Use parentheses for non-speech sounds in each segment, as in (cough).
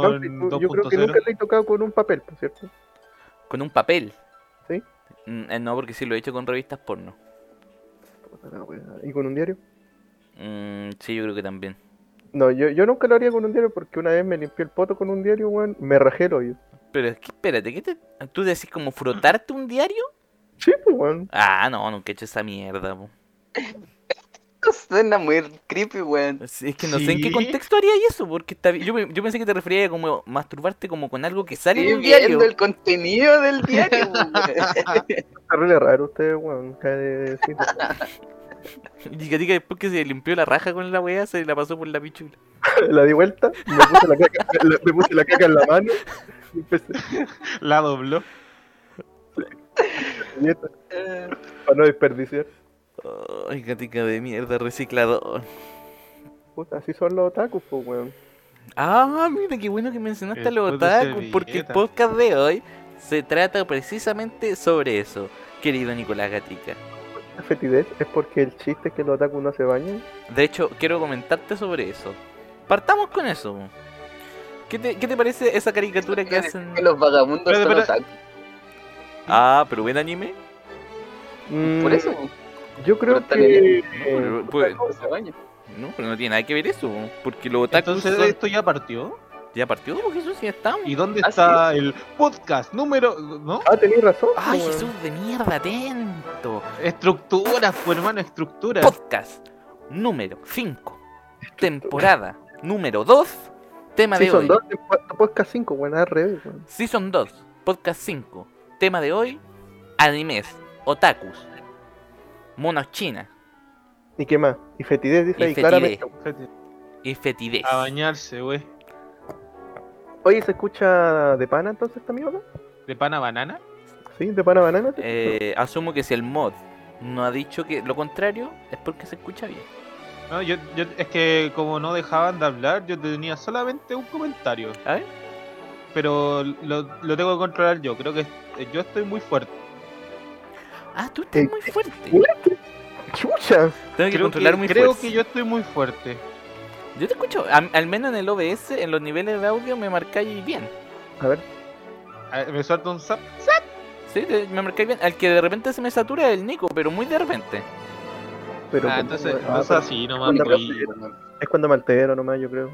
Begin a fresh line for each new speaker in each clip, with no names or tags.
Claro, si tú- yo creo que
2.0.
nunca te he tocado con un papel, ¿no es ¿cierto?
Con un papel.
¿Sí?
Mm, eh, no, porque sí lo he hecho con revistas porno.
Puta la wea. ¿Y con un diario?
Mm, sí, yo creo que también.
No, yo, yo nunca lo haría con un diario porque una vez me limpié el poto con un diario, weón, me rajé el hoyo.
Pero es que, espérate, ¿qué te... ¿tú decís como frotarte un diario?
Sí, pues, weón.
Ah, no, nunca he hecho esa mierda. po.
(laughs) Suena muy creepy, weón.
Sí, Es que no sé en qué
Sí.
contexto haría eso, porque está... bien- yo, me- yo pensé que te refería a como masturbarte como con algo que sale en
Estoy
un diario.
viendo el contenido
(laughs)
del diario, weón.
Está re raro usted, weón. cae de decir.
Y que diga después que se limpió la raja con la weá, se la pasó por la pichula.
(laughs) la di vuelta, me puse la caca, (laughs) la- me puse la caca en la mano (laughs) y empecé
La dobló.
y esto, para no desperdiciar.
Ay, gatica de mierda, reciclador.
Puta, así son los otakus, pues, weón.
Ah, mira, qué bueno que mencionaste a
El
los
puto servilleta.
otakus, porque el podcast de hoy se trata precisamente sobre eso, querido Nicolás Gatica.
La fetidez es porque el chiste es que los otakus no se bañan.
De hecho, quiero comentarte sobre eso. Partamos con eso. po. ¿Qué te, qué te parece esa caricatura que hacen?
Que los vagabundos
Espérate,
son
espérate.
otaku.
Ah, pero buen anime.
Mm,
Por eso, weón,
Yo creo
Pero está
que. eh,
Pero, pues,
no se bañan.
no, pero no tiene nada que ver eso, po, porque los otakus
Entonces
son-
esto ya partió.
ya partió, po, Jesús, ya estamos.
¿Y dónde
Ah,
está el podcast número, no?
Ah, tenéis razón. pues,
Ay,
weón.
Jesús de mierda, atento.
Estructuras, pues hermano, estructuras.
Este Podcast número 5, temporada número 2, tema
Sí,
de
son
hoy.
dos temporadas, podcast 5, weón, al revés, weón.
Season 2, podcast 5, tema de hoy, animes, otakus, monos chinas
¿Y qué más? Y fetidez, dice
Y
ahí,
fetidez.
claramente.
Gente,
y fetidez.
A bañarse, güey.
Oye, ¿se escucha de pana entonces esta mierda?
¿De pana banana?
¿Sí? ¿De pana banana?
Eh, asumo que si el mod no ha dicho que lo contrario, es porque se escucha bien.
No, yo, yo, es que como no dejaban de hablar, yo tenía solamente un comentario.
A ver.
Pero lo, lo tengo que controlar yo. Creo que eh, yo estoy muy fuerte.
Ah, tú estás
Eh,
muy fuerte.
¿qué? ¡Chucha!
Tengo que
Creo,
controlar
que,
muy
creo
fuerte.
que yo estoy muy fuerte.
Yo te escucho, am- al menos en el OBS, en los niveles de audio me marcáis bien.
A ver,
A ver, Ah, Me suelta un zap.
Sí, te- me marcáis bien. Al que de repente se me satura es el Nico, pero muy de repente.
pero.
Ah,
como-
entonces,
ah,
entonces
pero
así nomás.
cuando
güey.
Es cuando me altero nomás, yo creo.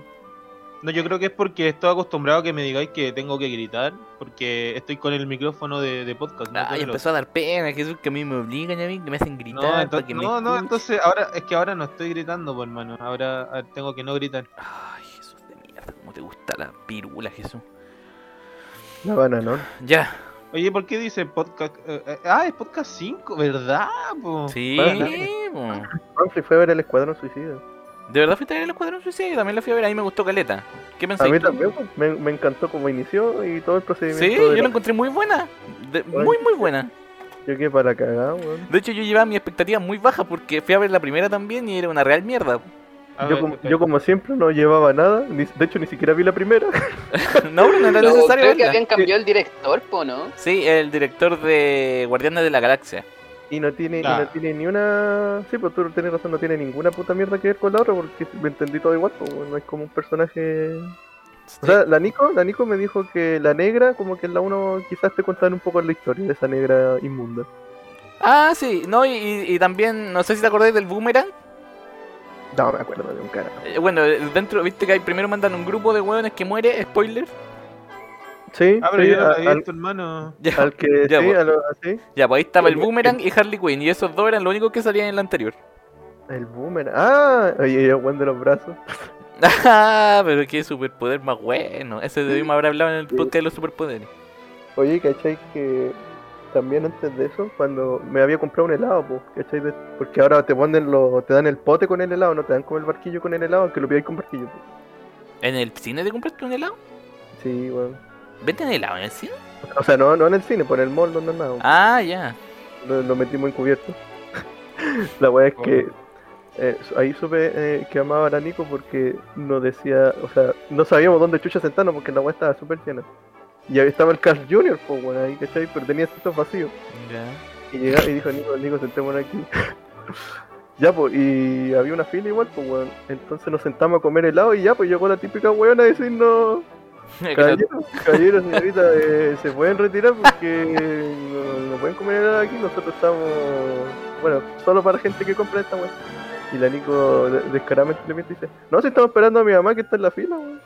No, yo creo que es porque estoy acostumbrado a que me digáis que tengo que gritar, porque estoy con el micrófono de, de podcast. No,
Ay,
Tengo-
Ah, empezó a dar pena, Jesús, que a mí me obligan a mí, que me hacen gritar.
no,
para
entonces,
que me
no, no,
escuchen.
entonces ahora es que ahora no estoy gritando, pues, hermano. Ahora ah, tengo que no gritar.
Ay, Jesús de mierda, cómo te gusta la pirula, Jesús.
La banana, ¿no?
Ya.
Oye, ¿por qué dice podcast? eh, eh, ah, es podcast 5, ¿verdad? po?
Sí,
Bueno.
po.
Humphrey fue a ver el Escuadrón Suicida.
¿De verdad fuiste a ver el Escuadrón Suicida? Yo también la fui a ver, a mí me gustó Caleta. ¿Qué
A
pensáis?
mí
tú?
también, pues, me, me encantó cómo inició y todo el procedimiento.
Sí,
de la-
yo la encontré muy buena. de- muy, muy buena.
Yo quedé para cagar, weón.
De hecho, yo llevaba mis expectativas muy bajas porque fui a ver la primera también y era una real mierda. (laughs)
A
Yo,
ver,
como,
espera.
yo como siempre no llevaba nada, ni- de hecho ni siquiera vi la primera.
No, no era
No,
necesario
creo que
verla.
habían cambiado el director, po, ¿no?
Sí, el director de Guardianes de la Galaxia.
Y no tiene, y
Ah.
no tiene ni una. Sí, pues tú tenés razón, no tiene ninguna puta mierda que ver con la otra porque me entendí todo igual, pues, weón, no es como un personaje. O sea, la Nico, la Nico me dijo que la negra, como que en la 1 quizás te contaban un poco la historia de esa negra inmunda.
Ah, sí, no, y, y- y también, no sé si te acordáis del Boomerang.
No me acuerdo de un cara.
Eh, bueno, dentro, viste que hay, primero mandan un grupo de hueones que muere, spoiler. (laughs)
Sí,
Ah, pero
sí,
yo no
a-
la vi,
al,
tu hermano.
Ya,
al que
Ya,
sí,
pues.
a lo- sí,
ya, pues ahí estaba el Boomerang y Harley Quinn, y esos dos eran los únicos que salían en la anterior. (laughs)
el boomer. Ah, oye, el buen de los brazos.
Ah, pero qué superpoder más bueno. Ese debimos haber hablado en el podcast de los superpoderes.
Oye, ¿cachai? Que también antes de eso, cuando me había comprado un helado, pues, ¿cachai? De- Porque ahora te ponen lo, te dan el pote con el helado, no te dan como el barquillo con el helado, que lo pidáis con barquillo. po.
¿En el cine te compraste un helado?
Sí, bueno.
¿Venden helado en el cine?
O sea, no, no en el cine, por el mall, no, no, no.
Ah, ya.
Lo, lo metimos encubierto. (laughs) la wea es que eh, su- ahí supe eh, que amaba a Nico porque nos decía, o sea, no sabíamos dónde chucha sentarnos porque la wea estaba súper llena. Y ahí estaba el Carl Jr., pues, bueno, ahí, ¿cachai? Pero tenía asientos vacíos.
(laughs) Ya.
Y llegaba y dijo, Nico, Nico, sentémonos aquí. (laughs) ya, pues, y había una fila igual, pues, weón. Entonces nos sentamos a comer helado y ya, pues llegó la típica weona a decirnos,
(laughs)
Caballero, (laughs) caballero, señorita, eh, se pueden retirar porque no, no pueden comer helado aquí. Nosotros estamos, bueno, solo para gente que compra esta weá. Y la Nico de- descaradamente le miente y dice: No, si estamos esperando a mi mamá que está en la fila, weón".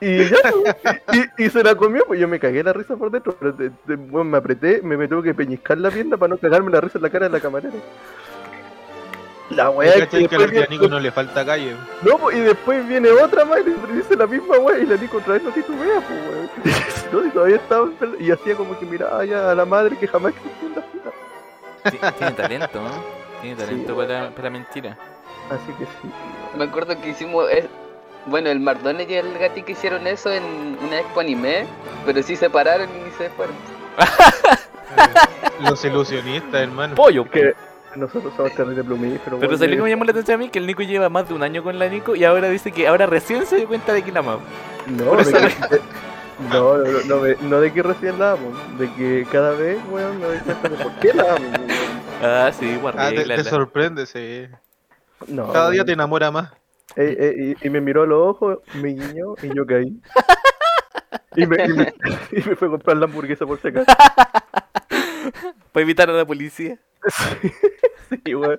Y ya, (laughs) weón. y, y se la comió, pues yo me cagué la risa por dentro, pero de- de- weón, me apreté, me, me tuve que peñiscar la pierna para no cagarme la risa en la cara de la camarera. La weá es que
¿Cachai que
después
al
viene-
Tianico no le falta
(laughs)
calle?
no, po, y después viene otra más y le dice la misma wea y la Nico otra vez no titubea, pues weón. (laughs) No, y todavía estaba en pel- y hacía como que miraba ya a la madre que jamás existió en la vida.
Ti- Tiene talento, ¿no? Tiene talento para, para mentira.
Así que sí.
Me acuerdo que hicimos. es- Bueno, el Mardone y el Gati que hicieron eso en una expo anime, pero sí se pararon y se fueron.
Los ilusionistas, hermano.
Pollo,
Que nosotros somos terribles plumíferos,
Pero
weón,
salió
y-
como llamó la atención a mí que el Nico lleva más de un año con la Nico y ahora dice que ahora recién se dio cuenta de que la ama.
No, de que- de- no, no, no, no, de, no de que recién la amo, de que cada vez, weón, me doy cuenta de por qué la amo, weón.
Ah, sí, bueno,
Ah, te, te
arréglala.
sorprende, sí.
No,
Cada día
weón.
te enamora más.
Eh, eh, y, y me miró a los ojos, me guiñó y yo caí. Y me, y me- (laughs) y me fue a comprar la hamburguesa por si acaso.
Para evitar a la policía.
Sí, weón.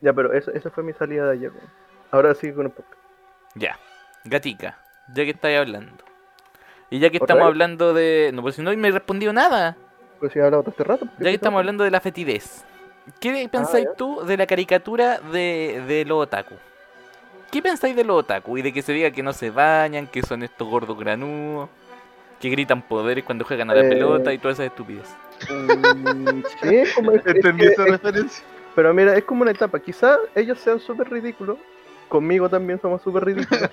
Ya, pero eso- esa fue mi salida de ayer, weón. Ahora sí con el podcast.
Ya. Gatica, ya que estáis hablando. Y ya que
¿Otra
estamos
vez?
hablando de. No, pues si no me he respondido nada.
Pero si he hablado todo este rato. ¿por qué
Ya que estamos
no?
hablando de la fetidez. ¿Qué pensáis
ya.
tú de la caricatura de, de los otaku? ¿Qué pensáis de los otaku? Y de que se diga que no se bañan, que son estos gordos granudos, que gritan poderes cuando juegan a la
Eh.
pelota y todas esas estupidez.
Mm, sí, es como. es- es
Entendí
que-
esa
es-
referencia.
pero mira, es como una etapa. Quizás ellos sean súper ridículos. Conmigo también somos súper ridículos.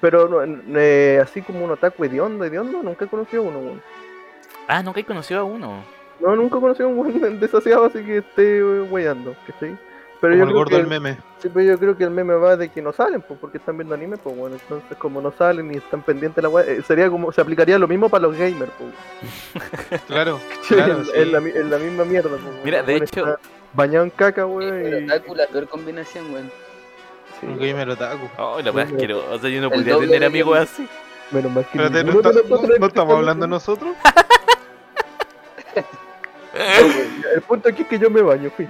pero no, n- eh, así como un otaku hediondo, hediondo, nunca he conocido uno, weón.
Ah, nunca he conocido a uno.
No, nunca he conocido a un weón (laughs) desasiado, así que esté eh, weyando, ¿cachai? Pero
Como
yo
el
creo
gordo
que-
del meme.
Sí, pero yo creo que el meme va de que no salen, pues, porque están viendo anime, pues, bueno, entonces como no salen y están pendientes de la weá, eh, sería como, se aplicaría lo mismo para los gamers, pues. (laughs)
Claro, claro.
es,
sí.
es la, mi- es la misma mierda, pues. weón.
Mira, de
Bueno,
hecho-
está Bañado en caca, weón.
Pero
y-
Otaku, la peor combinación, weón.
sí,
Un gamer otaku.
Ah,
Oh, la verdad es
Sí.
que no. O sea, yo no
El
podría
doble
tener
de
amigos
ellos.
así.
menos mal que
Espérate, ¿no,
ninguno de
está-
nosotros
no estamos
existe,
hablando
weón. (laughs)
nosotros? (laughs)
El punto aquí es que yo me baño, fin.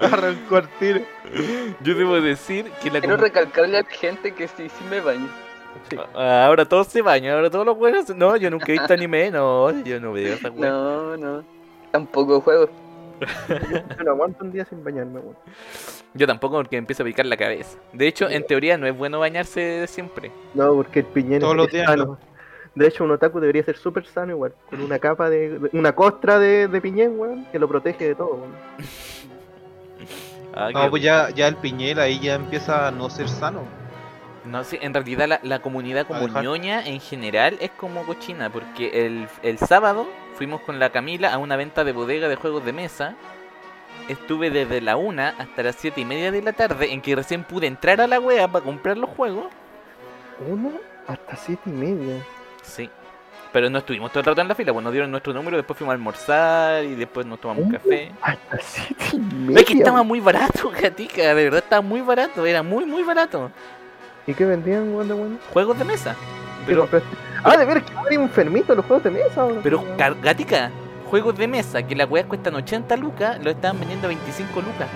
Arrancó al tiro.
(laughs) Yo debo decir que la
Quiero
com-
recalcarle a la gente que sí, sí me baño.
Ah, Ahora todos se bañan, ahora todos los buenos. No, yo nunca he visto anime, no, yo no veo esa wea.
No, no. Tampoco juego.
Yo no aguanto un día sin bañarme, weón.
Yo tampoco porque me empieza a picar la cabeza. De hecho, en teoría no es bueno bañarse siempre.
No, porque el piñén
Todos
es-
los
es
días,
sano. De hecho, un otaku debería ser súper sano igual, con una capa de, de- una costra de, de piñén, weón, que lo protege de todo, weón.
Ah,
No,
que-
pues ya, ya el piñel ahí ya empieza a no ser sano.
No sé, en realidad la, la comunidad como
dejar.
ñoña en general es como cochina, porque el, el sábado fuimos con la Camila a una venta de bodega de juegos de mesa. Estuve desde la una hasta las siete y media de la tarde, en que recién pude entrar a la wea para comprar los juegos.
Una hasta siete y media.
Sí. Pero no estuvimos todo el rato en la fila, pues nos dieron nuestro número, después fuimos a almorzar y después nos tomamos un
¿Cómo?
café.
Hasta siete y media.
Es que estaba muy barato, (laughs) gatica, de verdad estaba muy barato, era muy muy barato.
¿Y qué vendían, weón, de weón?
Juegos de mesa.
¿Qué
Pero,
compraste? Ah, de ver que hay enfermito los juegos de mesa, weón. Ah,
pero car- gatica, juegos de mesa, que las weas cuestan 80 lucas, lo estaban vendiendo a 25 lucas.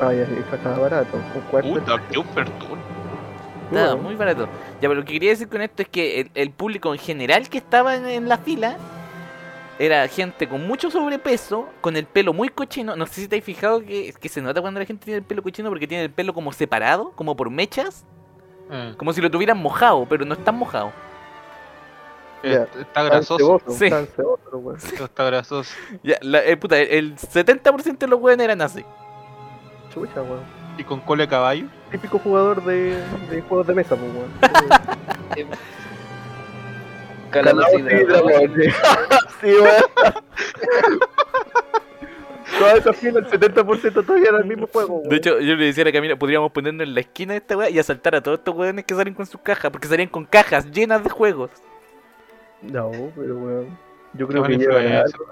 Ah, ya, ya, estaba barato. Un cuarto.
qué ofertón.
Estaba muy barato. Ya, pero lo que quería decir con esto es que el, el público en general que estaba en, en la fila era gente con mucho sobrepeso, con el pelo muy cochino. No sé si te has fijado que, que se nota cuando la gente tiene el pelo cochino porque tiene el pelo como separado, como por mechas,
Mm,
como si lo tuvieran mojado, pero no están mojado.
Ya.
Está
Tan
grasoso.
ceboso,
Sí.
tan ceboso, weón.
Está grasoso.
Ya, la, eh, puta, el- el 70% de los weones eran así.
Chucha, weón.
¿Y con cola de caballo?
Típico jugador de, de juegos de mesa, pues, weón.
(laughs)
Calabos y dragones.
(laughs) Sí, weón. Todas esas filas, el 70% todavía era el mismo juego, weón.
De hecho, yo le decía a la Camila, podríamos ponernos en la esquina de esta weá y asaltar a todos estos weones que salen con sus cajas, porque salían con cajas llenas de juegos.
No, pero weón. Yo creo
buena
que llevarán,
influencia.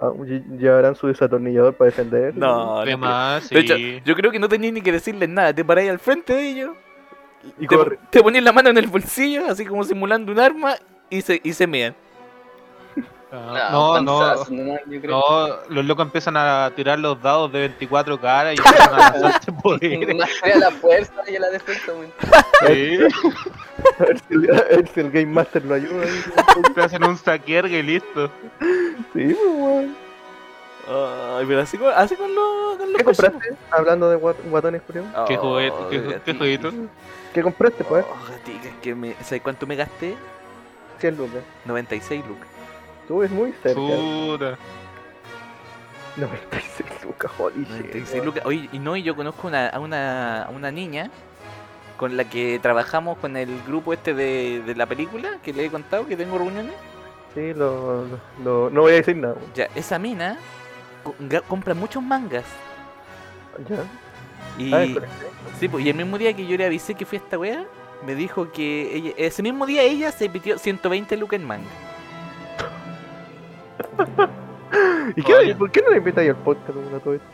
ah, llevarán su desatornillador para defender.
No, no
Además,
creo. De hecho,
sí.
yo creo que no tenías ni que decirles nada. Te paráis al frente de ellos,
Y
te,
corre.
te ponías la mano en el bolsillo, así como simulando un arma, y se, y se mean.
Ah, no, no,
panzazo, no, yo creo.
no, los locos empiezan a tirar los dados de 24 caras y empiezan a este (laughs) lanzarse poderes.
Más sea la fuerza y la defensa, weón.
Sí.
A ver si el, a ver si el Game Master lo ayuda. ahí.
Te hacen un saquiergue y listo.
(laughs) Sí, pues, weón.
Ay, pero así con, así con los. Con los
¿Qué compraste? Hablando de guat- guatones, curioso.
cochinos.
Qué
Oh,
juguete, qué ju- qué
gatica.
jueguito.
¿Qué compraste, pues?
Oh, gatica, que me, ¿Sabes cuánto me gasté?
100 lucas.
96 lucas.
Tú es muy cerca.
Puta.
96 lucas, holy shit,
96
weón.
lucas. Oye, y no, y yo conozco una, a, una, a una niña con la que trabajamos con el grupo este de, de la película, que le he contado que tengo reuniones.
Sí, lo, lo- lo- No voy a decir nada, weón.
Ya, esa mina co- ga- compra muchos mangas.
Ya.
Y,
Ah, espérate.
sí, pues, y el mismo día que yo le avisé que fui a esta wea, me dijo que ella- ese mismo día ella se pitió 120 lucas en manga.
¿Y qué, por qué no le invitas ahí al podcast, weón, a todo esto?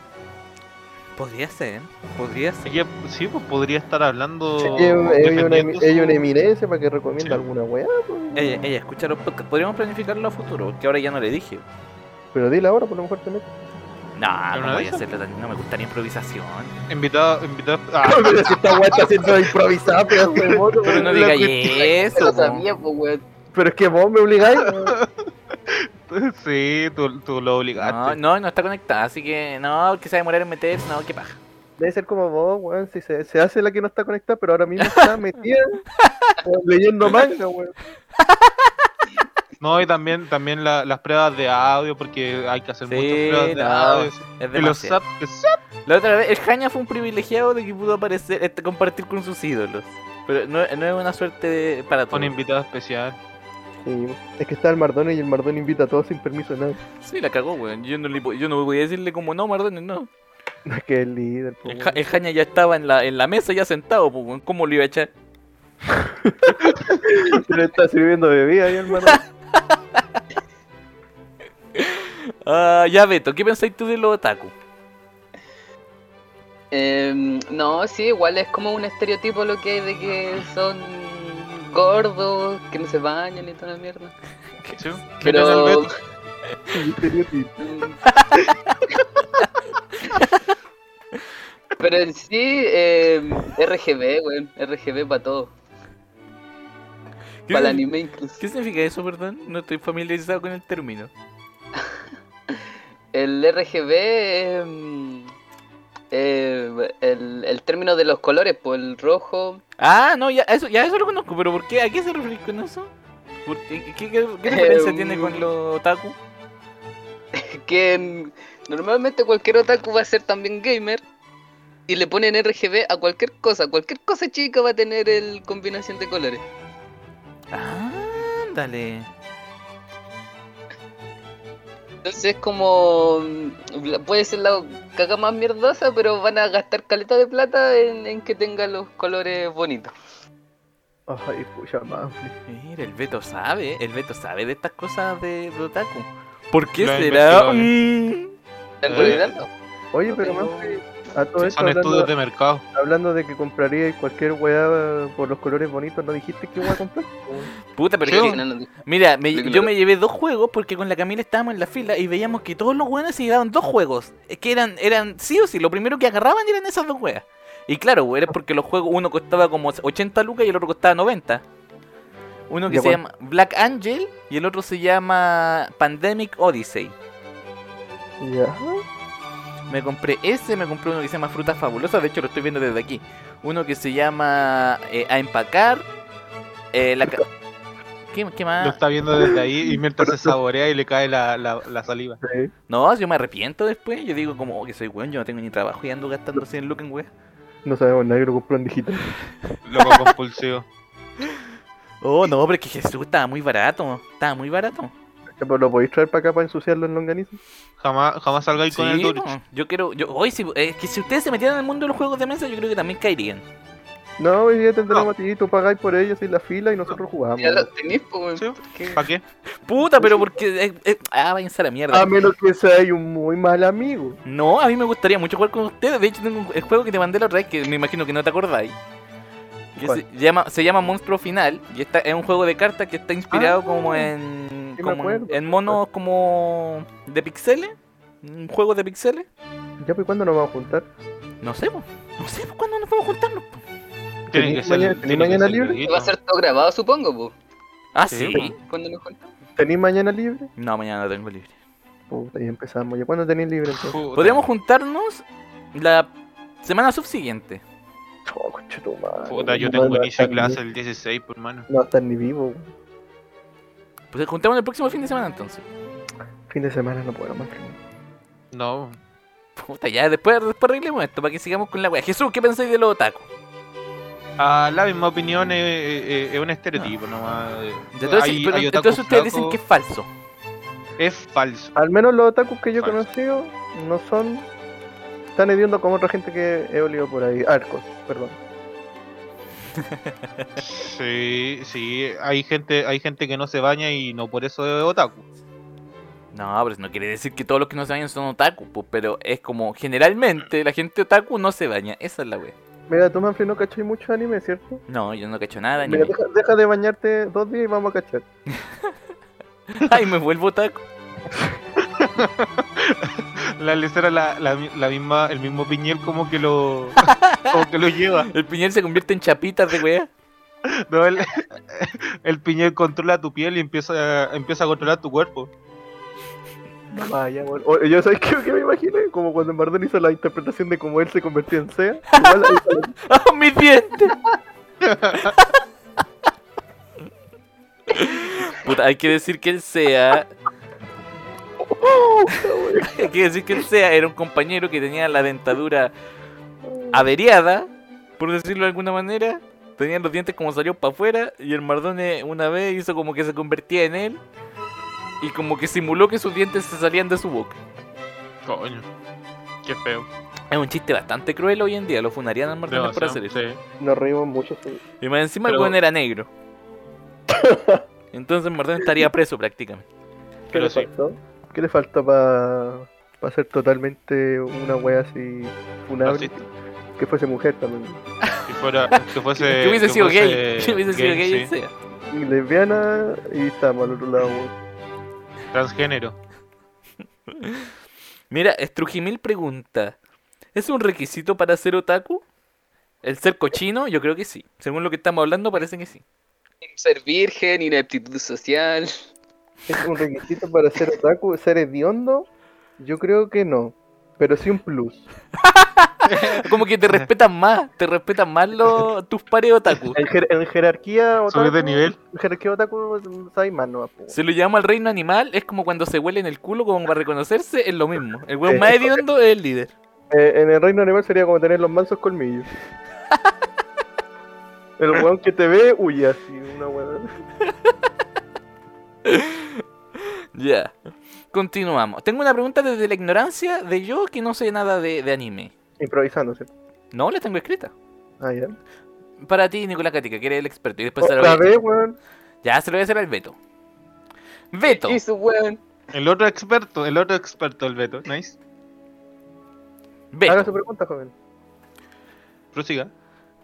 Podría ser, ¿eh? podría ser.
Ella, sí, pues podría estar hablando.
Oh,
Sí, Ella ella es una,
defendiendo
emi- ella es una
su-
eminencia para que recomienda
Sí.
alguna weá, pues, weón.
Ella, ella escucha los podcasts. Podríamos planificarlo a futuro, que ahora ya no le dije.
Pero dile ahora, por lo mejor te metes.
No,
¿Pero
no
no
voy a
eso?
hacerlo tan- no me gusta la improvisación.
Invitado, invitado. (laughs) Ah,
Pero si esta weá está siendo (laughs) improvisada, pedazo de mono,
Pero no
weón.
digáis
(laughs) Yo
eso.
lo
po.
sabía, pues, weón.
Pero es que vos me obligáis, weón.
sí, tú, tú lo
No,
obligaste.
no, no está conectada, así que no, que se va a demorar en meter, no, qué paja.
Debe ser como vos, weón, si se, se hace la que no está conectada, pero ahora mismo está metida (laughs) weón, leyendo manga, weón.
No, y también, también la- las pruebas de audio, porque hay que hacer
Sí,
muchas pruebas de
no,
audio.
Es
Y los
demasiado.
zap, que zap.
La otra vez, el Jaña fue un privilegiado de que pudo aparecer, este, compartir con sus ídolos. Pero no, no es una suerte de- para todos.
Un invitado especial.
Sí, es que está el Mardone y el Mardone invita a todos sin permiso de nadie.
Sí, la cagó, weón. Yo no, le, po- yo no voy a decirle como no, Mardones, no.
No es que el líder, po,
El,
weón.
Ja- el Jaña ya estaba en la, en la mesa, ya sentado, pues, weón. ¿Cómo lo iba a echar?
Se le está sirviendo bebida ahí, hermano.
Ah, ya, Beto, ¿qué pensáis tú de los otaku?
Em, no, sí, igual es como un estereotipo lo que hay de que son gordos, que no se bañan y toda la mierda.
¿sí?
Pero-
Miren el Beto.
El estereotipo.
Mm. (laughs) Pero en sí, em, RGB, weón. RGB para todo.
¿Qué,
Para el
signifi-
anime incluso.
¿Qué significa eso, perdón? No estoy familiarizado con el término.
El RGB es mm, eh, el, el término de los colores, pues el rojo.
Ah, no, ya eso, ya eso lo conozco, pero ¿por qué? ¿A qué se refiere con eso? ¿Por qué, qué, qué- qué referencia
Eh,
tiene
un-
con los otaku?
Que mm, normalmente cualquier otaku va a ser también gamer. Y le ponen RGB a cualquier cosa. Cualquier cosa chica va a tener el combinación de colores.
Ándale.
Entonces es como... mm, la- Puede ser la caga más mierdosa, pero van a gastar caleta de plata en, en que tenga los colores bonitos.
Ay, pucha, Manfli.
Mira, el Beto sabe, el Beto sabe de estas cosas de, de otaku. ¿Por qué
Lo ha investigado
será? Mm.
En
Eh,
realidad no.
Oye,
No
pero
tengo-
Manfli, a todo esto
Son
hablando,
estudios de mercado.
hablando de que compraría cualquier weá por los colores bonitos, ¿no dijiste que weá comprar?
Puta, pero
Sí,
es que-
no, no, no.
mira, me-
Dímelo.
yo me llevé dos juegos porque con la Camila estábamos en la fila y veíamos que todos los weones se llevaban dos juegos. Es que eran, eran sí o sí, lo primero que agarraban eran esas dos weas. Y claro, weón, era porque los juegos, uno costaba como 80 lucas y el otro costaba 90. Uno que
Ya,
se
bueno.
llama Black Angel y el otro se llama Pandemic Odyssey.
Ya.
Me compré ese, me compré uno que se llama Frutas Fabulosas, de hecho lo estoy viendo desde aquí. Uno que se llama eh, A Empacar. eh, la ca- ¿Qué, qué
Lo
más?
está viendo desde ahí y mientras se saborea y le cae la, la, la saliva.
Sí.
No, yo me arrepiento después. Yo digo como oh, que soy weón, yo no tengo ni trabajo y ando gastando 100 lucas en weón.
No sabemos nada que lo compró en digital.
(laughs)
Loco compulsivo.
Oh, no, pero es que Jesús estaba muy barato. Estaba muy barato.
Ya, pues, ¿Lo podéis traer para acá para ensuciarlo en longaniza?
Jamás, jamás salga ahí con el
Sí,
Durich.
no, yo quiero... Yo, hoy, si, es que si ustedes se metieran en el mundo de los juegos de mesa, yo creo que también caerían.
No, hoy día tendremos a ti, tú pagáis por ellos y la fila y nosotros jugamos.
Ya lo tenéis, pues,
Sí.
weón, porque-
¿Para qué?
Puta, pero porque. eh, eh, ah, váyanse a la mierda.
A menos que sea un muy mal amigo.
No, a mí me gustaría mucho jugar con ustedes. De hecho, tengo un el juego que te mandé la otra vez que me imagino que no te acordáis. Que se
¿Cuál?
llama, se llama Monstruo Final y está, es un juego de cartas que está inspirado
Ah,
como en
sí me
como en,
acuerdo.
en monos como de pixeles, un juego de pixeles.
Ya, pues, ¿cuándo nos vamos a juntar?
No sé, po. no sé po, cuándo nos vamos a juntarnos. po.
Tienen que
¿Tenís
ser.
mañana-
tienen
tenís
que
mañana
ser
libre?
luego.
Va a ser todo grabado, supongo, pues.
Ah, sí.
Sí,
Cuando nos juntamos.
¿Tenéis mañana libre?
No, mañana no tengo libre.
Puta, ya empezamos. ¿Ya cuándo tenéis libre entonces?
Puta.
Podríamos juntarnos la semana subsiguiente.
Oh, conchetumare,
Puta, yo
no,
tengo
no va a
inicio
estar
de
ni-
clase el pues, 16, por mano.
No va a estar ni vivo. güey.
Pues juntamos el próximo fin de semana entonces.
Fin de semana no puedo más.
No.
Puta, ya después, después arreglemos esto para que sigamos con la wea. Jesús, ¿qué pensáis de los otaku?
Ah, la misma opinión es, es- es un estereotipo
Ah.
nomás. eh,
Entonces,
Hay-
pero
hay otakus
entonces ustedes dicen
flacos.
que es falso.
es falso.
Al menos los otakus que yo he
Falso.
conocido no son tan hediondos como otra gente que he olido por ahí. Arcos, perdón.
Sí, sí, hay gente, hay gente que no se baña y no por eso es otaku.
No, pero eso no quiere decir que todos los que no se bañan son otaku, pues, pero es como generalmente la gente otaku no se baña, esa es la wea.
Mira, tú, Manfred, no cachai mucho anime, ¿cierto?
No, yo no cacho nada, ni
Mira, deja, deja de bañarte dos días y vamos a cachar.
Ay, me vuelvo otaku.
La lesera la, la, la misma, el mismo piñel como que lo, (laughs) como que lo lleva.
El piñel se convierte en chapitas de
(laughs)
wea.
No, el, (laughs) el piñel controla tu piel y empieza, empieza a controlar tu cuerpo.
Vaya, bueno. O- Yo sabes qué, qué me imaginé, como cuando Mardón hizo la interpretación de cómo él se convirtió en Sea. Igual,
¡Ah, mis dientes! Puta, hay que decir que el SEA.
Oh,
(laughs) hay que decir que el SEA era un compañero que tenía la dentadura averiada, por decirlo de alguna manera. Tenía los dientes como salió para afuera y el Mardone una vez hizo como que se convertía en él y como que simuló que sus dientes se salían de su boca.
Coño, qué feo.
Es un chiste bastante cruel hoy en día, lo funarían al Mardone por hacer eso.
nos reímos mucho. sí.
Y más encima el
Pero-
weón
(laughs)
era negro. Entonces Martín estaría preso prácticamente.
¿Qué
Pero
le
sí.
faltó? ¿Qué le faltó para ser totalmente una wea así funable?
Racista.
Que fuese mujer también.
Si fuera,
(laughs)
que fuese.
que hubiese
que
sido
fuese
gay. Que hubiese sido gay,
sí.
sea.
Y lesbiana y estamos al otro lado.
Transgénero.
Mira, Strujimil pregunta: ¿Es un requisito para ser otaku? ¿El ser cochino? Yo creo que sí. Según lo que estamos hablando, parece que sí.
Ser virgen, ineptitud social.
¿Es un requisito para ser otaku? ¿Ser hediondo? Yo creo que no. Pero sí un plus.
Como que te respetan más. Te respetan más los, tus pares otaku.
En, jer- en jerarquía otaku.
Subir de nivel.
En jerarquía otaku pues, hay más, no. po.
Se lo llama el reino animal. Es como cuando se huele en el culo, como para reconocerse. Es lo mismo. El weón más hediondo es el líder.
Eh, en el reino animal sería como tener los mansos colmillos.
(laughs)
el weón que te ve huye así, una weá.
Ya. Continuamos. Tengo una pregunta desde la ignorancia de yo que no sé nada de, de anime.
Improvisándose.
No, la tengo escrita.
Ah, ya.
Para ti, Nicolás Catica, que eres el experto. Y después Pues se lo voy
Otra
a-
vez, weón.
Ya se lo voy a hacer al Beto. Beto,
Y su weón.
El otro experto, el otro experto, el Beto. Nice.
Haga su
Beto.
pregunta, joven.
Prosiga.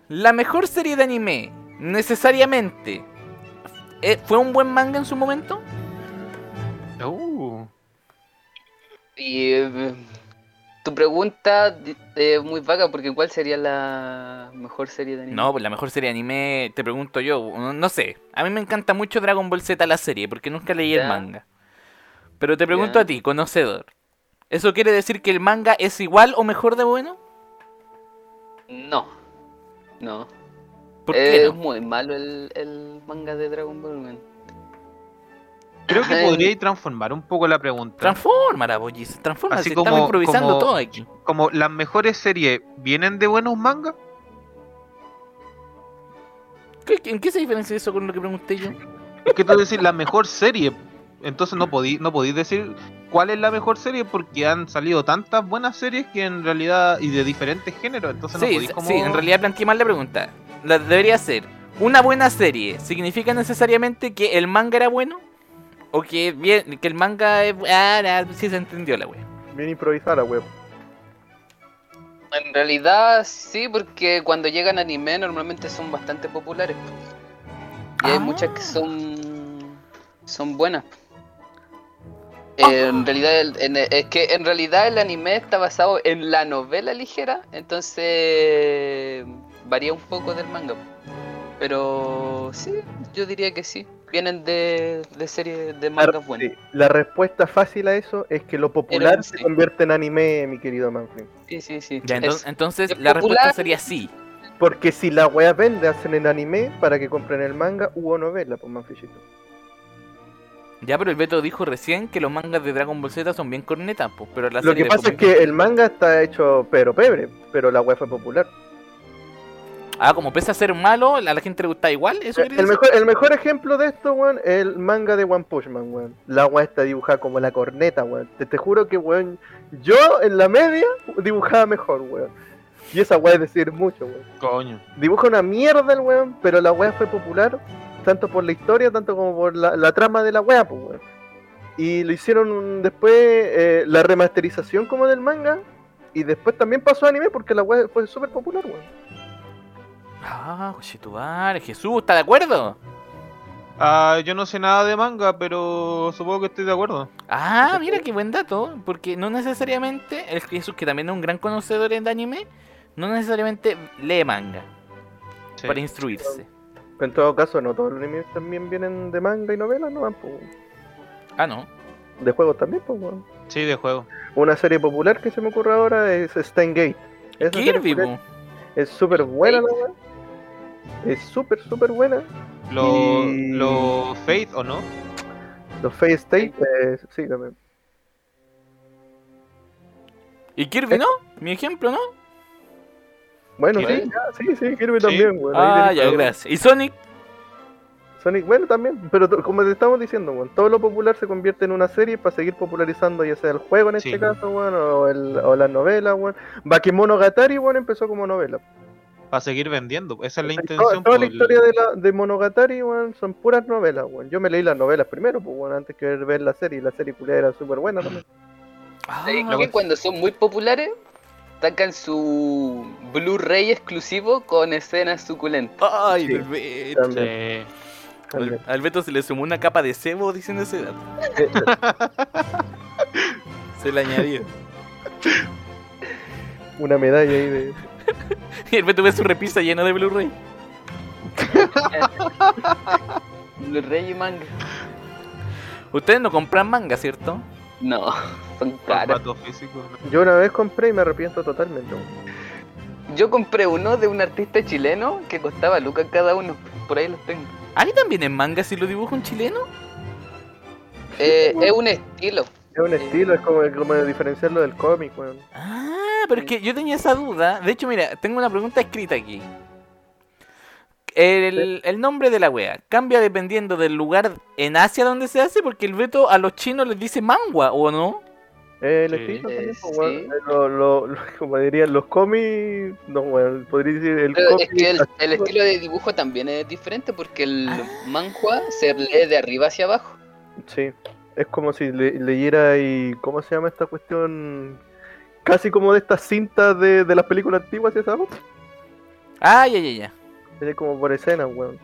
La mejor serie de anime, necesariamente, eh, ¿fue un buen manga en su momento?
Uh,
Y eh, tu pregunta eh, es muy vaga porque ¿cuál sería la mejor serie de anime?
No, pues la mejor serie de anime, te pregunto yo, no, no sé. A mí me encanta mucho Dragon Ball Z la serie, porque nunca leí el
Ya.
manga. Pero te pregunto
Ya.
a ti, conocedor. ¿Eso quiere decir que el manga es igual o mejor de bueno?
no. No.
¿Por
Eh,
qué no?
Es muy malo el, el manga de Dragon Ball, weón.
creo que
Ay.
podría transformar un poco la pregunta.
Transfórmala, Bollis, transfórmala,
Así
si
como-
estamos improvisando
como-
todo aquí.
Como las mejores series vienen de buenos mangas.
¿Qué- qué- ¿En qué se diferencia eso con lo que pregunté yo?
Es que tú decís la mejor serie. Entonces no podí, no podís decir cuál es la mejor serie porque han salido tantas buenas series que en realidad y de diferentes géneros. Entonces no
Sí,
podís
sí,
como...
sí, en realidad planteé mal la pregunta. La debería ser, ¿una buena serie significa necesariamente que el manga era bueno? O que, bien, que el manga es. Ah, ah, sí se entendió la wea.
Bien improvisada, la wea.
En realidad sí, porque cuando llegan anime normalmente son bastante populares. Y hay
Ah.
muchas que son son buenas. Eh, En realidad el- en- es que en realidad el anime está basado en la novela ligera, entonces varía un poco del manga. Pero sí, yo diría que sí. Vienen de, de series de
Claro,
mangas buenas.
sí. La respuesta fácil a eso es que lo popular
Pero,
se
sí.
convierte en anime, mi querido Manfred.
Sí, sí, sí.
Ya,
Es-
enton- entonces
es
la respuesta
popular.
sería sí.
Porque si la wea vende, hacen el anime para que compren el manga u o novela, pues Manfredito.
Ya, pero el Beto dijo recién que los mangas de Dragon Ball Z son bien cornetas, pues, pero la
Lo que
serie de
pasa es
Pokémon-
que el manga está hecho pero pebre, pero la wea fue popular.
Ah, como pese a ser malo, a la gente le gusta igual, eso
Eh,
quiere
El
decir?
mejor, el mejor ejemplo de esto, weón, es el manga de One Punch Man, weón. La weá está dibujada como la corneta, weón. Te, te juro que, weón, yo en la media dibujaba mejor, weón. Y esa weá es decir mucho, weón.
Coño.
Dibuja una mierda el weón, pero la weá fue popular, tanto por la historia, tanto como por la, la trama de la weá, pues, weón. Y lo hicieron un- después eh, la remasterización como del manga, y después también pasó a anime porque la weá fue súper popular, weón.
Ah, Cochetubar, Jesús, ¿está de acuerdo?
Ah, yo no sé nada de manga, pero supongo que estoy de acuerdo.
Ah, mira qué buen dato, porque no necesariamente, el Jesús que también es un gran conocedor de anime, no necesariamente lee manga
Sí.
para instruirse.
Pero en todo caso, no todos los animes también vienen de manga y novelas, no van, pues, weón.
Ah, no.
de juegos también, pues, weón.
Sí, de juego.
Una serie popular que se me ocurre ahora es Steingate. Esa serie
Kirby,
popular
po.
es súper buena, la weá. Es súper, súper buena.
Lo,
Y-
lo Faith o no?
Los Face State, eh, sí, también.
¿Y
Eh.
Kirby no? Mi ejemplo, ¿no?
Bueno,
¿Kirby?
sí, ya, sí, sí, Kirby también, weón. Ahí
ah,
tenés
ya,
todo.
gracias. ¿Y Sonic?
Sonic, bueno, también, pero to- como te estamos diciendo, weón, todo lo popular se convierte en una serie para seguir popularizando, ya sea el juego en este
Sí.
caso, weón, o, el- o la novela, weón. Bakemonogatari, weón, empezó como novela.
Para seguir vendiendo. Esa es la
Toda-
intención.
Toda,
po,
la
pues, el-
historia de, la, de Monogatari, weón, son puras novelas, weón. Yo me leí las novelas primero, pues, weón, antes que ver la serie, y la serie culiada era súper buena también.
Ah,
Es que cuando son muy populares, sacan su Blu-ray exclusivo con escenas suculentas.
Ay,
Sí.
el Beto.
También,
Sí.
también.
Al- Al Beto se le sumó una capa de cebo diciendo ese dato.
Eh, eh,
Se le añadió.
Una medalla ahí de.
y el Beto ve su repisa llena de Blu-ray.
Blu-ray y manga.
Ustedes no compran manga, ¿cierto?
No, son caras.
Formato físico.
Yo una vez compré y me arrepiento totalmente, weón.
Yo compré uno de un artista chileno que costaba lucas cada uno. Por ahí los tengo.
¿Ali también es manga si lo dibuja un chileno?
Eh, es un estilo.
Es un
Eh.
estilo, es como, como diferenciarlo del cómic, weón.
Ah, pero es que yo tenía esa duda. De hecho, mira, tengo una pregunta escrita aquí. El, el nombre de la wea cambia dependiendo del lugar en Asia donde se hace, porque el Beto a los chinos les dice mangua, ¿o no?
Eh, El
Sí.
estilo
Eh,
también, pues,
sí.
weón, eh, lo- lo- (laughs) lo- como dirían los cómics, no, weón, podría decir el
Pero es
cómic.
que el, el
antiguo.
estilo de dibujo también es diferente porque el
Ah.
manhua se lee de arriba hacia abajo.
Sí, es como si le- leyera y. ¿Cómo se llama esta cuestión? Casi como de estas cintas de, de las películas antiguas, ¿sí sabes?
Ah, ya, ya, ya.
Es como por escenas, weón.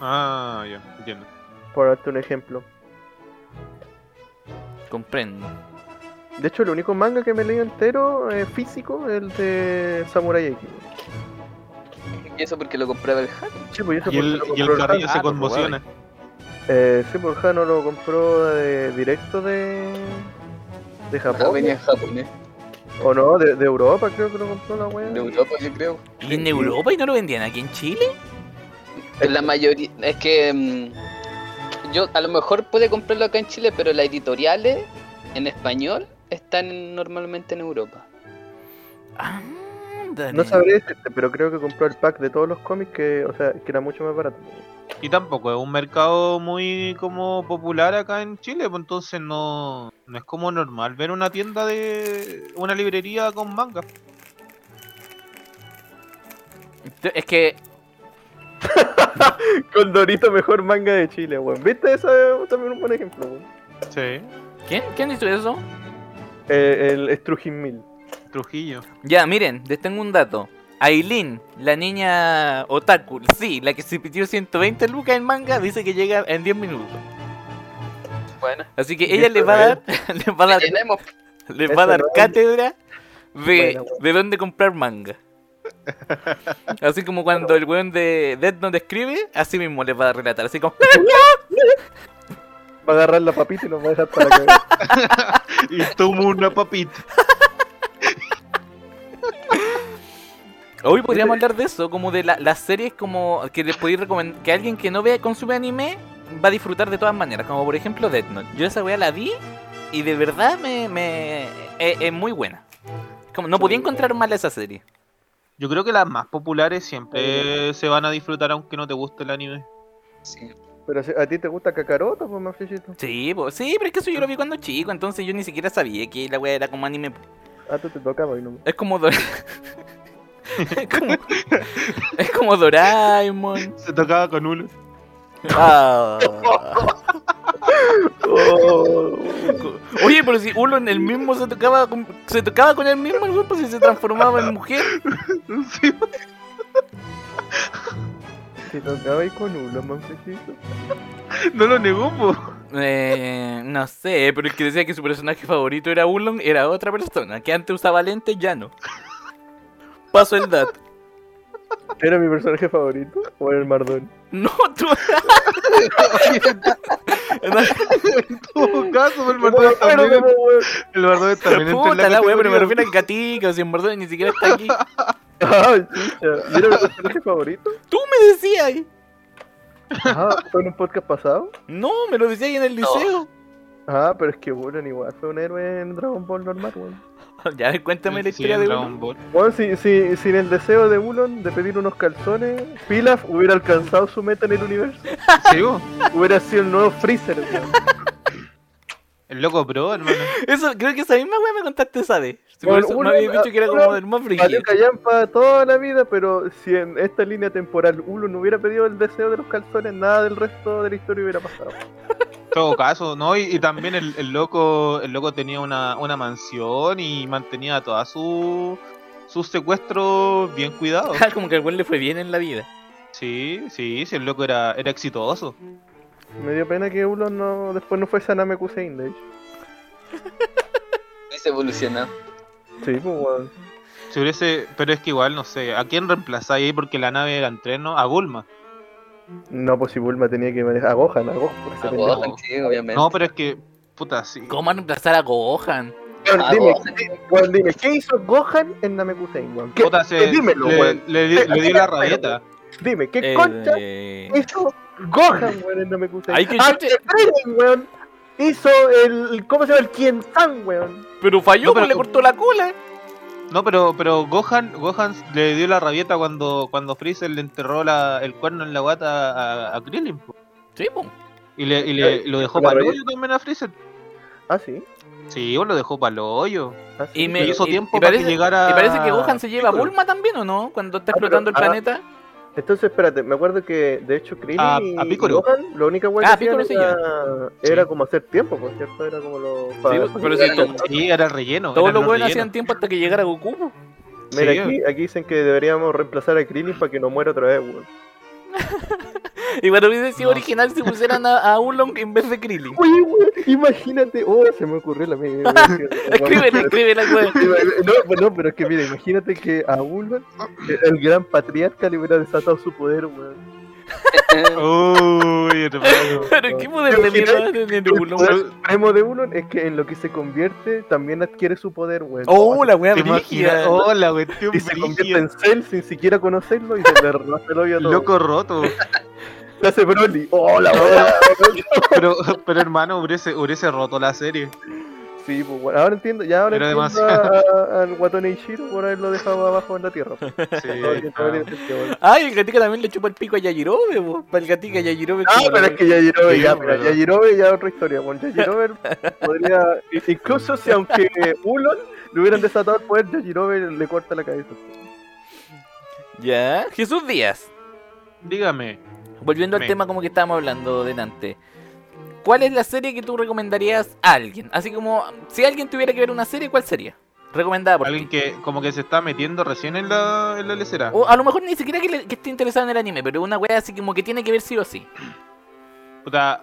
Ah, ya, entiendo.
Por darte un ejemplo.
Comprendo.
De hecho, el único manga que me leí entero eh, físico el de Samurai X.
Y eso porque lo compraba el hack.
Sí, pues yo
Y el, y el Carrillo se
rato,
conmociona.
Eh, sí, pues Jano lo compró de- directo de. de
Acá
Japón.
venía en japonés.
O no, de, de Europa creo que lo compró la weá.
De Europa, yo creo.
¿Y en Europa y no lo vendían aquí en Chile?
La mayoría. Es que. mm, yo a lo mejor puede comprarlo acá en Chile, pero las editoriales en español están normalmente en Europa.
Ándale.
No sabré decirte, pero creo que compró el pack de todos los cómics que, o sea, que era mucho más barato.
Y tampoco es un mercado muy como popular acá en Chile, pues entonces no, no es como normal ver una tienda de una librería con manga.
Es que
(laughs) Con Dorito mejor manga de Chile, weón. ¿Viste? Eso es también un buen ejemplo, weón.
Sí.
¿Quién? ¿Quién hizo eso?
Eh, el Strugin Mill.
Trujillo. (laughs)
Ya, miren, les tengo un dato. Aileen, la niña otaku, sí, la que se pidió 120 lucas en manga, dice que llega en 10 minutos.
Bueno,
Así que ella les va a dar, (laughs) les va a dar,
tenemos.
les va a dar
Eso no es-
cátedra de,
Bueno, bueno.
de dónde
(laughs)
comprar manga. Así como cuando el weón de Dead Note escribe, así mismo les va a relatar.
(laughs)
Así como,
Va a agarrar la papita y nos va a dejar para la cabeza.
Y tomo una papita.
hoy podríamos hablar de eso, como de la- las series como que les podéis recomendar, que alguien que no vea, consume anime, va a disfrutar de todas maneras. Como por ejemplo Dead Note. Yo esa weá la vi y de verdad me, me- eh, es, es muy buena. Como, no podía encontrar mal esa serie.
Yo creo que las más populares siempre se van a disfrutar aunque no te guste el anime.
Sí.
Pero si- a ti te gusta Kakaroto, pues, Mafrillito.
Sí, po, sí, pero es que eso yo lo vi cuando chico, entonces yo ni siquiera sabía que la weá era como anime.
Ah, tú te tocaba y no.
Es como Dora- (laughs) es como, es como Doraemon.
Se tocaba con uno.
Ah.
Oh,
Oye, pero si Ulo en el mismo se tocaba con, se tocaba con el mismo el weón, pues si se transformaba en mujer.
(laughs) Sí.
te tocaba y con uno, Mafrillito.
No lo negó, po. (laughs)
Eh, no sé, pero el que decía que su personaje favorito era Ulon era otra persona, que antes usaba lentes, ya no. Paso el dato.
¿Era mi personaje favorito? ¿O era el Mardón?
No, tú.
Tuvo caso, el
Bueno,
Bardón también.
bueno, bueno.
El Bardón también entra en
Puta la wea, pero me
categoría.
refiero al gatico, si en verdad ni siquiera
(laughs)
está aquí.
Ay, chucha. ¿Y era mi personaje favorito?
Tú me decías.
Ajá, ¿fue en un podcast pasado?
No, me lo decías ahí en el
No.
liceo.
Ah, pero es que Bulan igual fue un héroe en Dragon Ball normal, weón.
Ya, a ver, cuéntame la
Sí,
historia
en
de
Dragon
uno. (laughs)
Ball.
Bueno, si, si- sin el deseo de Ulon de pedir unos calzones, Pilaf hubiera alcanzado su meta en el universo.
Sí, po.
Hubiera sido el nuevo Freezer. weón.
El loco pro, hermano.
Eso, creo que esa misma wea me contaste esa vez. Por
Bueno,
eso
uno-
me habías dicho que era
uno-
como del más
Valió
brígido.
callampa toda la vida, pero si en esta línea temporal Ulon hubiera pedido el deseo de los calzones, nada del resto de la historia hubiera pasado.
Todo caso, ¿no? Y, y también el, el loco el loco tenía una, una mansión y mantenía toda su sus secuestros bien
(laughs)
cuidados.
Ah, como que al weón le fue bien en la vida.
Sí, sí, sí, el loco era, era exitoso.
Me dio pena que Ulon no, después no fuese a Namekusein, de hecho.
Hubiese evolucionado.
Sí, pues, weón.
Si hubiese, pero es que igual, no sé, ¿a quién reemplazáis ahí? Porque la nave era entreno, a Bulma.
No, pues si Bulma tenía que manejar a Gohan, a Gohan. por ese
A
pendejo.
Gohan, sí, obviamente.
No, pero es que, puta, sí.
¿Cómo van a reemplazar a Gohan?
Weón,
A
dime,
Gohan.
weón, dime, ¿qué hizo Gohan en Namekusein, weón? ¿Qué-
Puta, se-
dímelo,
le,
weón.
le di-
Sí,
le dio la rabieta.
Dime, ¿qué
Eh,
concha hizo Gohan, weón, no me gusta.
Ay, que
Ante
chute.
Frieren, weón, hizo el, ¿cómo se llama? El Kientan, weón.
Pero falló,
No,
pero
pero-
le cortó la cola.
No, pero, pero Gohan, Gohan le dio la rabieta cuando, cuando Freezer le enterró la, el cuerno en la guata a, a Krillin. po.
Sí, pues. po.
Y, le, y le- y lo dejó
La
para el
rabieta.
hoyo también a Freezer.
Ah, sí.
Sí, vos lo dejó para el hoyo.
Ah, sí,
Y me-
Y hizo
y-
tiempo
y
para
parece-
que llegara.
Y parece que Gohan se lleva a
Piccolo.
Bulma también, ¿o no? Cuando está
Ah, pero-
explotando el
ah,
planeta.
Entonces, espérate, me acuerdo que de hecho Krillin
A-
y
a Piccolo.
Gohan, lo único weón
Ah,
que hacían
Piccolo
era, era como hacer tiempo, por cierto, era como lo...
pero
para-
sí, todo-
Sí, era el relleno.
Todos
eran
los weones
relleno.
hacían tiempo hasta que llegara Goku. pues. po.
Mira,
Sí.
aquí, aquí dicen que deberíamos reemplazar a Krillin para que no muera otra vez, weón.
Igual hubiese sido
No.
original si pusieran a, a Oolong en vez de
(laughs)
Krillin.
Oye, weón, imagínate... Oh, se me ocurrió la media.
Escríbele, escríbele, weón.
No, no, pero es que mira, imagínate que a Bulma, el gran patriarca, le hubiera desatado su poder, weón.
Uy, hermano.
Pero qué poder de mierda va a tener
El
Oolong.
poder supremo de Ulon es que en lo que se convierte también adquiere su poder, weón.
Oh, la wea
¿Te imaginas?
brígida.
Oh, la
(laughs)
cuestión
y se convierte
brígida.
en Cell sin siquiera conocerlo y se le rompe (laughs) el hoyo a todo.
Loco roto.
Se hace Broly. Oh, la weón. (laughs)
Pero, pero hermano, hubiese, hubiese roto la serie.
Sí, pues bueno, ahora entiendo, ya ahora
Era
entiendo a- a- al guatón Eiichiro por haberlo dejado abajo en la tierra. (laughs)
Sí,
Todo tiene- todo
ah.
tiene sentido, weón.
Ay, el gatito también le chupa el pico a Yajirobe, po. Para el gatito Yajirobe.
Ah,
como-
pero es que Yajirobe
Sí,
ya,
pero-
mira, Yajirobe ya es otra historia. (laughs) Bueno, Yajirobe podría, incluso si aunque (laughs) Ulon le hubieran desatado el poder, Yajirobe le corta la cabeza.
Ya. Jesús Díaz.
Dígame.
Volviendo al
Me-
tema como que estábamos hablando delante. ¿Cuál es la serie que tú recomendarías a alguien? Así como, si alguien tuviera que ver una serie, ¿cuál sería? Recomendada por
Alguien
ti.
que como que se está metiendo recién en la, en la lecera.
O a lo mejor ni siquiera que, le- que esté interesado en el anime, pero una wea así como que tiene que ver sí o sí.
Puta,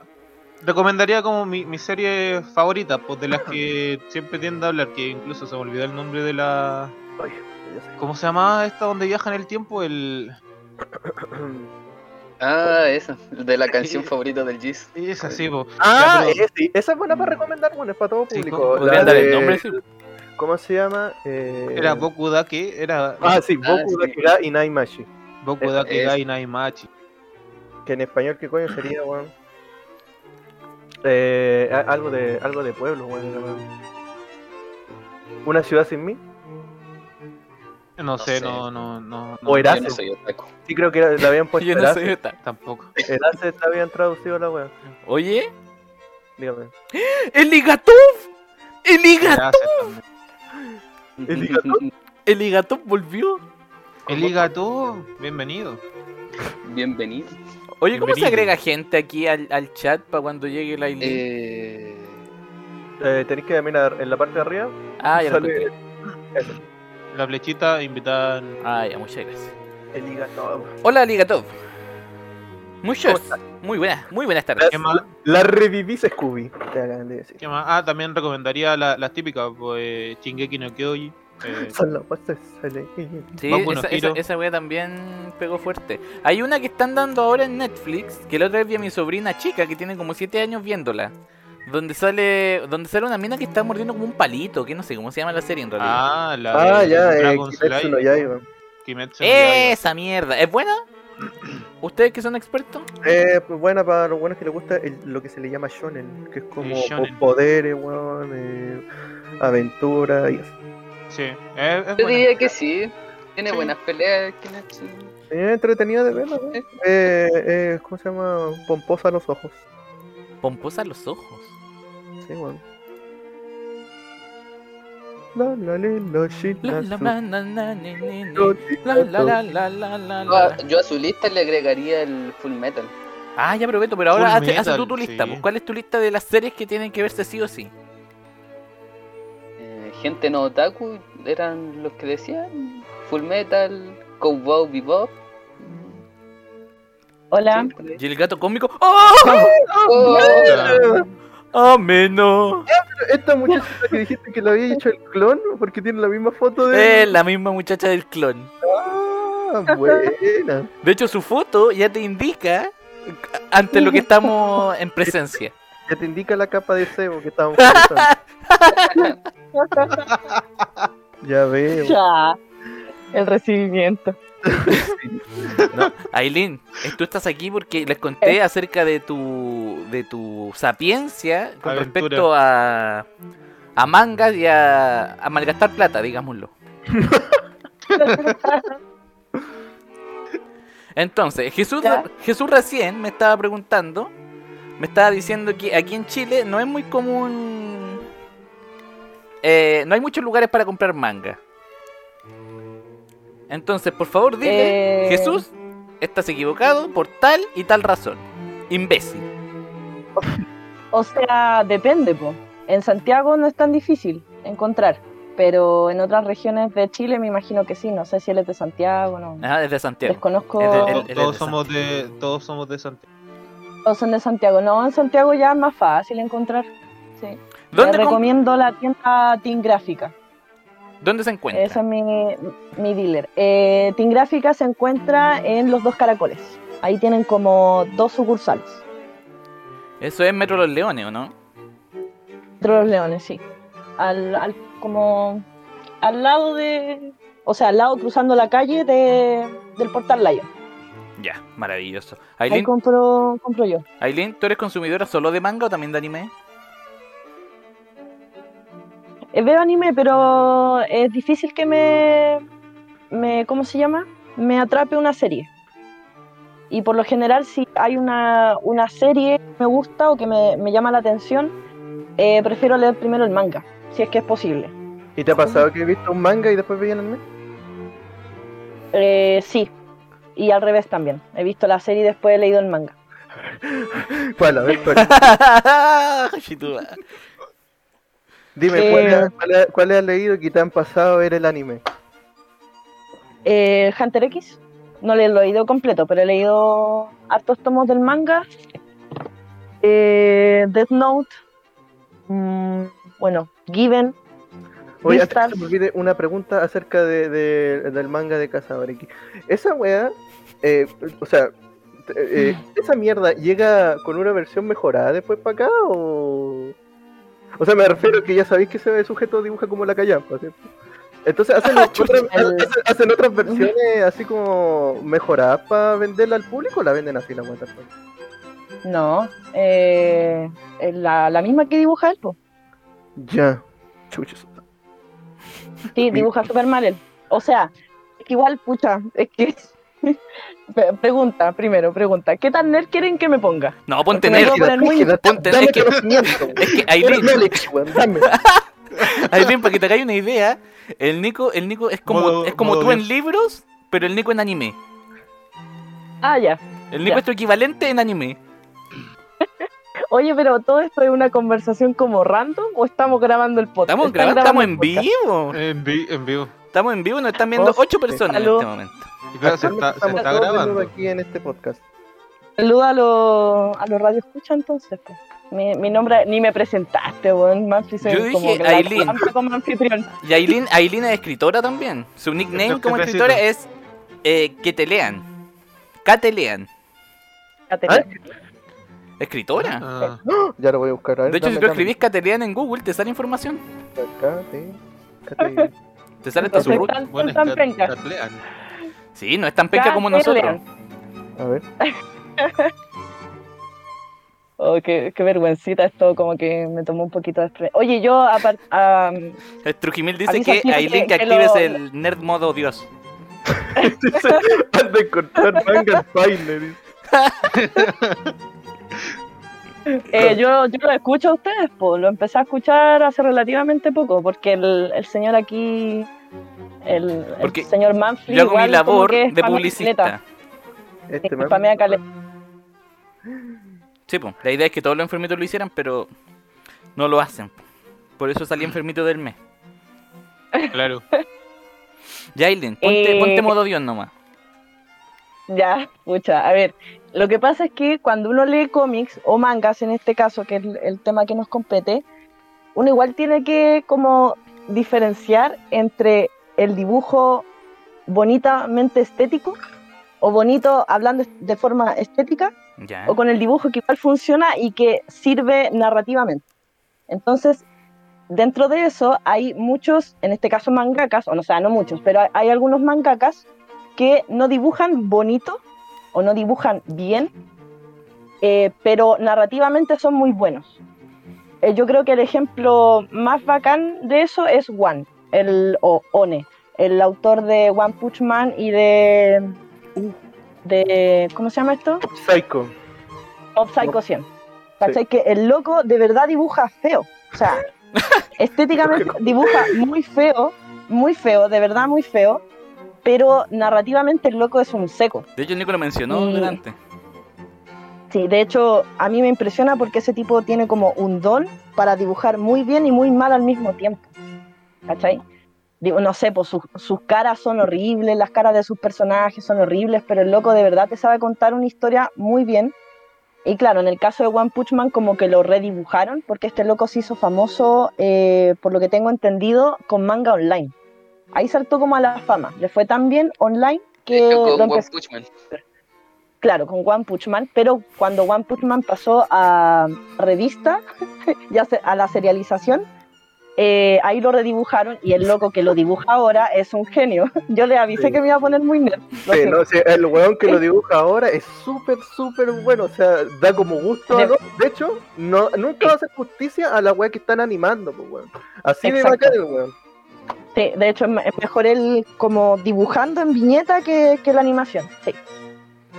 recomendaría como mi, mi serie favorita, pues de las que siempre tiendo a hablar, que incluso se me olvidó el nombre de la...
Ay, ya sé.
¿Cómo se llama esta donde viajan el tiempo? El...
(laughs) Ah, esa, de la canción favorita del Giz.
Es así, po.
Ah,
Ya, pero-
eh, sí, esa es buena para recomendar, bueno, es para todo
Sí,
público.
¿cómo?
La
¿Podrían dar el
de- Pues
nombre? Sí.
¿Cómo se llama? Eh,
Era Boku Dake, era
Ah, sí, Boku
Ah, sí.
Dakira y Naimashi.
Boku
es-
Dake
es-
Gai Naimachi.
Que en español, ¿qué coño sería, weón? Eh, a- algo, de, algo de pueblo, weón. era, weón. ¿Una ciudad sin mí?
No, sé,
sé.
no, no, no. no
O
Yo
Erazo.
no soy otaku.
Sí, creo que era- la
(laughs)
habían puesto.
Yo no
Erace.
soy otaku.
Tampoco.
Erace está bien traducido la weón.
Oye,
Dígame.
el Ligatuf, el Ligatuf,
Gracias también.
¿El Ligatón?
el Ligatuf volvió.
El Higato, bienvenido.
(laughs) Bienvenido.
Oye, ¿cómo se
Bienvenido.
agrega gente aquí al, al chat para cuando llegue la Aileen?
Eh,
Eh, tenéis que mirar en la parte de arriba.
ah, ya lo
sale-
encontré.
La flechita invitada. en-
Ah, ya, muchas gracias.
El Ligatón.
Hola, Ligatuf. Muchos.
¿Cómo
Muy buenas, muy buenas tardes.
¿Qué más?
La revivís Scooby. Te acaban de decir.
¿Qué más? Ah, también recomendaría la- las típicas, pues Shingeki no Kyoji. Eh,
Son las voces elegidas.
Sí,
Vamos,
esa,
Nojiro.
esa, esa wea también pegó fuerte. Hay una que están dando ahora en Netflix, que la otra vez vi a mi sobrina chica, que tiene como 7 años viéndola. Donde sale donde sale una mina que está mordiendo como un palito, que no sé cómo se llama la serie en realidad.
ah, la
(laughs) Ah,
de
ya, eh,
Dragon
Kimetsu no
Slayer,
Yaiba.
Kimetsu no Yaiba.
¡Esa mierda!
(clears throat)
¿Es buena? ¿Ustedes que son expertos?
Eh, pues buena para los buenos que les gusta el- lo que se le llama shonen, que es como
shonen.
po- poderes, weón, eh, aventura y eso.
Sí, es, es
yo
buena.
diría que sí. Tiene
Sí.
buenas peleas. Kimetsu.
Eh, entretenida de verla, weón. eh, eh, ¿Cómo se llama? Pomposa a los ojos.
Pomposa los ojos.
Sí, weón. La la la la shi,
La,
la,
la,
su,
ma, na, na, ni, ni, ni.
yo, Ah,
La, la, la, la, la, la,
Yo a-
la.
Yo a su lista le agregaría el Full Metal.
Ah, ya prometo, pero ahora
Full
hace, hace tú
Metal,
tu lista.
sí.
pues, ¿Cuál es tu lista de las series que tienen que verse sí o sí?
Eh, gente no otaku eran los que decían Full Metal, Cowboy Bebop.
Hola.
Sí, por ahí.
Y el gato cósmico. ¡Oh!
(laughs)
Oh,
Ah,
¡Ameno!
Esta muchacha que dijiste que le había hecho el clon, porque tiene la misma foto de.
Es la misma muchacha del clon.
Ah, buena.
De hecho, su foto ya te indica ante lo que estamos en presencia.
Ya te indica la capa de cebo que estábamos conversando.
(laughs)
Ya veo.
Ya. El recibimiento.
No, Aileen, es- tú estás aquí porque les conté acerca de tu de tu sapiencia con
Aventura.
respecto a a mangas y a, a malgastar plata, digámoslo. Entonces, Jesús,
¿Ya?
Jesús recién me estaba preguntando, me estaba diciendo que aquí en Chile no es muy común, eh, no hay muchos lugares para comprar manga. Entonces, por favor, dile
Eh,
Jesús, estás equivocado por tal y tal razón. Imbécil.
O sea, depende, po. En Santiago no es tan difícil encontrar, pero en otras regiones de Chile me imagino que sí. No sé si él es de Santiago, no.
Ah, desde Santiago.
Desconozco.
Es
Todos-
el- el- el
todos
de
somos de todos somos de Santiago.
O son de Santiago. No, en Santiago ya es más fácil encontrar. Sí.
¿Dónde,
Les
com-
recomiendo la tienda Team Gráfica.
dónde se encuentra?
Ese es mi, mi dealer. Eh, Team Gráfica se encuentra
Mm.
en Los Dos Caracoles. Ahí tienen como dos sucursales.
Eso es Metro Los Leones, ¿o no?
Dentro de los Leones, sí. Al, al- como al lado de... O sea, al lado cruzando la calle de- del Portal Lion.
Ya, maravilloso.
Ahí
Aileen,
compro, compro yo.
Aileen, ¿tú eres consumidora solo de manga o también de
(laughs)
anime?
Eh, veo anime, pero es difícil que me, me- ¿Cómo se llama? Me atrape una serie. Y por lo general, si hay una, una serie que me gusta o que me, me llama la atención, eh, prefiero leer primero el manga, si es que es posible.
(laughs) ¿Y te ha pasado que he visto un manga y después veían el anime?
Eh, sí, Y al revés también. He visto la serie y después he leído el manga.
¿Cuál? A ver, cuál.
Hashituba.
Dime,
(laughs) Eh,
¿cuál, has- cuál, has- cuál has leído que te han pasado a ver el anime?
Eh, Hunter X, no le he leído completo, pero he leído hartos tomos del manga. Eh, Death Note. mm, bueno, Given.
Oye, antes que
Beastars.
se me olvide una pregunta acerca de, de- del manga de Kazabariki. Esa weá, eh, o sea, te- eh,
Mm.
esa mierda llega con una versión mejorada después para acá o. O sea, me refiero que ya sabéis que ese sujeto dibuja como la callampa, ¿cierto? Entonces
(laughs)
hacen,
Ah, Chucha. eh.
otras- hacen- hacen otras versiones así como mejoradas para venderla al público o la venden así la weá tal cual?
No, eh, eh, la, la misma que dibuja él, po.
Ya. Chuchos.
Sí, dibuja super mal él. O sea, es que igual, pucha, es que. (laughs) Pe- pregunta, primero, pregunta. ¿Qué tan nerd quieren que me ponga?
No, ponte
Porque me
nerd.
puedo poner muy-
Ponte-
Dame
es que-
conocimiento.
(laughs) Es que
Eres
Aileen,
Alex, weón,
(laughs)
dame.
Aileen, para que te hagáis una idea, el Nico, el Nico es como,
Modo-
es como
modo
tú en
Dios.
libros, pero el Nico en anime.
Ah, ya.
El Nico
Ya.
es tu equivalente en anime.
Oye, pero ¿todo esto es una conversación como random o estamos grabando el podcast?
Estamos
Están
grabando, estamos en
el podcast.
vivo.
En, vi- en vivo.
Estamos en vivo, nos están viendo
Oh,
ocho
sí.
personas en
Aló.
este momento.
Y claro, se está, se
Actualmente estamos
está
todos de nuevo
grabando.
aquí en este podcast.
Saluda a los a los radioescuchas entonces. po. Mi, mi nombre ni me presentaste, weón. Manfred, soy
Yo dije
como que la
Aileen.
culampa como anfitrión.
Y Aileen, Aileen es escritora también. Su nickname
Entonces,
como
¿qué
escritora es eh, que te lean. Que te lean.
Ya te
Ah,
creo.
Escritora.
Ah,
Ya lo voy a buscar. A ver,
De hecho, si
dame,
tú
dame.
escribís que te lean en Google, te sale información.
Acá, sí. Acá te-
Te sale hasta su
Entonces,
root.
tan-
bueno,
tan
está-
penca.
está plean.
Sí, no es tan penca como
Cáceres.
nosotros.
A (laughs) ver.
Oh, qué, qué vergüencita esto, como que me tomó un poquito de estrés. Oye, yo aparte...
Eh, Trujimil dice
Avisa
que
siempre
Aileen que
que- que
actives
lo-
el nerd modo Dios.
Has de encontrar manga en Paine, dice.
Eh, yo, yo lo escucho a ustedes, pues lo empecé a escuchar hace relativamente poco, porque el, el señor aquí, el, el
Porque
señor Manfred,
Yo hago mi
igual como
labor
que
de
spamea
publicista.
caleta.
Este man-
Spamea caleta.
Sí, po. la idea es que todos los enfermitos lo hicieran, pero no lo hacen. Por eso
Mm.
salí enfermito del mes.
Claro.
Ya, Aileen, ponte,
Eh.
ponte modo Dios nomás.
Ya, escucha, a ver, lo que pasa es que cuando uno lee cómics o mangas, en este caso, que es el, el tema que nos compete, uno igual tiene que como diferenciar entre el dibujo bonitamente estético o bonito hablando de forma estética
Ya.
o con el dibujo que igual funciona y que sirve narrativamente. Entonces, dentro de eso hay muchos, en este caso mangakas, o no, o sea, no muchos, pero hay- hay algunos mangakas que no dibujan bonito o no dibujan bien, eh, pero narrativamente son muy buenos. Eh, yo creo que el ejemplo más bacán de eso es One, el, o One, el autor de One Punch Man y de... de ¿Cómo se llama esto?
Psycho.
Mob Psycho 100. ¿Cachai? Que el loco de verdad dibuja feo. O sea, estéticamente dibuja muy feo, muy feo, de verdad muy feo. Pero narrativamente el loco es un seco.
De hecho, Nico lo mencionó
Mm.
durante.
Sí, de hecho, a mí me impresiona porque ese tipo tiene como un don para dibujar muy bien y muy mal al mismo tiempo. ¿Cachai? Digo, no sé, pues sus, sus caras son horribles, las caras de sus personajes son horribles, pero el loco de verdad te sabe contar una historia muy bien. Y claro, en el caso de One Punch Man como que lo redibujaron, porque este loco se hizo famoso, eh, por lo que tengo entendido, con manga online. Ahí saltó como a la fama. Le fue tan bien online que
Yo
lo
con One
empezó
Punch Man.
claro, con One Punch Man, pero cuando One Punch Man pasó a revista, (laughs) ya se- a la serialización, eh, ahí lo redibujaron y el loco que lo dibuja ahora es un genio. (laughs) Yo le avisé
Sí.
que me iba a poner muy nerd. lo
Sí,
siento.
no, sí, el weón que lo dibuja ahora es súper, súper bueno. O sea, da como gusto.
De-
¿no? De hecho, no, nunca va a hacer justicia a la weá que están animando, pues, weón. Así de
Exacto.
bacán el weón.
Sí, de hecho es me- es mejor él como dibujando en viñeta que, que la animación, sí.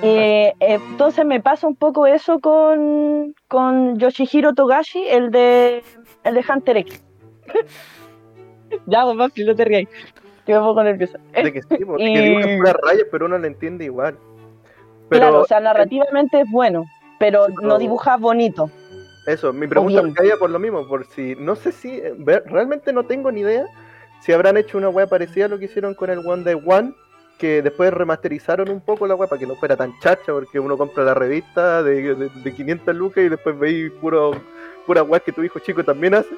Eh, entonces me pasa un poco eso con, con Yoshihiro Togashi, el (laughs) de, el de Hunter X. ya, vos, Mafi, no te rías. Yo me pongo nerviosa.
De que sí, porque
Y-
dibujan puras rayas, pero uno la entiende igual. Pero
claro, o sea, narrativamente es bueno, pero no
Pero-
dibujas bonito.
eso, mi pregunta
bien.
me caía por lo mismo, por si, no sé si, eh, ver- realmente no tengo ni idea si habrán hecho una wea parecida a lo que hicieron con el One Day One, que después remasterizaron un poco la wea para que no fuera tan chacha, porque uno compra la revista de, de- de 500 lucas y después veis puro, pura wea que tu hijo chico también hace,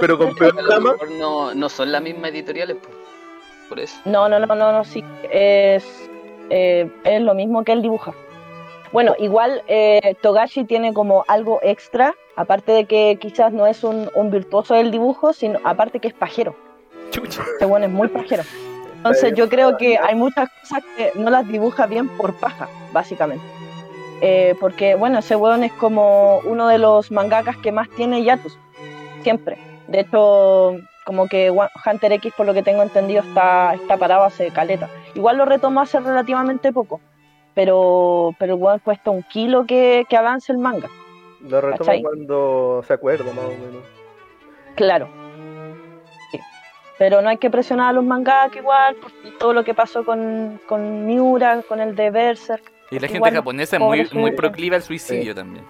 pero con peor
A lo
trama.
mejor no, no son las mismas editoriales, po. por eso.
No, no, no, no, no, sí. Es, eh, es lo mismo que él dibuja. Bueno, igual eh, Togashi tiene como algo extra, aparte de que quizás no es un, un virtuoso del dibujo, sino aparte que es pajero.
Chucha.
Este bueno es muy pajero. Entonces yo creo que hay muchas cosas que no las dibuja bien por paja, básicamente. Eh, porque bueno, ese weón es como uno de los mangakas que más tiene Yatus, siempre. De hecho, como que Wa- Hunter X, por lo que tengo entendido, está, está parado hace caleta. Igual lo retomó hace relativamente poco, pero, pero el weón cuesta un kilo que, que avance el manga.
Lo retoma
¿Cachai?
cuando se acuerda, más o menos.
Claro. Sí. Pero no hay que presionar a los mangakas igual, por todo lo que pasó con, con Miura, con el de Berserk.
Y la gente
Igual,
japonesa es muy,
pobre
muy
gente.
proclive al suicidio también.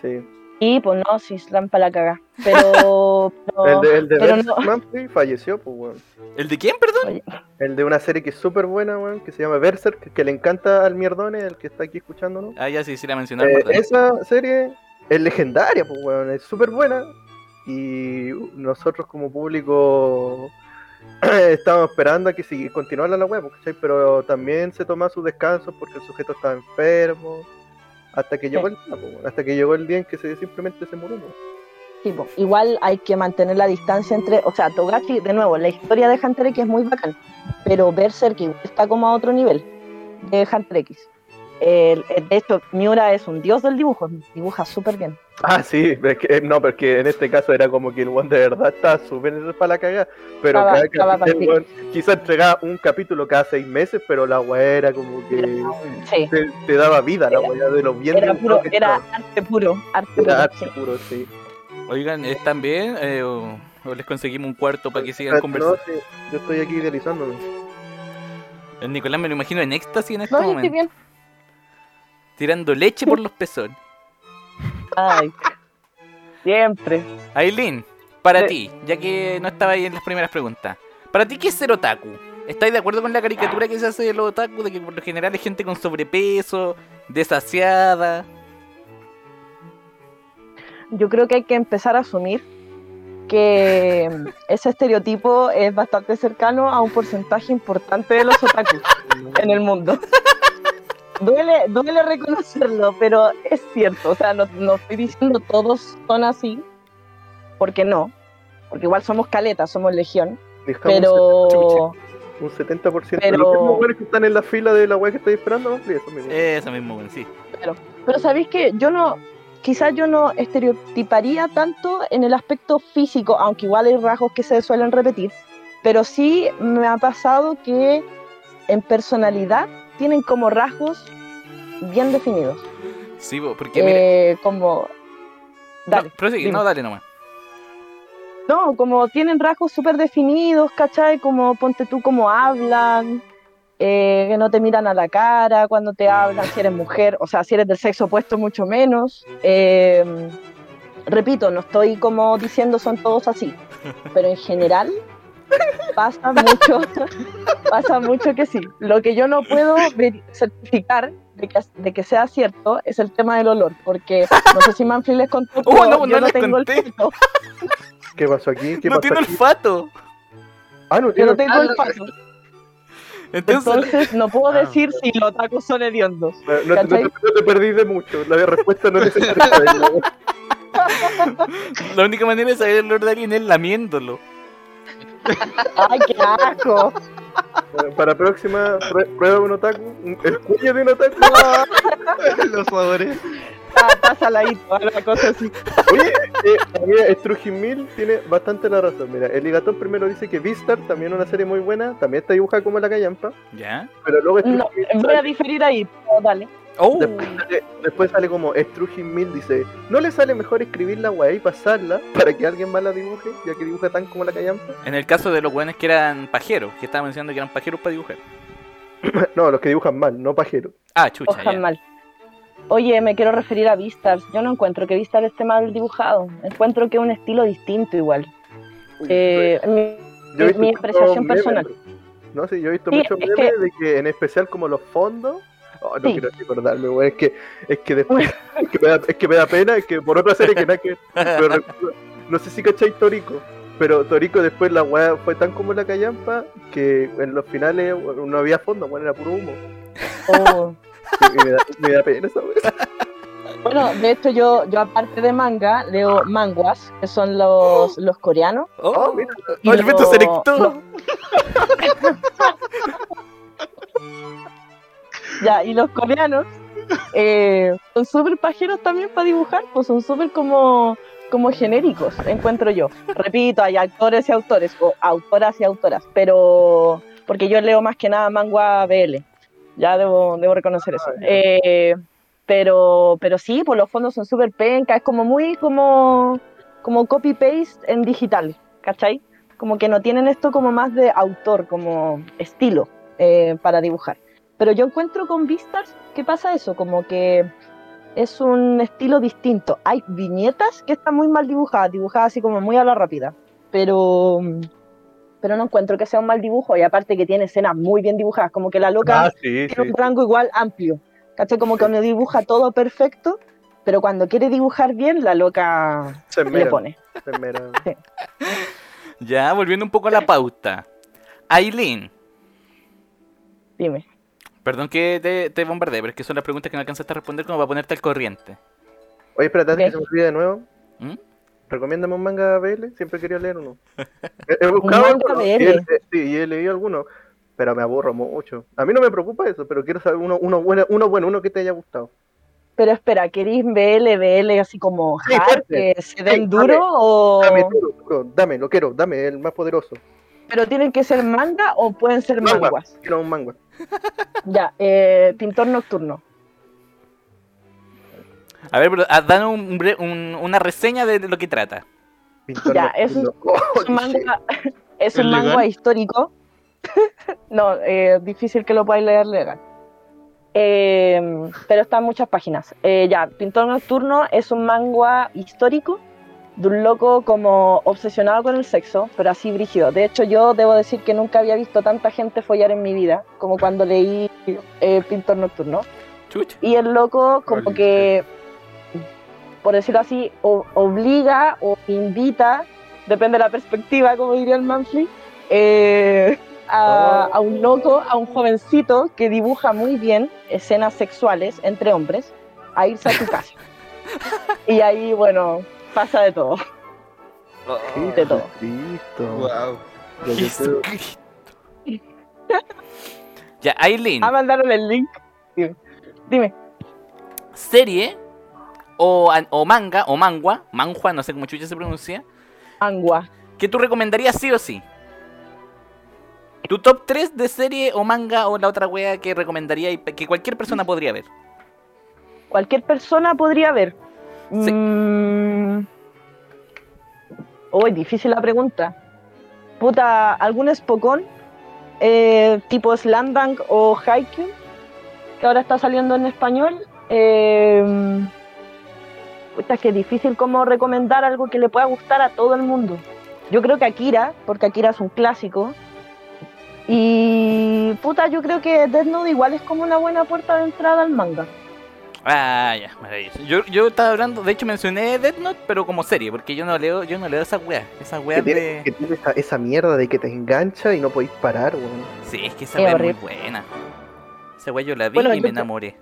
Sí.
Y pues no, si están para la cagá.
(laughs)
Pero, pero-
el de, el de
Oh, pero
Berserk
no.
Monthly falleció, pues, weón.
¿El de quién, perdón?
El de una serie que es súper buena, weón, que se llama Berserk, que le encanta al mierdone, el que está aquí escuchándonos.
Ah, ya sí, sí la mencionaba.
Eh,
perdón.
esa serie es legendaria, pues, weón, es súper buena. Y nosotros como público (clears throat) estábamos esperando a que si continuara la web, ¿cachai? Pero también se toma sus descansos porque el sujeto estaba enfermo. Hasta que llegó el día, pues, weón, hasta que llegó el día en que se simplemente se murió. pues. weón.
Sí, po. igual hay que mantener la distancia entre, o sea, Togashi, de nuevo, la historia de Hunter X es muy bacán, pero Berserk igual está como a otro nivel de Hunter X. El- el- de hecho, Miura es un dios del dibujo, dibuja súper bien.
Ah, sí, es que- eh, no, porque en este caso era como que el one de verdad estaba súper para la cagada, pero
Estaba-
cada
estaba
capítulo,
vacío.
weón, quizá entregaba un capítulo cada seis meses, pero la weá era como que
Sí,
te, te daba vida la
Era-
weá de los bien
era,
dibujado
puro,
que
era
estaba.
arte puro, arte puro.
Era arte
sí.
puro, sí.
Oigan, ¿están bien? Eh, o, o les conseguimos un cuarto para que sigan
No,
conversando?
sí, yo estoy aquí idealizándome.
El Eh, Nicolás me lo imagino en éxtasis en este
No, yo estoy
momento.
bien.
Tirando leche por los pezones.
Ay, siempre.
Aileen, para
Sí.
ti, ya que no estaba ahí en las primeras preguntas. ¿Para ti qué es ser otaku? ¿Estáis de acuerdo con la caricatura que se hace de los otaku? De que por lo general es gente con sobrepeso, desasiada.
yo creo que hay que empezar a asumir que mm, ese estereotipo es bastante cercano a un porcentaje importante de los otakus en el mundo. Duele, duele reconocerlo, pero es cierto. O sea, no, no estoy diciendo todos son así, porque no. Porque igual somos caletas, somos legión.
Dejamos
Pero
un 70%.
pero-
Los mismos weones que están en la fila de la weá que estoy esperando, ¿no? Sí, eso mismo.
Eso mismo, bueno, sí.
Pero sabéis que yo no, quizás yo no estereotiparía tanto en el aspecto físico, aunque igual hay rasgos que se suelen repetir, pero sí me ha pasado que en personalidad tienen como rasgos bien definidos.
Sí, bo, porque mire.
Eh, como. Dale.
no, prosigue,
dime.
no, dale nomás.
No, como tienen rasgos súper definidos, ¿cachai? Como ponte tú cómo hablan, eh, que no te miran a la cara cuando te hablan, si eres mujer, o sea, si eres del sexo opuesto, mucho menos. Eh, repito, no estoy como diciendo son todos así, pero en general pasa mucho, (laughs) pasa mucho que sí. Lo que yo no puedo veri- certificar de que, de que sea cierto es el tema del olor, porque no sé si Manfred
(laughs)
les contó,
Oh,
pero
no, no
yo no
les
tengo el
conté.
olfato.
¿Qué pasó aquí? ¿Qué
No
pasó
tiene
aquí?
olfato.
Ah, no
Yo
tiene
no tengo
Ah,
olfato.
Entonces,
Entonces no puedo
Ah.
decir si los tacos son hediondos.
No, no, te-
¿Cachai?
no te, no te perdí de mucho, la respuesta no
(laughs)
es esa.
(laughs) la única manera de saber el olor de alguien es lamiéndolo.
¡Ay, qué asco!
Bueno, Para próxima, prue- prueba un otaku. El cuello de un otaku.
(laughs) Los sabores.
Ah, Pásala ahí, toda la cosa así.
Oye, eh, mira, Strujimil tiene bastante la razón. Mira, el Ligatón primero dice que Vistar, también una serie muy buena, también está dibujada como la callampa.
¿Ya?
Pero luego
No,
Strujimil
voy a diferir ahí, pero dale.
Oh,
Después sale, después sale como Strugin Mill dice, ¿no le sale mejor escribir la weá y pasarla para que alguien más la dibuje, ya que dibuja tan como la callampa? (laughs)
en el caso de los weones que eran pajeros, que estaban mencionando que eran pajeros para dibujar.
No, los que dibujan mal, no pajero.
Ah, chucha,
Ojalá
ya.
mal. Oye, me quiero referir a Vistars. Yo no encuentro que Vistars esté mal dibujado. Encuentro que es un estilo distinto igual. Eh, mi-
Yo he visto
mi
muchos
apreciación
memes,
personal.
No sé, yo he visto
Sí,
muchos
es
memes de que en especial como los fondos. Oh, no
Sí.
quiero recordarme, weón. Es que, es que después. (laughs) es, que me da, es que me da pena, es que por otra serie que nada (laughs) que ver, pero recuerdo- No sé si cacháis Torico. Pero Torico después la weá fue tan como la callampa que en los finales weón, no había fondo, weón, era puro humo.
oh.
Y me da, me da pena esa weá.
Bueno, de hecho yo, yo aparte de manga, leo manguas, que son los, los coreanos.
Oh,
Oh,
mira,
y
el Beto se
los-
erectó.
los- Ya, y los coreanos eh, son súper pajeros también para dibujar, pues son súper como, como genéricos, encuentro yo. Repito, hay actores y autores, o autoras y autoras, pero porque yo leo más que nada manga BL, ya debo, debo reconocer eso.
Ah, ya.
Eh, pero, pero sí, pues los fondos son súper penca, es como muy como, como copy-paste en digital, ¿cachai? Como que no tienen esto como más de autor, como estilo eh, para dibujar. Pero yo encuentro con Vistars que pasa eso, como que es un estilo distinto. Hay viñetas que están muy mal dibujadas, dibujadas así como muy a la rápida, pero, pero no encuentro que sea un mal dibujo y aparte que tiene escenas muy bien dibujadas, como que la loca
Ah, sí,
tiene
sí.
un rango igual amplio. ¿Cachai? Como que no dibuja todo perfecto, pero cuando quiere dibujar bien, la loca
Se
le
mera,
pone.
se mera.
Ya, volviendo un poco a la pauta. Aileen,
Dime.
perdón que te, te bombardeé, pero es que son las preguntas que no alcanzaste a responder como para ponerte al corriente.
Oye, espérate, antes
Ok.
que se me olvide de nuevo.
¿Mm?
Recomiéndame un manga BL, siempre quería leer
(laughs)
uno. He, he
manga
buscado algunos, y
BL.
he, eh, sí, y he leído algunos, pero me aburro mucho. A mí no me preocupa eso, pero quiero saber uno, uno bueno, uno bueno, uno que te haya gustado.
Pero espera, ¿queréis BL, BL así como
Sí,
hard,
fuerte.
que se den
Sí,
duro o...?
Dame, duro, duro, dame, lo quiero, dame, el más poderoso.
¿Pero tienen que ser manga o pueden ser
Manga.
manguas?
Quiero un manga.
Ya, eh, Pintor Nocturno.
A ver, pero ah, dan un bre- un- una reseña de lo que trata.
Pintor
Ya,
(laughs)
eso es-
nocturno. Oh,
Es un manga, es
¿Es
un
legal?
manga histórico. (laughs) no, eh, difícil que lo podáis leer legal. Eh, pero está en muchas páginas. Eh, ya, Pintor Nocturno es un manga histórico de un loco como obsesionado con el sexo, pero así brígido. De hecho, yo debo decir que nunca había visto tanta gente follar en mi vida como cuando leí eh, Pintor Nocturno.
Chucha.
y el loco como
Vale.
que, por decirlo así, o- obliga o invita, depende de la perspectiva, como diría el Manfly, eh, a,
Oh.
a un loco, a un jovencito que dibuja muy bien escenas sexuales entre hombres, a irse a su
(laughs)
casa. y ahí, bueno, pasa de todo.
Oh,
de todo.
Jesucristo.
Wow.
Yo te puedo-
Jesucristo. (laughs) ya, Aileen,
Ah, mandaron el link. Dime. Dime.
serie o, an- o manga o mangua, manhua, no sé cómo chucha se pronuncia,
Angua.
que tú recomendarías sí o sí. Tu top 3 de serie o manga o la otra wea que recomendaría y pe- que cualquier persona podría ver.
cualquier persona podría ver.
Sí.
Mm. Uy, difícil la pregunta. Puta, algún espocón eh, tipo Slandang o Haikyuu que ahora está saliendo en español. Eh, puta, es que difícil como recomendar algo que le pueda gustar a todo el mundo. Yo creo que Akira, porque Akira es un clásico. Y puta, yo creo que Death Note igual es como una buena puerta de entrada al manga.
Ah, ya, maravilloso. Yo, yo estaba hablando, de hecho mencioné Death Note, pero como serie, porque yo no leo, yo no leo esa wea. Esa wea
Que tiene, que
de.
tiene esa, esa mierda de que te engancha y no podéis parar, weón.
Sí, es que esa
Qué
wea es muy
horrible.
buena. Esa wea yo la vi
Bueno,
y
yo
me
te-
enamoré.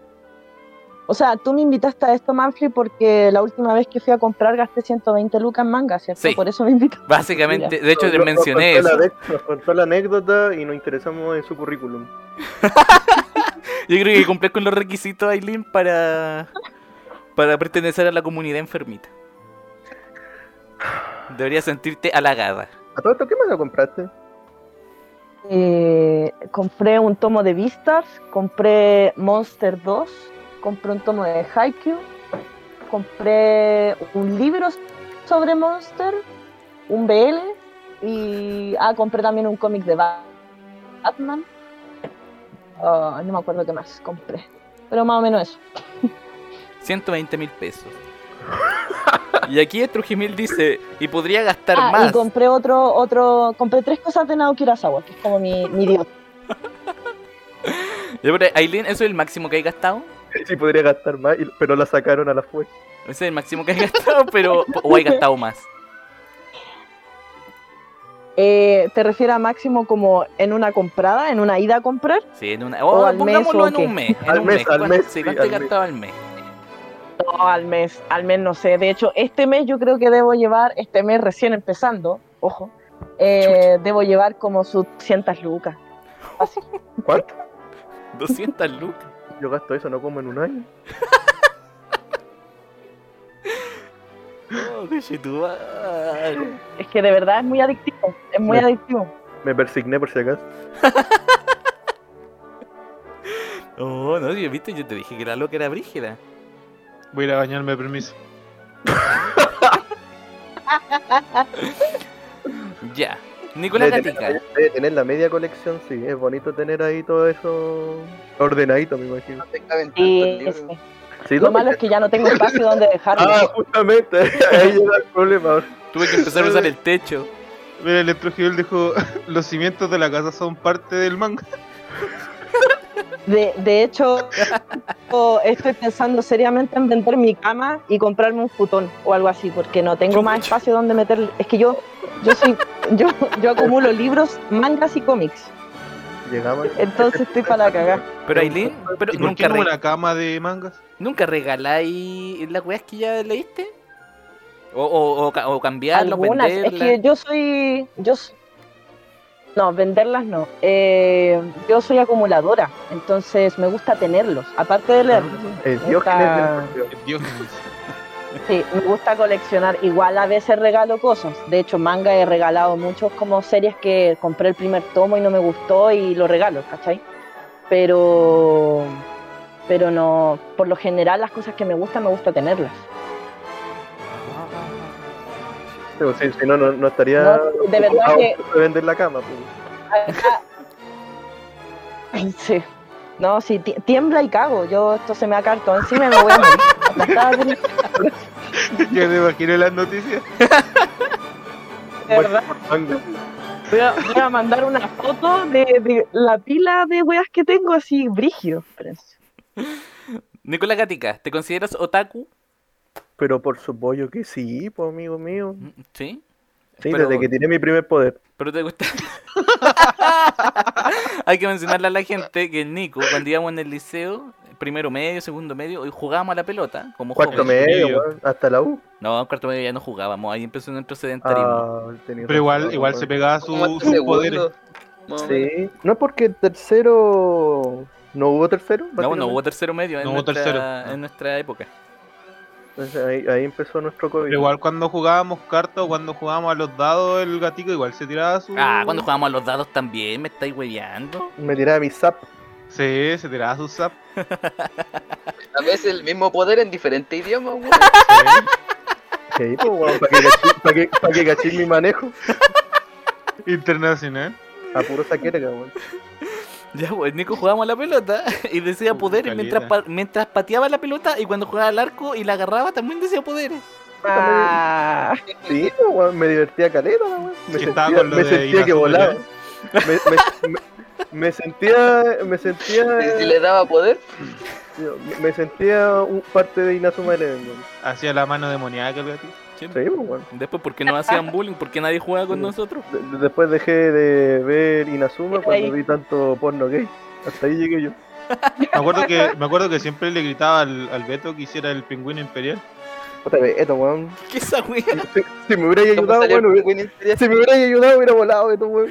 O sea, tú me invitaste a esto, Manfred, porque la última vez que fui a comprar gasté 120 lucas en manga, ¿cierto?
Sí.
Por eso me invitaste.
Básicamente, de hecho
Nos-
te
nos- nos
mencioné
contó
eso.
la de- Nos contó la anécdota y nos interesamos en su currículum.
Yo creo que cumplí con los requisitos, Aileen, para, para pertenecer a la comunidad enfermita. Deberías sentirte halagada.
¿A todo esto qué manga compraste? (laughs)
Eh, compré un tomo de Vistas, compré Monster 2, compré un tomo de Haikyuu, compré un libro sobre Monster, un BL y ah, compré también un cómic de Ba- Batman. Ah, no me acuerdo qué más compré, pero más o menos eso.
120 mil pesos. y aquí Trujimil dice, y podría gastar
Ah,
más.
y compré otro, otro, compré tres cosas de Naoki Urasawa, que es como mi, mi dios.
Ya, pero, Aileen, ¿eso es el máximo que hay gastado?
Sí, podría gastar más, y- pero la sacaron a la fuerza.
Ese es el máximo que hay gastado, (laughs) pero... O hay gastado más.
Eh, ¿Te refieres a máximo como en una comprada, en una ida a comprar?
Sí, en una... Oh,
al mes,
pongámoslo
¿o
en
qué?
un mes. en
Al
un
mes, al
¿Cuánto-
mes,
sí,
sí,
¿Cuánto he
al mes.
gastado al mes?
No, al mes, al mes no sé. De hecho, este mes yo creo que debo llevar, este mes recién empezando, ojo, eh, debo llevar como sus 200 lucas.
¿Cuánto?
200 lucas.
Yo gasto eso, no como en un año.
Oh, coche tu madre.
Es que de verdad es muy adictivo, es muy
Sí.
adictivo.
Me persigné por si acaso.
Oh, no, yo, viste, yo te dije que la loca era brígida.
Voy a ir a bañarme, permiso.
Ya. Nicolás
Debe tener la
Gatica.
media- debe tener la media colección, sí. Es bonito tener ahí todo eso ordenadito, me imagino.
Y sí.
Sí,
lo
¿dónde
malo es que ya no tengo espacio donde dejarlo.
Ah, justamente, (laughs) ahí llega el problema.
Tuve que empezar
(laughs)
a usar el techo.
Mira, el Electrogel dijo: (laughs) Los cimientos de la casa son parte del manga.
De, de hecho, o- estoy pensando seriamente en vender mi cama y comprarme un futón o algo así, porque no tengo más espacio donde meter. Es que yo, yo soy, yo, yo acumulo libros, mangas y cómics.
Llegamos.
Entonces estoy para la cagada.
Pero Aileen, pero
¿Y por qué
nunca,
no
re-
una cama de mangas?
nunca regaláis las weas que ya leíste. O, o, o, ca- o cambiarlas,
Algunas, es
venderlas.
que yo soy, yo s- no, venderlas no. Eh, yo soy acumuladora, entonces me gusta tenerlos, aparte de leer.
El Dios
Esta-
que le dio.
Dios
Sí, me gusta coleccionar. Igual a veces regalo cosas. De hecho, manga he regalado muchos como series que compré el primer tomo y no me gustó y lo regalo, ¿cachai? Pero, pero no, por lo general las cosas que me gustan, me gusta tenerlas.
Pero sí, si no, no, no estaría.
No, de verdad
ocupado
que-
de vender la cama. pues.
Acá- Sí. No, sí, ti- tiembla y cago. Yo esto se me ha cartón encima y me voy a morir. (laughs) Aplastada de-
Ya me imagino las noticias.
de verdad.
Por mango.
Voy a, voy a mandar una foto de, de la pila de weas que tengo así, brígido.
Nicolás Gatica, ¿te consideras otaku?
Pero por supuesto que sí, pues amigo mío.
Mm, Sí.
Sí,
Pero-
desde que tiene mi primer poder.
Pero te gusta. (laughs) Hay que mencionarle a la gente que el Nico, cuando íbamos en el liceo, primero medio, segundo medio, y jugábamos a la pelota, como
Cuarto
jóvenes.
medio,
medio.
weón, hasta la U.
No, en cuarto medio ya no jugábamos, ahí empezó nuestro sedentarismo.
Ah, tenía
Pero igual,
razón,
igual
weón.
se pegaba su,
este
sus poderes.
Sí. No porque el tercero. ¿No hubo tercero?
no, no hubo tercero medio en,
No hubo
nuestra,
tercero, no.
en nuestra época.
Entonces ahí, ahí empezó nuestro COVID.
Pero igual cuando jugábamos cartas o cuando jugábamos a los dados, el gatico igual se tiraba su.
Ah, cuando jugábamos a los dados también, me estáis hueveando.
Me tiraba mi zap.
Sí, se tiraba su zap.
A veces el mismo poder en diferentes idiomas, weón.
(laughs) Sí, pues, weón, para que cachí- para que, pa' que cachí mi manejo.
Internacional.
A puro saquera, weón.
Ya, pues Nico jugábamos a la pelota (laughs) y decía
Uh,
poderes mientras, pa- mientras pateaba la pelota y cuando jugaba al arco y la agarraba también decía poderes.
Ah,
Sí, pues, weón, me divertía caleta, weón. Me
Que estaba
sentía,
con lo
me
de
sentía que
Inazuma,
volaba.
¿no?
Me, me- me- me sentía. Me
Y Si
sentía.
le daba poder,
Me sentía un- parte de Inazuma Eleven, weón.
Hacía la mano demoníaca el gatito.
Sí, pues, weón.
Después, ¿por qué no (laughs) hacían bullying? ¿Por qué nadie jugaba con
Sí.
nosotros? (laughs)
De- de- Después dejé de ver Inazuma
Ahí.
cuando vi tanto porno gay. Hasta ahí llegué yo.
Me acuerdo que, me acuerdo que siempre le gritaba al, al Beto que hiciera el pingüino imperial.
Otra vez, esto, weón.
¿Qué esa wea?
Si, si me hubierais
¿cómo
ayudado,
salió el
bueno, hubiera-
Queen Imperial?
si me hubierais ayudado, hubiera volado esto, weón.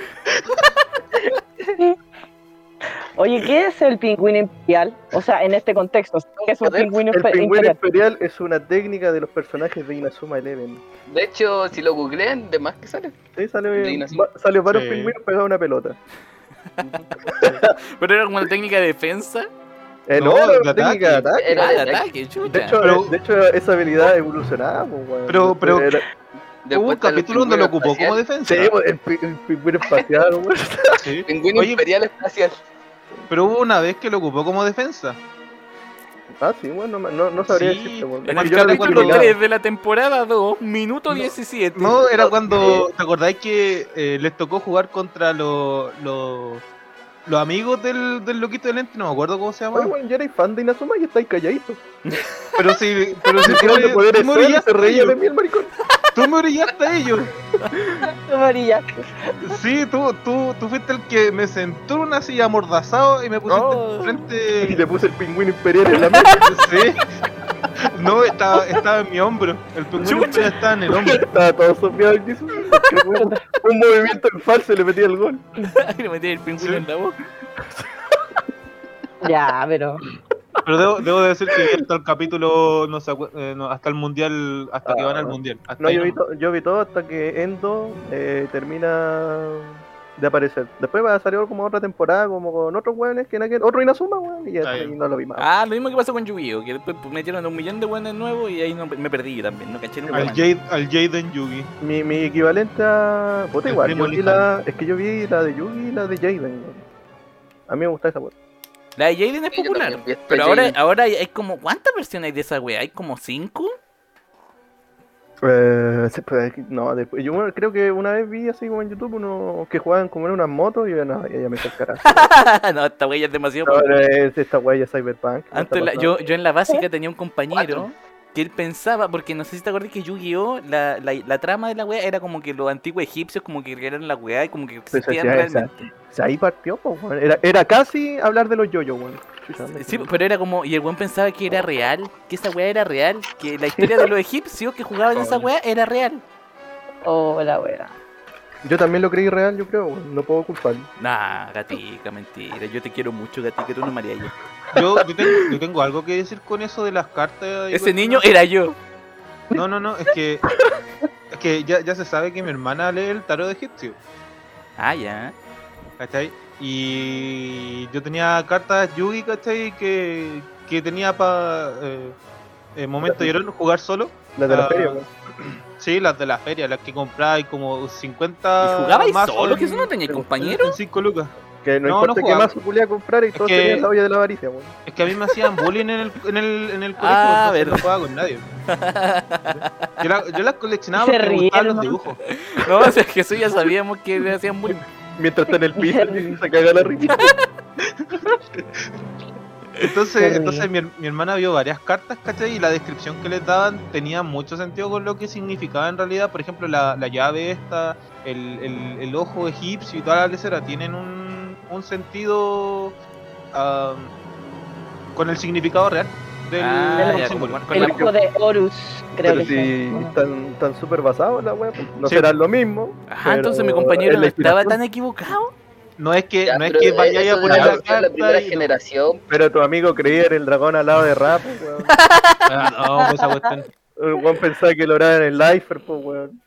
Oye, ¿qué es el pingüino imperial? O sea, en este contexto, ¿qué es un pingüino
El
impe-
pingüino
imperial?
imperial es una técnica de los personajes de Inazuma Eleven.
De hecho, si lo googlean, de más que sale.
Sí,
De
sale,
Inazuma.
va- salió varios
Sí.
pingüinos pegados a una pelota.
Pero era como una técnica de defensa.
Eh,
No,
no,
de
la
ataque.
técnica de ataque.
Era
Ah,
de
de
ataque.
ataque, chucha.
De hecho,
Pero-
de hecho, esa habilidad evolucionaba, pues, weón.
Pero- pero-
Era-
Hubo un
Después están los
capítulo donde lo
pingüinos
ocupó como
espaciales.
defensa.
Sí, pues, el, pi- el pingüino espacial, weón.
Sí.
Pingüino
Oye,
imperial espacial.
pero hubo una vez que lo ocupó como defensa.
Ah, sí, bueno, no, no no sabría
Sí,
decirte, weón.
en
Porque
el
yo lo vi
capítulo
pirulado.
3 de la temporada 2, minuto 17.
No,
(laughs)
era cuando. ¿Te acordáis que eh, les tocó jugar contra los. los- los amigos del, del loquito del ente? No me acuerdo cómo se
Oye,
llama.
weón, yo era fan de Inazuma y estáis (laughs) calladitos.
Pero si. Pero
(laughs)
si
Tiraron de poderes
me
sol, se
orillaste a
reía de
ellos.
mí el maricón.
Tú me orillaste a ellos.
Amarilla.
Sí, tú, tú, tú fuiste el que me sentó en una silla amordazado y me pusiste
Oh.
Y
enfrente.
le puse el pingüino imperial en la mesa.
Sí. No, estaba, estaba en mi hombro. El pingüino
Chucha.
estaba en el hombro.
Estaba todo sopeado el Jesus. porque (laughs) Un, un movimiento en falso y le metía el gol.
Y le metí el pingüino
Sí.
en la boca.
Ya, pero.
Pero debo, debo decir que hasta el capítulo, no se acu- eh, no, hasta el mundial, hasta que
Ah.
van al mundial. Hasta
No,
ahí
yo vi,
nomás.
to- yo vi todo hasta que Endo eh, termina de aparecer. Después va a salir como otra temporada, como con otros weones que en aquel. Otro Inazuma, weón, y ya
Está
y
bien.
no lo vi más.
Ah, lo mismo que pasó con Yu-Gi-Oh! Que después pues, metieron a un millón de buenos nuevos y ahí no- me perdí yo también. No caché nunca.
al,
más.
Jade, al Jaden Yugi.
Mi, mi equivalente a. Puta,
El
igual,
primo
yo vi
lejano.
la- es que yo vi la de Yugi y la de Jaden. weón. A mí me gusta esa weón.
La de Jaden es
Sí, yo
popular.
también vi esta
Pero ahora, eh,
Jaden.
ahora hay hay como. ¿Cuántas versiones hay de esa wea? ¿Hay como cinco? (laughs)
Eh, se- pues, no, después, yo bueno, creo que una vez vi así como en YouTube unos que juegan como en unas motos y yo, no, ya, ya me cascará.
Ah, no, esta wea ya es demasiado.
No,
popular.
no, es esta huella Cyberpunk. ¿qué
Antes
está
la-
pasando?
yo, yo en la básica tenía un compañero
¿Eh? Cuatro.
que él pensaba, porque no sé si te acuerdas que Yu-Gi-Oh! La, la, la trama de la wea era como que los antiguos egipcios como que crearon la wea y como que
Pues
existían
hacía esa.
realmente.
O sea, ahí partió, po, weón. era, era casi hablar de los yoyos, weón. Chucha, me-
Sí, pero era como, y el weón pensaba que era real, que esa wea era real, que la historia de los egipcios que jugaban esa wea era real.
Oh, la wea.
Yo también lo creí real, yo creo, weón. no puedo culparlo.
Nah, gatica, mentira, yo te quiero mucho, gatica, tú no me harías yo.
Yo, yo tengo, yo tengo algo que decir con eso de las cartas. y
Ese
cuestiones.
niño era yo.
No, no, no, es que. Es que ya, ya se sabe que mi hermana lee el tarot de egipcio.
Ah, ya.
¿Cachai? Y yo tenía cartas Yugi, ¿cachai? Que, que tenía para. Eh, eh, momento llorón jugar solo.
La de la
Ah,
feria, weón.
Sí, las de la feria, las que compraba y como
Ah,
50.
¿Y jugabais
mazos
solo? ¿Que
en-
eso no tenía
en-
compañero?
en cinco lucas.
Que
no,
no,
no
importa qué
jugaba.
más se a comprar y
Es
todos
que-
tenían la olla de la avaricia, weón.
Es que a mí me hacían bullying en el, en el, en el colegio,
Ah,
entonces
verdad.
no jugaba con nadie. Yo las yo las coleccionaba
(laughs) Se
porque me gustaban
rieron,
los
¿no?
dibujos.
No, o sea, que eso ya sabíamos que le hacían bullying.
Mientras está en el piso, y se caga la risa.
Entonces,
rieron.
entonces mi, her- mi hermana vio varias cartas, ¿cachai? Y la descripción que les daban tenía mucho sentido con lo que significaba en realidad. Por ejemplo, la, la llave esta, el, el, el ojo egipcio y toda la lesera tienen un, un sentido ah, con el significado real del,
Ah,
del
ya,
símbolo.
como- con
El
la-
hijo de Horus, creo
Pero
que
si
sí.
están tan súper basados la weá, pues, no
Sí.
será lo mismo.
Ah,
pero
entonces mi
es
compañero
la
no estaba
inspiración.
tan equivocado.
No es que,
Ya,
no es
pero
que
eso
vayáis a
de
poner
la,
la
de la
carta
primera
y-
generación.
Pero tu amigo creía en el dragón al lado de Rap, weón.
Ah, no, pues, esa cuestión.
El weón pensaba que lo era en el Lifer, pues, weón.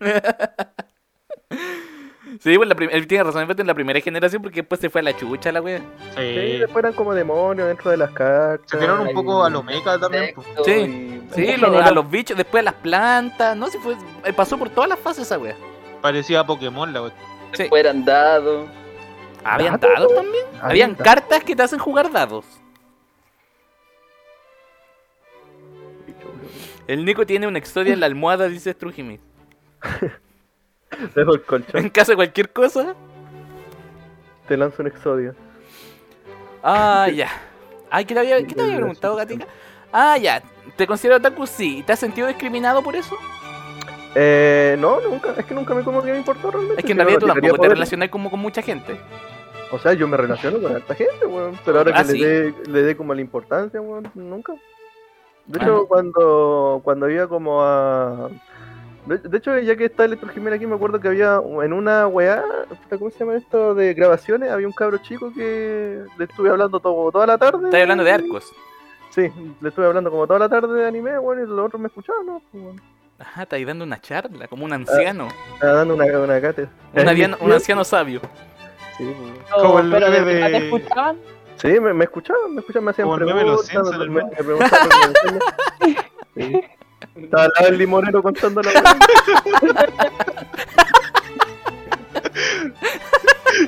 Sí, pues la prim- él tiene razón, en parte, en la primera generación porque después se fue a la chucha la wea.
Sí,
Sí.
después eran como demonios dentro de las cartas.
Se tiraron un
y-
poco a lo meca también. pues.
Perfecto,
Sí.
y-
Sí,
En
lo- a
general.
los bichos, después a las plantas, no sé, fue, eh, pasó por todas las fases esa wea.
Parecía a Pokémon la cuestión.
Sí.
Fueran dados.
¿Habían
¿Dados?
dados también?
Ah,
Habían
está.
cartas que te hacen jugar dados. El Nico tiene una historia en la almohada, dice Strujimi.
Dejo el colchón,
En caso de cualquier cosa.
te lanzo un exodio.
Ah, ya. Ay, ¿qué te había, qué te había preguntado, Gatica? Ah, ya. ¿Te considero otaku? Sí. ¿Te has sentido discriminado por eso?
Eh, no, nunca, es que nunca me como que me importó realmente.
Es que en
yo (laughs) no
realidad tú
tiraría
tampoco te
poder.
relacionas como con mucha gente.
O sea, yo me relaciono con harta gente, weón. Pero ahora que
Ah,
le,
sí.
dé, le dé como la importancia, weón, nunca. De
Ah,
hecho,
no.
cuando, cuando iba como a. De, de hecho, ya que está Electro Jiménez aquí, me acuerdo que había en una weá, puta, ¿cómo se llama esto? De grabaciones, había un cabro chico que le estuve hablando todo, toda la tarde.
Estás hablando de arcos.
Sí, le estuve hablando como toda la tarde de anime, weón, y los otros me escuchaban, ¿no? Pues, weón.
Ajá, está ahí dando una charla, como un anciano.
Estaba dando una, una cátedra.
un, adiano- un anciano sabio.
Sí, weón.
No,
Como el
Oh, pero
meme
de verdad
de-
te escuchaban.
Sí, me, me escuchaban, me escuchaban, me hacían
Como el meme de los
preguntas.
Simpsons,
me,
el
me-
meme.
me preguntaban por mi vecino. Sí. Estaba al lado del limonero contando la weá.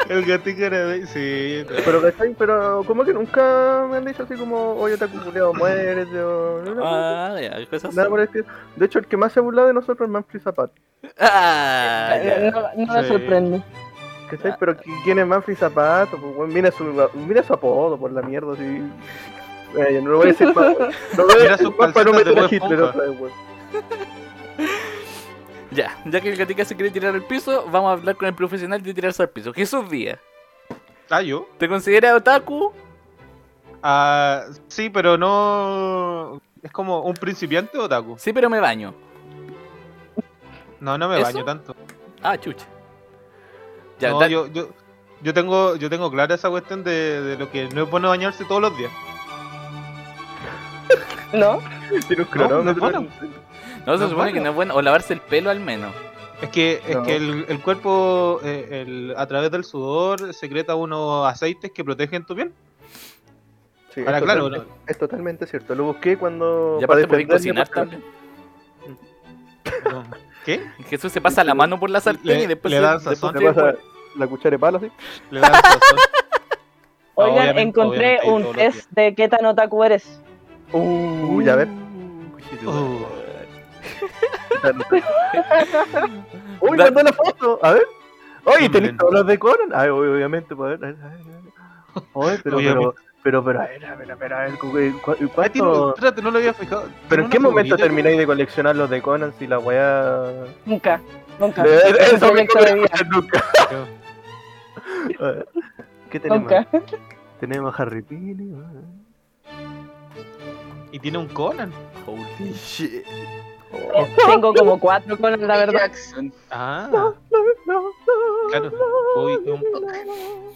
El gatito era de... Sí, no.
Pero, ¿cachai? Pero como que nunca me han dicho así como, oye, te ha culiado, mueres, o... Nada
Ah, ya, cosas así.
por el estilo. De hecho, el que más se ha burlado de nosotros es Manfred Zapata.
Ah, ya.
Eh, No, no me
Sí.
sorprende.
¿Cachai? Pero qui- ¿quién es Manfred Zapato? Pues, weón, mira, su, mira su apodo, por la mierda, así. Eh, yo no lo voy a decir
(laughs)
más. No lo voy a
Mira
decir
sus
más para
calcetas
no
de
meter a
Bob
Hitler
Esponja.
otra vez, weón.
Ya, ya que el gatica se quiere tirar al piso, vamos a hablar con el profesional de tirarse al piso. Jesús Díaz,
Ah, yo.
¿te consideras otaku?
Ah, sí, pero no... Es como un principiante otaku.
Sí, pero me baño.
No, no me
¿Eso?
baño tanto.
Ah, chucha. Ya,
no,
da-
yo, yo, yo tengo yo tengo clara esa cuestión de, de lo que no es bueno bañarse todos los días.
¿No?
Tiene un
No, no es
cronómetro.
bueno.
no se
no,
supone
bueno.
que no es bueno. O lavarse el pelo al menos.
Es que, es
No.
que el, el cuerpo, eh, el- a través del sudor, secreta unos aceites que protegen tu piel.
Sí,
Ahora,
es
claro,
totalmente- Es totalmente cierto. Lo busqué cuando.
Y aparte podéis
defenderme,
cocinar
porque-
también. (laughs)
No. ¿Qué?
Jesús se pasa la mano por la sartén
Le-
y después
le
se-
dan
después
sazón.
se-
Le pasa la cuchara de palo así.
Le da sazón. No,
Oigan,
obviamente-
encontré
obviamente,
un
todos los días.
test de qué tan otaku eres.
Uh,
(laughs)
ya ves.
Uh.
Uy,
Da-
mandó la foto. A ver. Oye,
Mm,
tenés
bien.
todos los de Conan. Ay, ob- obviamente, pues, a ver. a ver, a ver, a ver. Oye, pero, pero,
Obviamente.
pero, pero, a ver, a ver, a ver, a ver, cu- eh, cu- cu-
Ah, tiene-
¿cuánto?
espérate, no lo había fijado.
¿Pero en
Tiene
qué
una
momento
figurita.
termináis de coleccionar los de Conan si la weá... Eh,
Nunca, nunca.
Eh,
Es un
Eso me
proyecto de vida.
nunca. A ver, ¿Qué tenemos?
Nunca. (laughs)
Tenemos Harry Pini. weón.
Y tiene un Conan.
Holy shit.
Oh,
Tengo como cuatro
(laughs)
con la
Michael
verdad.
Jackson.
Ah,
no,
claro. Uy, un-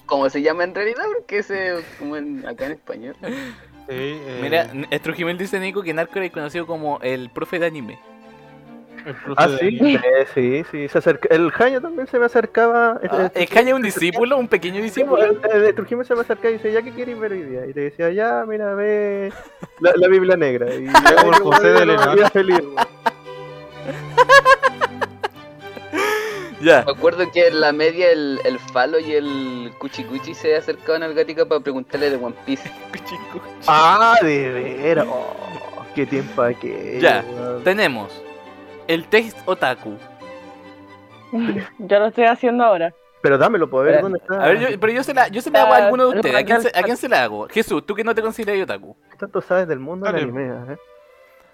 ¿Cómo se llama en realidad? Porque ese, como en- acá en español.
sí, eh,
Mira, Estrujimel dice Nico que Narco era conocido como el profe de anime.
el profe
Ah,
de-
sí, eh, sí, sí. Se acerca... El Jaño también se me acercaba.
Ah, ¿Es que haya un discípulo, un pequeño
eh, Sí, pues,
discípulo?
eh, de Trujillo se me acercaba y dice, ¿ya qué quieres ver hoy día? Y le decía, ya, mira, ve la, la Biblia Negra. (laughs) Y
Como el José de Elena.
Era feliz, güey.
Ya.
Me acuerdo que en la media el, el falo y el cuchicuchi se acercaban al gatito para preguntarle de One Piece.
Ah, de veras. Oh, qué tiempo aquel.
Ya.
güey.
Tenemos el test otaku.
Yo lo estoy haciendo ahora.
Pero dámelo, para ver
Espera,
dónde está.
A ver, yo- pero yo se la, yo se la hago a
Ah,
alguno de ustedes. ¿A quién, se,
Randall-
a quién se la hago? Jesús, tú que no te consideras otaku.
¿Qué tanto sabes del mundo del
Dale.
anime? A ver.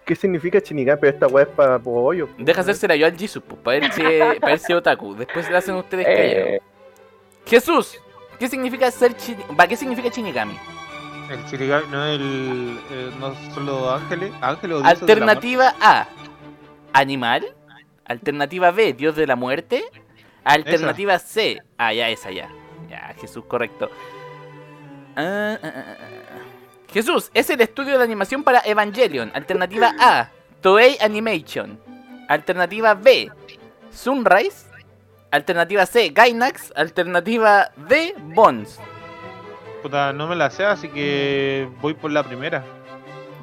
¿Qué significa Shinigami? Pero esta weá es para pollo.
Deja hacérsela yo al Jesus, pues, para él si es- para él si es otaku. Después la hacen ustedes callados.
Eh,
Jesús, ¿qué significa ser chi- va, ¿Qué significa Shinigami?
El Chirigami, no el. eh, no solo Ángeles. Ángeles o dioses del amor.
Alternativa A, animal. Alternativa B, dios de la muerte. Alternativa C, ah, ya, esa ya. Ya, Jesús, correcto. Ah, ah, ah, ah. Jesús, es el estudio de animación para Evangelion. Alternativa A, Toei Animation. Alternativa B, Sunrise. Alternativa C, Gainax. Alternativa D, Bones.
Puta, no me la sé, así que voy por la primera.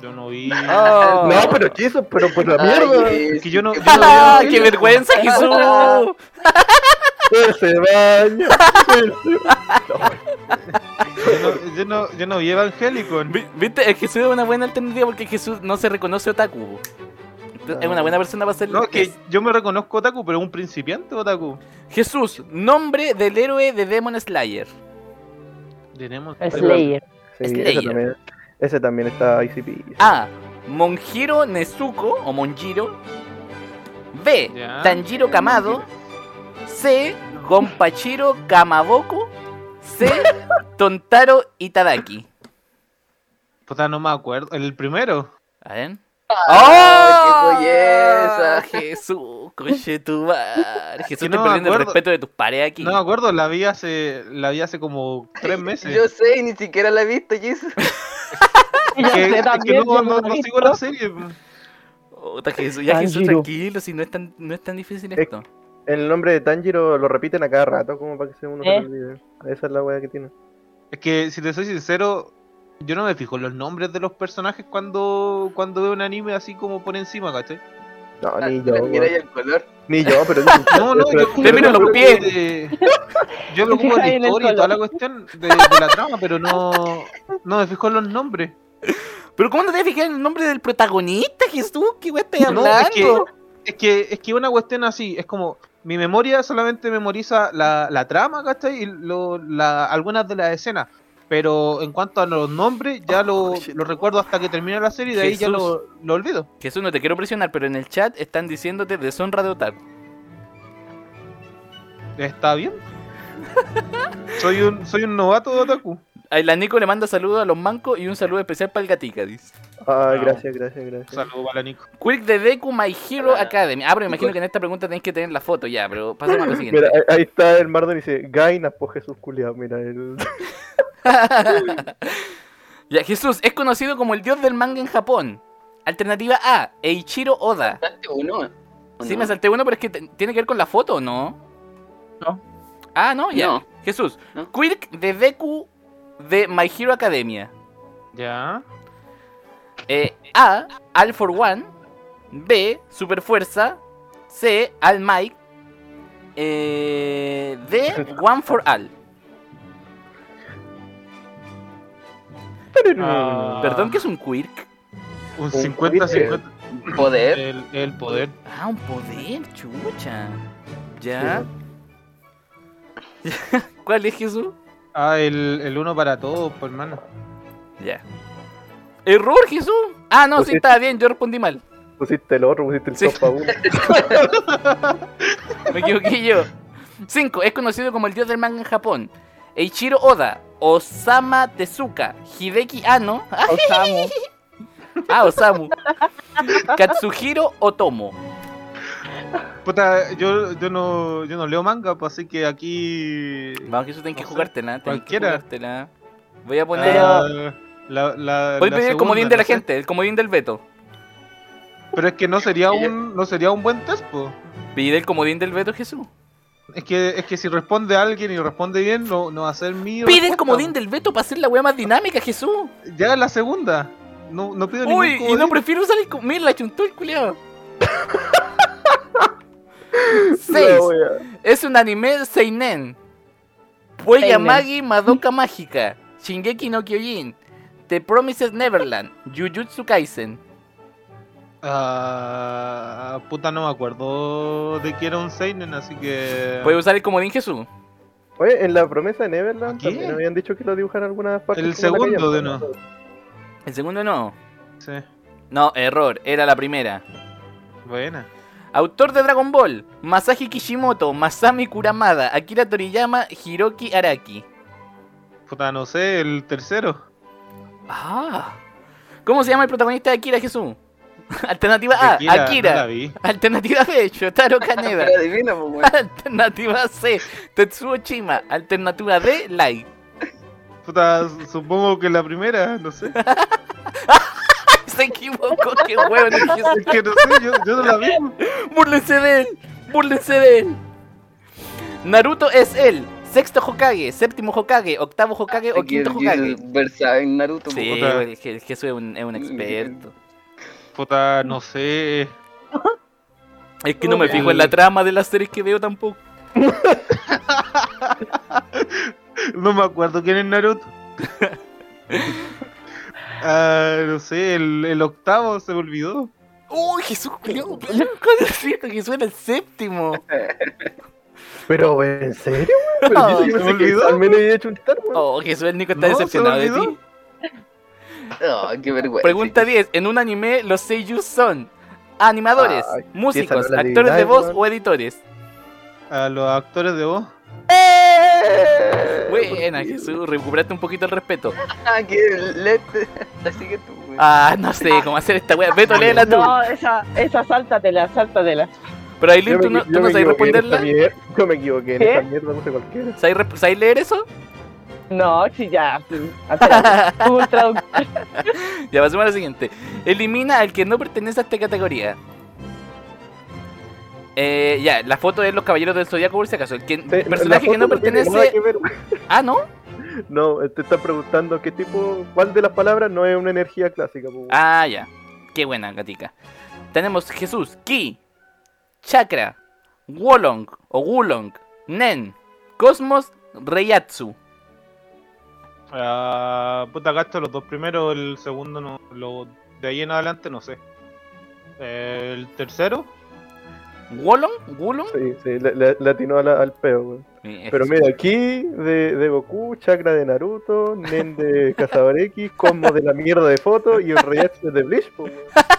Yo no vi.
Oh.
(laughs) No, pero ¿qué eso? Pero por la mierda. (laughs)
Ay,
que yo no-
qué
yo no
¡Ah,
veo
(laughs) ¡Qué
tele.
vergüenza, Jesús!
Ese (laughs) baño.
Yo no, yo no, yo no vi Evangelico.
Vi- ¿Viste? El Jesús es una buena alternativa porque Jesús no se reconoce otaku. Entonces, Es una buena persona para hacer
No, es que yo me reconozco otaku, pero un principiante otaku.
Jesús, nombre del héroe de Demon Slayer.
Tenemos.
Slayer.
Este
Sí,
Slayer.
ese también. Ese también está ICP.
A. Monjiro Nezuko o Monjiro. B.
Ya.
Tanjiro Kamado. C. Gonpachiro Kamaboko.
(laughs)
C. Tontaro Itadaki.
Puta, no me acuerdo. El primero.
A ver.
¡Ah, qué
¡Ah!
joyeza!
Jesús, coche tu madre. Jesús,
Que
te
no me
perdiendo el
acuerdo.
respeto de tus pares aquí.
No me acuerdo, la vi hace. La vi hace como tres meses.
Yo sé, y ni siquiera la he visto, Jesus.
Yo
Que-
sé
es que no,
también, yo
no-
me
no
lo he
sigo la serie. pues.
Puta, Jesús, ya Jesús,
Tanjiro.
tranquilo, si no es tan, no es tan difícil
Es-
esto.
El nombre de Tanjiro lo repiten a cada rato, como para que sea uno que
¿Eh?
lo olvide. Esa es la weá que tiene.
Es que, si te soy sincero, yo no me fijo en los nombres de los personajes cuando, cuando veo un anime así como por encima, ¿cachai?
No,
Ah,
ni
mira,
yo.
(laughs) mira ahí
weón.
el color.
Ni yo, pero.
(laughs) No, no, yo
Te miro los pies.
eh, Yo me
Te
ocupo
fijas
de
en el
historia y toda
color.
la cuestión de, de la trama, pero no, no me fijo en los nombres.
Pero ¿cómo no te fijas en el nombre del protagonista, Jesús? ¿Qué weón estás
No, es que,
hablando?
es que es que una cuestión así, es como mi memoria solamente memoriza la, la trama, ¿cachai? Y lo- la- algunas de las escenas. Pero en cuanto a los nombres, ya lo,
shit.
lo recuerdo hasta que termina la serie y de ahí ya lo, lo olvido.
Jesús, no te quiero presionar, pero en el chat están diciéndote deshonra de Otaku.
Está bien. Soy un, soy un novato de otaku.
Ahí La Nico le manda saludos a los mancos y un saludo especial para el gatica, dice.
Ah,
No.
gracias, gracias, gracias.
Saludos para la Nico.
Quick de Deku My Hero
Hola.
Academy. Ah, pero me imagino que en esta pregunta tenés que tener la foto ya, pero pasemos a lo siguiente.
Mira, ahí- ahí está el Marden y dice: Gainas por Jesús culiado. Mira, el. (laughs)
(laughs) Ya, Jesús es conocido como el dios del manga en Japón. Alternativa A, Eiichiro Oda.
Saltaste uno. ¿o
Sí,
no?
me salté uno, pero es que te- tiene que ver con la foto, ¿o ¿no?
No.
Ah, no, ya.
No.
Jesús,
No.
Quirk de Deku de My Hero Academia.
Ya.
Eh, A, All for One. B, Super Fuerza. C, All Might. Eh, D, One for All.
Ah.
Perdón, que es un Quirk?
Un
Un
50-50. (laughs)
¿Eh?
Poder.
El, el poder.
Ah, un poder, chucha. Ya. ¿Cuál es Jesús?
Ah, el, el uno para todos, pues, hermano.
Ya. ¿Error, Jesús? Ah, no, sí,
Pusiste-
estaba bien, yo respondí mal.
Pusiste el otro, pusiste el
Sí.
(laughs)
sopa uno.
Me equivoqué yo. 5. Es conocido como el dios del manga en Japón. Eiichiro Oda, Osama Tezuka, Hideki Anno. (laughs)
Osamu.
Ah, Osamu. Katsuhiro Otomo.
Puta, yo, yo, no, yo no leo manga, pues, así que aquí. ah,
Vamos, que eso tenés que
No sé,
jugártela. tenés que
cualquiera.
jugártela. Voy a poner.
Ah, la, la,
Voy
la
a pedir el
segunda,
comodín de
no
la
sé.
gente, el comodín del Beto.
Pero es que no sería un no sería un buen test, po.
Pide el comodín del Beto, Jesús.
Es que es que si responde alguien y responde bien, no, no va a ser mío.
Pide el comodín del Beto para hacer la wea más dinámica, Jesús.
Ya la segunda. No, no pido
Uy,
ningún
y no
comodín.
prefiero usar el comodín. Mira, la chuntó el
(laughs)
culiao. 6.
La wea.
Es un anime seinen. Puella
Seinen.
Yamagi Madoka Mágica, Shingeki no Kyojin, The Promises Neverland, Jujutsu Kaisen.
Ah, puta, no me acuerdo de que era un seinen, así que
Puede usar el comodín Jesús.
Oye, en la promesa de Neverland
¿Aquí?
también habían dicho que lo dibujaran algunas partes.
El
como la
segundo
calle,
de no.
El segundo no.
sí.
No, error, era la primera.
Buena.
Autor de Dragon Ball, Masashi Kishimoto, Masami Kuramada, Akira Toriyama, Hiroki Araki.
Puta, no sé, el tercero.
Ah. ¿Cómo se llama el protagonista de Akira Jesús? (laughs) Alternativa
De
A,
Kira, no
Ah, Akira.
la vi.
Alternativa B,
(laughs)
Shotaro Kaneda.
Pero adivina, pues, weón.
Alternativa C, Tetsuo Chima. Alternativa D, Light.
Puta, supongo que la primera, no sé.
(laughs) Se equivocó, qué huevo. no dije
Es que no sé, yo, yo no la vi.
eso. Búrlense de él, búrlense de él. Naruto es él. Sexto Hokage, séptimo Hokage, octavo Hokage o
Aquí el
quinto Hokage.
Versa en Naruto. pues,
Sí,
weón.
puta.
güey, que, que soy un, es un experto.
Puta, no sé.
Es que no me fijo en la trama de las series que veo tampoco.
No me acuerdo quién es
(laughs)
Naruto. Ah, no sé, el, el octavo se me olvidó.
¡Uy, Jesús! culiao, ¿Cómo es cierto que suena el séptimo?
Pero, ¿en serio, weón? Pero
No,
yo
se
pensé
me olvidó.
que al menos había hecho un tal, weón.
Oh, Jesús, el Nico está
No, se
decepcionado de
olvidó.
ti.
Oh, qué vergüenza.
Pregunta 10. En un anime, los seiyus son animadores,
Ay,
músicos,
esa no la
actores de
adivináis,
voz
weón.
o editores.
A los actores de voz.
Eh,
Buena, Jesús, recuperaste un poquito el respeto.
Ah, que (laughs) lete. Así que tú, weón.
Ah, no sé cómo hacer esta wea. Beto, léela tú.
No, esa, esa, sáltatela, sáltatela.
Pero
Yo
Aileen,
me-
tú no,
yo
tú no
me
sabes
equivoqué en esta
responderla.
mier- (laughs) Yo me equivoqué en
¿Qué?
esta mierda, puse cualquiera.
¿Sabes, rep- sabes leer eso?
No, sí, ya. sí, espérate. Hubo un traductor.
Ya pasemos a la siguiente. Elimina al que no pertenece a esta categoría. Eh, ya, la foto es los caballeros del zodiaco por si acaso. El que,
Sí, la
personaje que
foto
no
tiene nada
pertenece.
que ver, weón.
Ah, ¿no?
No, eh, te están preguntando qué tipo, cuál de las palabras no es una energía clásica. po, weón.
Ah, ya. Qué buena, gatica. Tenemos Jesús, Ki, Chakra, Wolong o Wulong, Nen, Cosmos, Reiatsu.
Ah, puta, gasto los dos primeros, el segundo no. Lo, de ahí en adelante no sé. El tercero,
¿Wolong? ¿Wulong?
Sí, sí, le, le- le atinó a la- al peo, weón.
Eh,
Pero mira, aquí de, de Goku, Chakra de Naruto, Nen de Cazabareki, Cosmo de la mierda de foto y el Reiatsu de Bleach, pues, po, weón.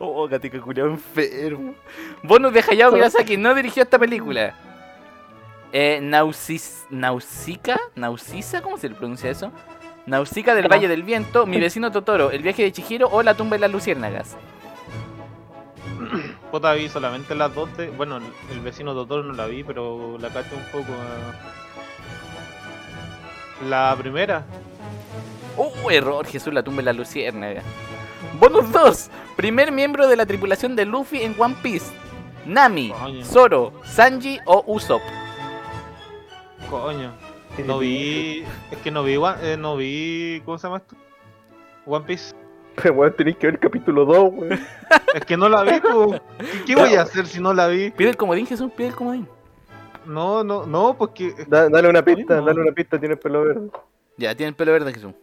Oh, gatica culiao enfermo. Bonus de
(laughs)
Hayao Miyazaki no dirigió esta película. Eh, Nausis, Nausica, Nausisa, ¿cómo se le pronuncia eso? Nausica del Valle del Viento, Mi vecino Totoro, El viaje de Chihiro o La tumba de las luciérnagas.
puta, vi solamente las dos. de- bueno, el, el vecino Totoro no la vi, pero la cacho un poco. ah. La primera,
Oh, error, Jesús, La tumba de las luciérnagas. Bonus 2. Primer miembro de la tripulación de Luffy en One Piece. Nami,
Coño.
Zoro, Sanji o Usopp.
coño.
(laughs)
No vi. Es que no vi. One- eh, no vi. ¿Cómo se llama esto? One Piece.
Pero, (laughs) weón, tenéis que ver el capítulo 2, weón.
Es que no la vi, po. ¿Qué- ¿Qué voy a hacer si no la vi?
Pide el comodín, Jesús, pide el comodín.
No, no, no, porque.
Da- dale una pista,
Bueno.
dale una pista, tiene el pelo verde.
Ya, tiene el pelo verde, Jesús.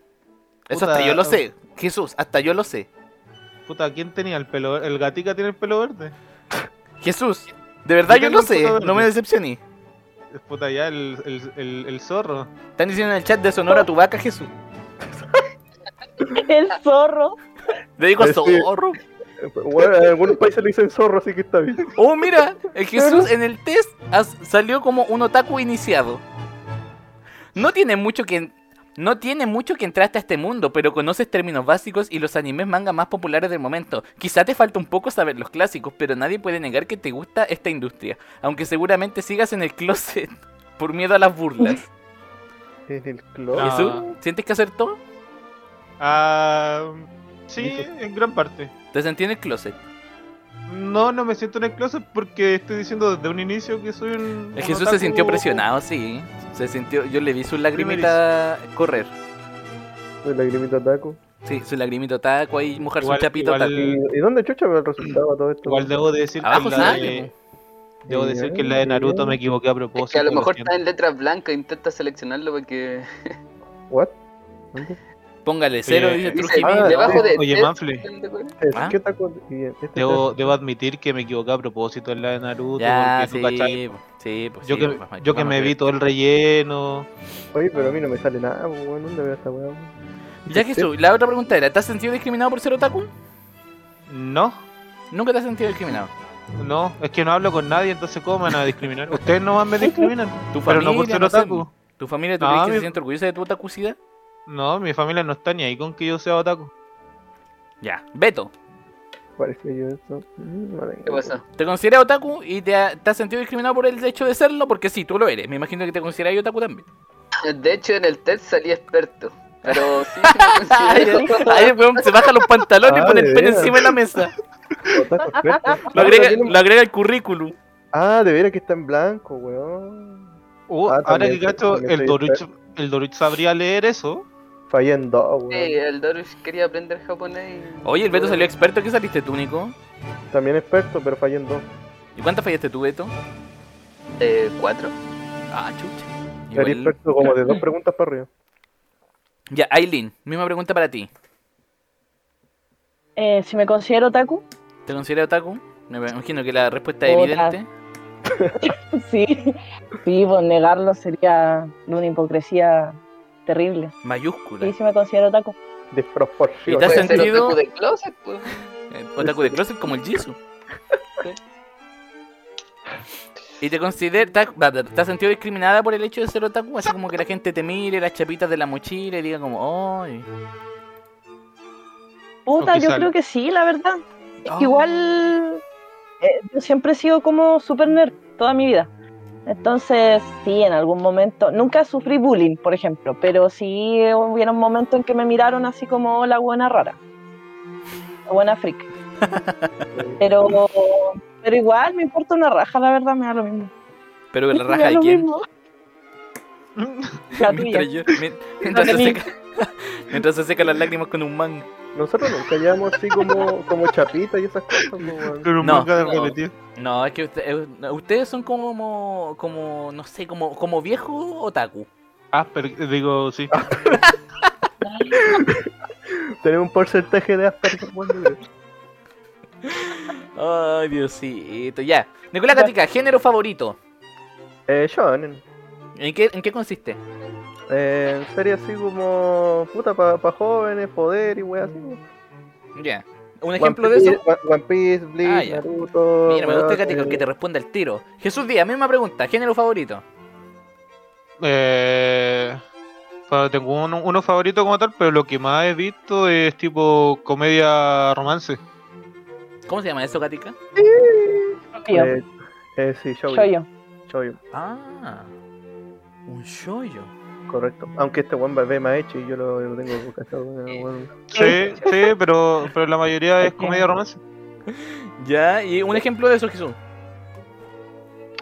Eso
Puta,
hasta yo lo sé. Jesús, hasta yo lo sé.
Puta, ¿quién tenía el pelo verde? El gatica tiene el pelo verde.
Jesús, de verdad
Yo
yo
tengo
lo
un
sé.
pelo verde.
No me decepcioné.
Puta, ya el, el, el, el zorro.
Están diciendo en el chat de Sonora tu vaca, Jesús.
El zorro.
Le digo a
Sí.
Zorro.
Eh, weón, en algunos países le dicen zorro, así que está bien.
Oh, mira, el Jesús en el test as- salió como un otaku iniciado. No tiene mucho que no tiene mucho que entraste a este mundo, pero conoces términos básicos y los animes manga más populares del momento. Quizá te falta un poco saber los clásicos, pero nadie puede negar que te gusta esta industria, aunque seguramente sigas en el closet (laughs) por miedo a las
(laughs)
burlas.
En el club.
Ah.
Jesús, ¿sientes que acertó?
Ah. Sí,
Listo.
en gran parte.
Te sentí en el closet.
No, no me siento en el closet porque estoy diciendo desde un inicio que soy un. un
El Jesús se sintió
otaku.
presionado, sí. Se sintió, yo le vi su lagrimita correr.
La grimita taco.
Sí, su lagrimita taco ahí, mojarse un
Igual-
chapito
igual-
taco.
¿Y, y dónde chucha veo el resultado a todo esto?
Igual debo de decir
Abajo
que en la
sale,
de,
po.
debo decir que en la de Naruto me equivoqué a propósito.
eh, Es que a lo
pues,
mejor
siento.
está en letras blancas, intenta seleccionarlo porque.
What? ¿Dónde?
Póngale cero,
Oye,
dice
dice,
ah,
Trujillo.
debajo de.
Oye,
de-
Manfle.
Ah.
Eh, ¿Qué taco? Y bien, este
Debo, debo admitir que me equivoqué a propósito en la de Naruto.
Ya,
porque
sí,
tú cachai,
po, sí, po,
Yo
sí, pues,
que,
po, mamá,
yo que
mamá,
me
creo.
vi todo el relleno.
Oye, pero a
Ah.
mí no me sale nada, pues, weón. ¿Dónde veo esta weá? weón?
Ya Jesús, la otra pregunta era, ¿te has sentido discriminado por ser otaku?
No,
Nunca te has sentido discriminado.
no, es que no hablo con nadie, entonces ¿cómo me van a discriminar? Ustedes nomás
(laughs)
me discriminan.
Tu
Pero
familia,
no por ser
sé,
otaku.
tu familia, tú
No,
crees que
Ah, mi-
se siente orgullosa de tu otakucidad.
No, mi familia no está ni ahí con que yo sea otaku.
Ya, Beto,
Parecía yo eso. Mm, no
¿Qué
tengo-
pasó?
¿te consideras otaku y te, ha- te has sentido discriminado por el hecho de serlo? Porque sí, tú lo eres. Me imagino que te consideras otaku también.
De hecho, en el test salí experto. Pero sí,
(laughs) Ay,
me
ay,
considero-
ay, weón, se baja los pantalones y
Ah,
pone el
de
pene
veras.
encima de
(laughs)
la mesa.
Otaku experto.
(laughs)
Lo
Ah,
agrega,
tiene-
lo agrega el currículum.
Ah, de veras que está en blanco, weón.
Uh,
Ah,
ahora
también,
que gacho,
también
el
soy
Doruch, el Doruch sabría leer eso.
Fallé en dos, weón.
Sí, eh, el Dorush quería aprender japonés. y-
Oye, el Beto salió experto. ¿Qué saliste tú, Nico?
También experto, pero fallé en dos.
¿Y cuántas fallaste tú, Beto?
Eh, cuatro.
Ah, chucha.
Era
Igual-
experto como de dos preguntas para
(laughs)
arriba.
Ya, Aileen, misma pregunta para ti.
Eh, si me considero otaku,
¿Te consideras otaku? Me imagino que la respuesta es
Otaku.
evidente.
sí. Sí, pues negarlo sería una hipocresía terrible.
Mayúscula.
Sí, si me considero otaku.
Desproporción.
¿Y te has
Puede ser
sentido?
otaku de closet, pues.
Eh, Otaku de closet como el Jisoo. ¿Y te consideras, te, has- te has sentido discriminada por el hecho de ser otaku? Así como que la gente te mire, las chapitas de la mochila y diga como, ¡ay!
Puta,
Aunque
yo
sale.
creo que sí, la verdad. Es
Ah.
que igual eh, yo siempre he sido como super nerd toda mi vida. Entonces, sí, en algún momento, nunca sufrí bullying, por ejemplo, pero sí hubiera un momento en que me miraron así como la buena rara, la buena (laughs) freak. Pero, pero igual me importa una raja, la verdad, me da lo mismo.
Pero la
Me
raja
da
de
lo
quién.
mismo. (laughs) La tuya.
Mientras, yo- mien- mientras se
de mí.
seca, (laughs) mientras se seca las lágrimas con un mango.
Nosotros nos callamos así como, como chapita y esas cosas, po, weón.
(laughs)
Pero
No.
nunca de
No.
repetir.
No, es que usted- eh, no, ustedes son como, como, no sé, como, como viejo otaku.
Ah, pero digo, sí.
Tenemos un porcentaje de Asperger, weón. yo creo.
Ay, Diosito, ya. Nicolás Catica, género favorito.
Eh, shonen.
¿En qué, en qué consiste?
Eh, en serie así como. puta, para jóvenes, poder y weas así. weón.
Ya. ¿Un
One
ejemplo de eso?
Piece, One- One Piece, Bleach,
Ah, ya.
Naruto.
Mira, me gusta
weón,
Catica
eh,
que te responda al tiro. Jesús Díaz, misma pregunta, género favorito.
Eh, pa- tengo uno, uno favorito como tal, pero lo que más he visto es tipo comedia romance.
¿Cómo se llama eso, Catica?
Tío,
Eh, eh, sí, Shoujo.
soy yo.
Shoujo,
Ah, un shoyo.
correcto. Aunque este weón ve más hecho y yo lo, lo tengo cachado. weón,
Eh,
weón.
Sí, sí, pero, pero la mayoría es
Ok.
comedia romance.
Ya, y un ejemplo de eso, Jesús.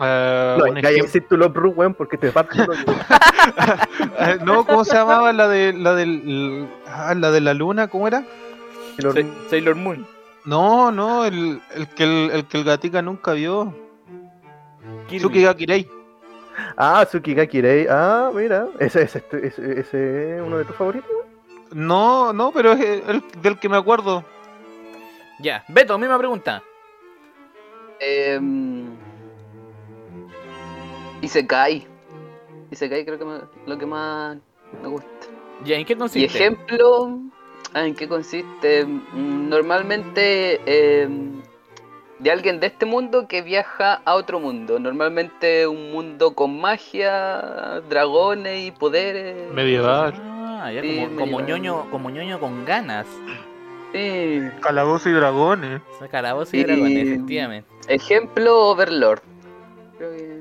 Eh,
No,
un
ya
ejemplo-
si tú lo bru, weón, porque te parto. el
(laughs)
hoyo.
eh, no, ¿cómo se llamaba la de la del ah, la de la luna? ¿Cómo era?
Y lo-
Sa- Sailor Moon.
No, no, el, el que el, el que el gatica nunca vio.
Kirby.
Tsukiga Kirei.
Ah, Tsukika Kirei. Ah, mira. Ese, ese, es tu- ese, ese es uno de tus favoritos.
No, no, pero es el del que me acuerdo.
Ya, Beto, misma pregunta.
Em, y se cae. Y se cae, creo que me- lo que más me gusta.
Ya, ¿en qué
Y
consiste?
ejemplo, ah, ¿en qué consiste? Mm, Normalmente em, de alguien de este mundo que viaja a otro mundo. Normalmente un mundo con magia, dragones y poderes.
Medieval.
Ah, ya
Sí,
como, como
medieval.
ñoño, como ñoño con ganas.
Sí.
Calabozo y dragones.
Esa Calabozo y
Sí.
dragones, efectivamente.
Ejemplo, Overlord. Creo que-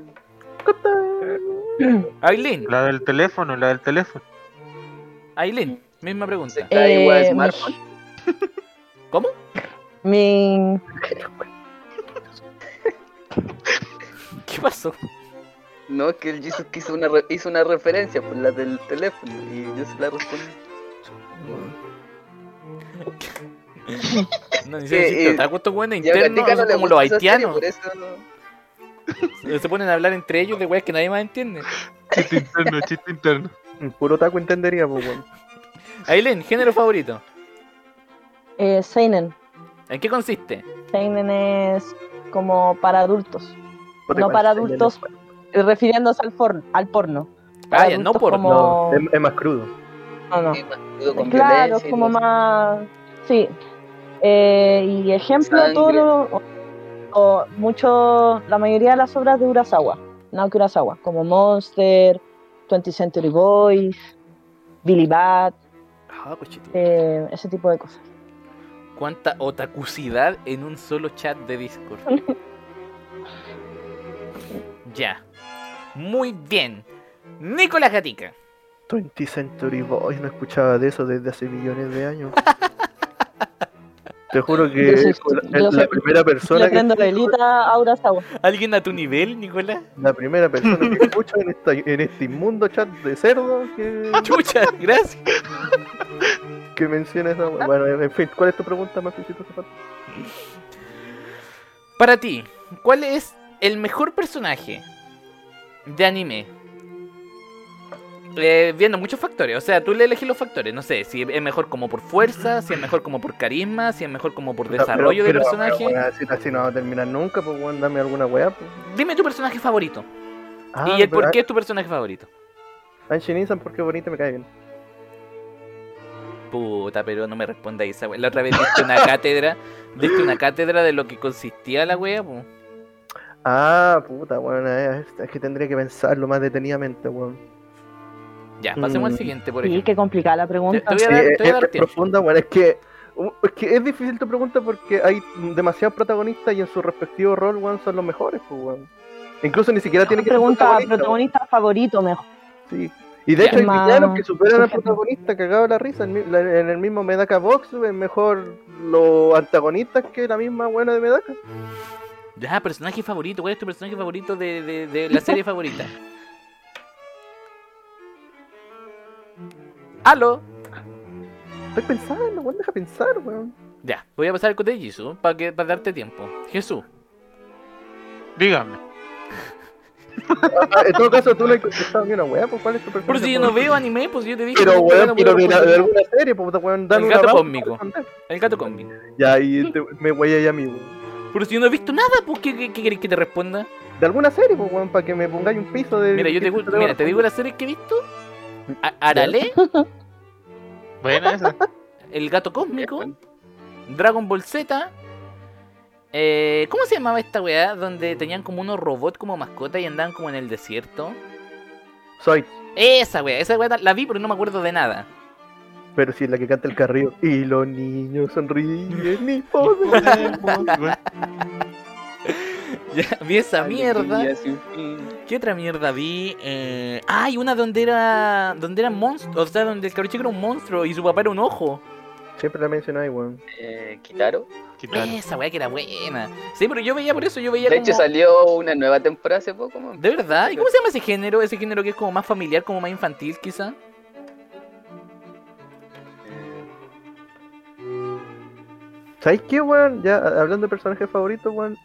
Aileen,
La del teléfono, la del teléfono.
Aileen, misma pregunta.
Está igual
Eh,
smartphone.
¿Cómo?
Mi,
¿Qué pasó?
No, es que el Jesus que hizo una, re- hizo una referencia por la del teléfono y yo se la respondí.
No, ni
Sí,
siquiera existe.
eh,
Otaku, estos güeyes
Y a
internos
Gatica no
son
le
como
gusta
los
esa serie,
haitianos.
por eso no-
Se ponen a hablar entre ellos de weas que nadie más entiende.
(laughs) Chiste interno, chiste interno.
Un puro taco entendería, pues, weón.
Aileen, género favorito.
eh, Seinen.
¿En qué consiste?
Seinen es como para adultos.
Puta,
No
Pues igual,
para
sí,
adultos, eh, refiriéndose al, forn- al porno. Para
Ah, ya, no
adultos
por-
como-
No, es, es más crudo.
no, no.
y más crudo pues, con
Ah. Claro,
violencia
es
y
como
todo eso.
más. Sí. Eh, y ejemplo,
Sangre.
todo lo. o mucho, la mayoría de las obras de Urasawa. No, que Urasawa. Como Monster, 20th Century Boys, Billy Bat,
Ah, cochito.
eh, ese tipo de cosas.
Cuánta otacucidad en un solo chat de
(laughs)
Discord. ya. Muy bien. Nicolás Gatica.
20 Century Boys, no escuchaba de eso desde hace millones de años. Te juro que
Yo soy-
es la,
yo soy-
primera
Le
persona que
prendo velita a Urasawa.
¿Alguien a tu nivel, Nicolás?
la primera persona que escucho en, esta- en este inmundo chat de cerdo que,
Chucha, gracias.
que menciona esa wea. Bueno, en fin, ¿cuál es tu pregunta más exitosa? Pato?
Para ti, ¿cuál es el mejor personaje de anime? Eh, viendo muchos factores, o sea, tú le elegís los factores, no sé, si es mejor como por fuerza, si es mejor como por carisma, si es mejor como por desarrollo del
Ah, Pero- pero,
personaje.
pero, weón, si así no va a terminar nunca, pues weón, dame alguna weá. pues.
Dime tu personaje favorito
Ah,
y el
pero
por qué es tu personaje favorito.
An- Anshin Insan, porque bonita me cae bien.
Puta, pero no me responda esa wea. La otra vez
(laughs)
diste una cátedra, diste una cátedra de lo que consistía la wea, po.
Ah, puta, weón, eh, es que tendría que pensarlo más detenidamente, weón.
Ya, pasemos al
Mm.
siguiente, por
Sí,
ejemplo.
qué complicada la
Te,
pregunta.
te voy a
Sí,
dar,
es,
te voy a
es-
dar
es
tiempo.
profunda, bueno, es que, es que es difícil tu pregunta porque hay demasiados protagonistas y en su respectivo rol, weón, son los mejores, pues, weón. Incluso ni siquiera tiene que ser
Ah, Pregunta
protagonista,
protagonista favorito mejor.
weón, sí. Y de hecho hay
Ma-
villanos que superan al
sujeto.
protagonista, cagado la risa, en, mi- la- en el mismo Medaka Box, es mejor los antagonistas que la misma buena de Medaka.
Ya, (laughs) personaje favorito. ¿Cuál es tu personaje favorito de, de- de la serie favorita? ¡Aló!
Estoy pensando, weón, deja pensar, weón.
Ya, voy a pasar con de Jisoo para que para darte tiempo. Jesús,
Dígame.
Ah, En todo caso, tú le has contestado ni una weá, pues cuál es tu preferencia.
por si yo no veo anime, pues yo te dije.
Pero
que todavía
weón,
no
quiero
puedo
ver
responder.
de alguna serie, pues weón, dale
El
una
gato
pauta
cósmico.
para responder.
El gato conmigo.
Ya, y te- me voy a mí, weón.
Pero si yo no he visto nada, pues ¿qué, qué, qué querés que te responda?
De alguna serie, pues weón, para que me pongáis un piso de.
Mira, yo te, gu- mira, te digo las series que he visto. A- Arale,
Buena (laughs) esa.
El Gato Cósmico,
Bien.
Dragon Ball Z. eh, ¿Cómo se llamaba esta weá? Donde tenían como unos robots como mascota y andaban como en el desierto.
Soy,
Esa weá, esa weá la vi pero no me acuerdo de nada. (laughs)
pero si es la que canta el carrillo. Y los niños sonríen
(laughs)
y podemos.
Ya, vi esa mierda.
Alegría sin fin.
¿Qué otra mierda vi? Eh... Ah, y una donde era. donde era monstruo. O sea, donde el cabrón chico era un monstruo y su papá era un ojo.
Siempre la mencionáis, weón.
Eh, ¿Kitaro?
¿Qué tal?
Esa weá que era buena. Sí, pero yo veía por eso, yo veía
De
como-
hecho, salió una nueva temporada hace poco, man.
¿De verdad? ¿Y cómo se llama ese género? Ese género que es como más familiar, como más infantil, quizá.
¿Sabéis qué, weón? Ya a- hablando de personajes favoritos, weón,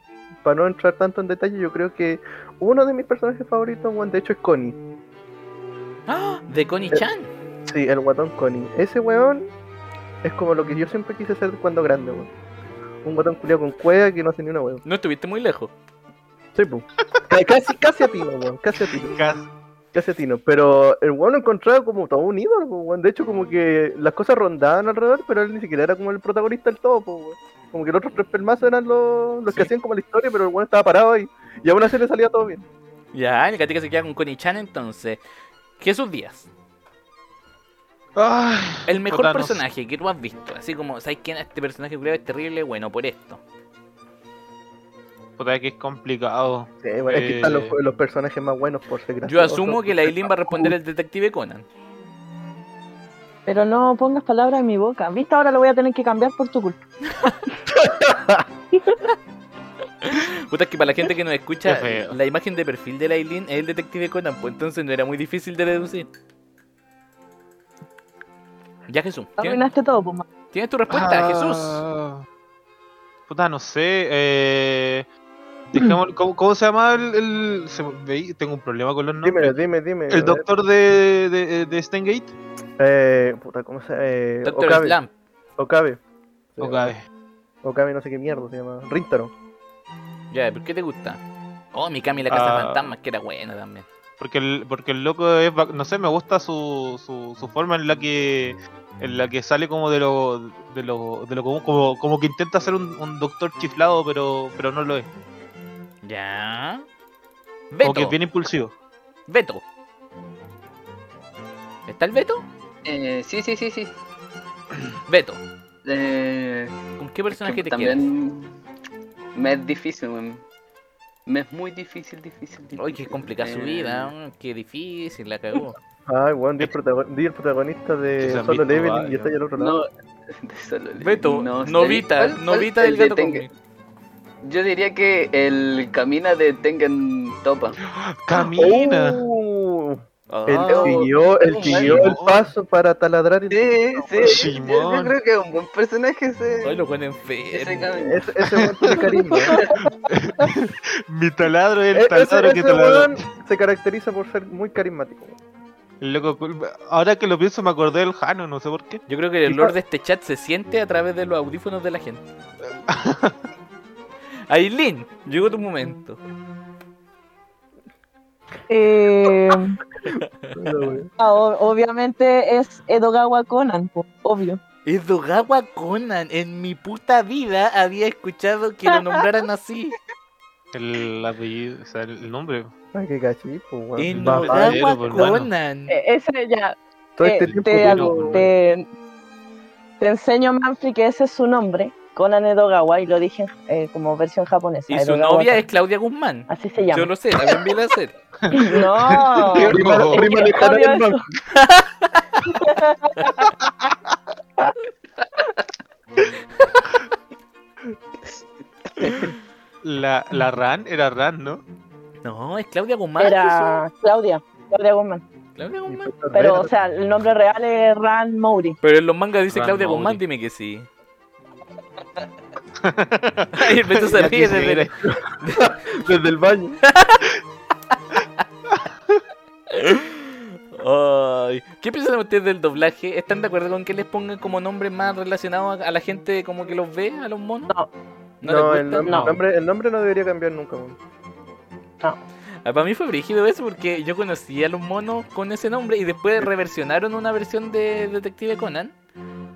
para no entrar tanto en detalle, yo creo que uno de mis personajes favoritos, weón, de hecho es Connie.
¡Ah! De Connie Chan.
Sí, el guatón Connie. Ese weón es como lo que yo siempre quise ser cuando grande, weón. Un guatón culiado con cueva que no hace ni una weón.
No estuviste muy lejos.
Sí, po. Ca- Casi, casi a tino, weón. Casi a tino.
Cas-
Casi a tino. Pero el weón lo encontraba como todo un ídolo, po, weón. De hecho, como que las cosas rondaban alrededor, pero él ni siquiera era como el protagonista del todo, po, weón. Como que los otros tres pelmazos eran los, los que
Sí.
hacían como la historia, pero el weón estaba parado ahí. Y aún así le salía todo bien.
Ya, el gatica se queda con Connie Chan entonces. Jesús Díaz.
Ay,
El mejor
puta, no sé.
personaje que tú has visto. Así como, ¿sabes quién? Este personaje culiao es terrible, bueno, por esto.
Puta, que es complicado.
Sí, bueno, es que están los,
Eh.
los personajes más buenos por ser
Yo
graciosos,
asumo que
por
la
ser
Eileen va a responder el detective Conan.
Pero no pongas palabras en mi boca. Viste, ahora lo voy a tener que cambiar por tu culpa.
Puta, es que para la gente que nos escucha,
(laughs) Qué feo.
la imagen de perfil de la Eileen es el detective Conan, pues entonces no era muy difícil de deducir. Ya, Jesús. ¿Tienes,
Arruinaste todo, pues, man.
tienes tu respuesta, Jesús?
Ah. Puta, no sé. Eh, dejémoslo- ¿cómo, cómo se llama el. el- se me- veí- tengo un problema con los
Dímelo,
nombres.
dime, dime. a
el
ver.
doctor de, de, de Stengate.
Eh, puta, ¿cómo se eh,
Doctor
Okabe,
Slam.
Okabe. Sí,
Ok.
Okabe, no sé qué mierda se llama. Rintaro.
Ya, ¿por qué te gusta? Oh, Mikami la Casa
Ah.
Fantasma, que era buena también.
Porque el, porque el loco es. bac- No sé, me gusta su, su, su forma en la que. En la que sale como de lo. De lo, de lo común, como, como que intenta ser un, un doctor chiflado, pero, pero no lo es.
Ya.
Como que
Beto.
es bien impulsivo.
Beto. ¿Está el Beto?
Eh, sí, sí, sí, sí.
Beto.
Eh,
¿Con qué personaje te quedas?
también me es difícil, weón. Me es muy difícil, difícil.
Ay, qué
difícil.
complicada su
Eh,
vida, mm, qué difícil, la (laughs) cagó.
Ay, weón,
Eh.
di el, protago- di el protagonista de
Que se han visto
Solo Leveling y
varios.
está ahí al otro lado.
No, (laughs) de solo leer.
Beto,
No sé.
novita,
¿Cuál- cuál
novita
es
del
el de
gato
Tengen?
conmigo.
Yo diría que el camina de Tengen Topa.
Camina.
Uh, el
Ah,
sí.
siguió, el
oh,
siguió
oh.
el paso para taladrar el...
Sí, sí.
Simón.
Yo (laughs) creo que es un buen personaje
Ay,
ese.
lo ponen (laughs)
Ese
enfermo.
Camina.
Ese, ese weón tiene carisma.
(laughs)
E-
Mi taladro es el
ese-
taladro que
ese
taladro.
weón se caracteriza por ser muy carismático.
El loco culpa- Ahora que lo pienso me acordé del Jano, no sé por qué.
Yo creo que el olor de este chat se siente a través de los audífonos de la (laughs) gente. Aileen, llegó tu momento. (laughs)
Eh,
Hola, weón.
ah, o- obviamente es Edogawa Conan, po, obvio.
Es Dogawa Conan. En mi puta vida había escuchado que lo nombraran (laughs) así.
El apellido, o sea, el nombre.
Ay, qué cachipo, weón.
En
Va-
Dogawa.
va-
Dogawa
caballero, por mano.
Conan.
Eh, ese ya.
Todo
eh,
este
te,
tiempo que
al-
no-
no-
te- te enseño, Manfred, que ese es su nombre, Conan Edogawa, y lo dije eh, como versión japonesa.
Y su
Edogawa
novia
Conan.
es Claudia Guzmán.
Así se
Yo
llama.
lo sé, también vi la serie.
(laughs) No.
(laughs)
Prima-
Oh.
prima lejana
Obvio
del
eso.
banco.
La, la Ran era Ran, ¿no?
No, es Claudia Guzmán.
Era Claudia, Claudia Guzmán.
Jesús. Claudia Guzmán.
(laughs) Pero, o sea, el nombre real es Ran Mowry.
Pero en los mangas dice
Juan
Claudia
Mauri.
Guzmán, dime
(laughs)
que sí. Ay,
(laughs)
el Beto se ríe desde la-
Desde el baño.
Ay, ¿Qué piensan ustedes del doblaje? ¿Están de acuerdo con que les pongan como nombres más relacionados a a la gente como que los ve, a los monos?
No.
les
No, el,
gusta?
nom-
No.
Nombre, el nombre no debería cambiar nunca. weón.
Ah, Para mí fue brígido eso porque yo conocía a los monos con ese nombre y después reversionaron una versión de Detective Conan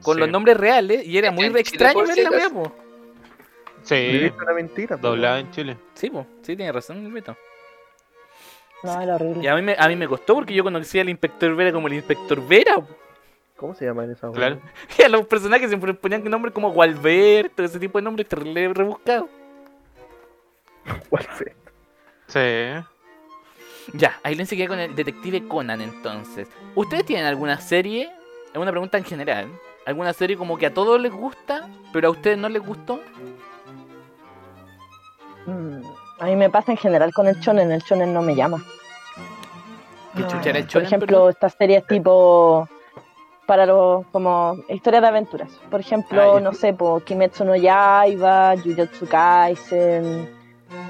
con
Sí.
los nombres reales y era muy
En Chile,
extraño
por
ver
si
la wea,
acaso.
po.
Sí,
Viviste una mentira. po,
doblada en Chile.
Sí, po, sí, tiene razón el Beto.
No, era horrible.
Y a mí, me, a mí me costó porque yo conocía al Inspector Vera como el Inspector Vera. po. (laughs)
weón. ¿Cómo se llaman esas? weón?
Claro.
Y a los personajes siempre ponían nombres como Gualberto, ese tipo de nombres terrible rebuscados.
¿Cuál fue?
Sí.
Ya, ahí le queda con el detective Conan entonces. ¿Ustedes tienen alguna serie? Es una pregunta en general. ¿Alguna serie como que a todos les gusta, pero a ustedes no les gustó?
Mm, A mí me pasa en general con el chonen, el chonen no me llama.
¿Qué
No,
chucha era el
Por
shonen,
ejemplo,
perdón? Eh.
estas series tipo para los como historias de aventuras. Por
Ah,
ejemplo,
ya.
no sé, por Kimetsu no Yaiba, Jujutsu Kaisen.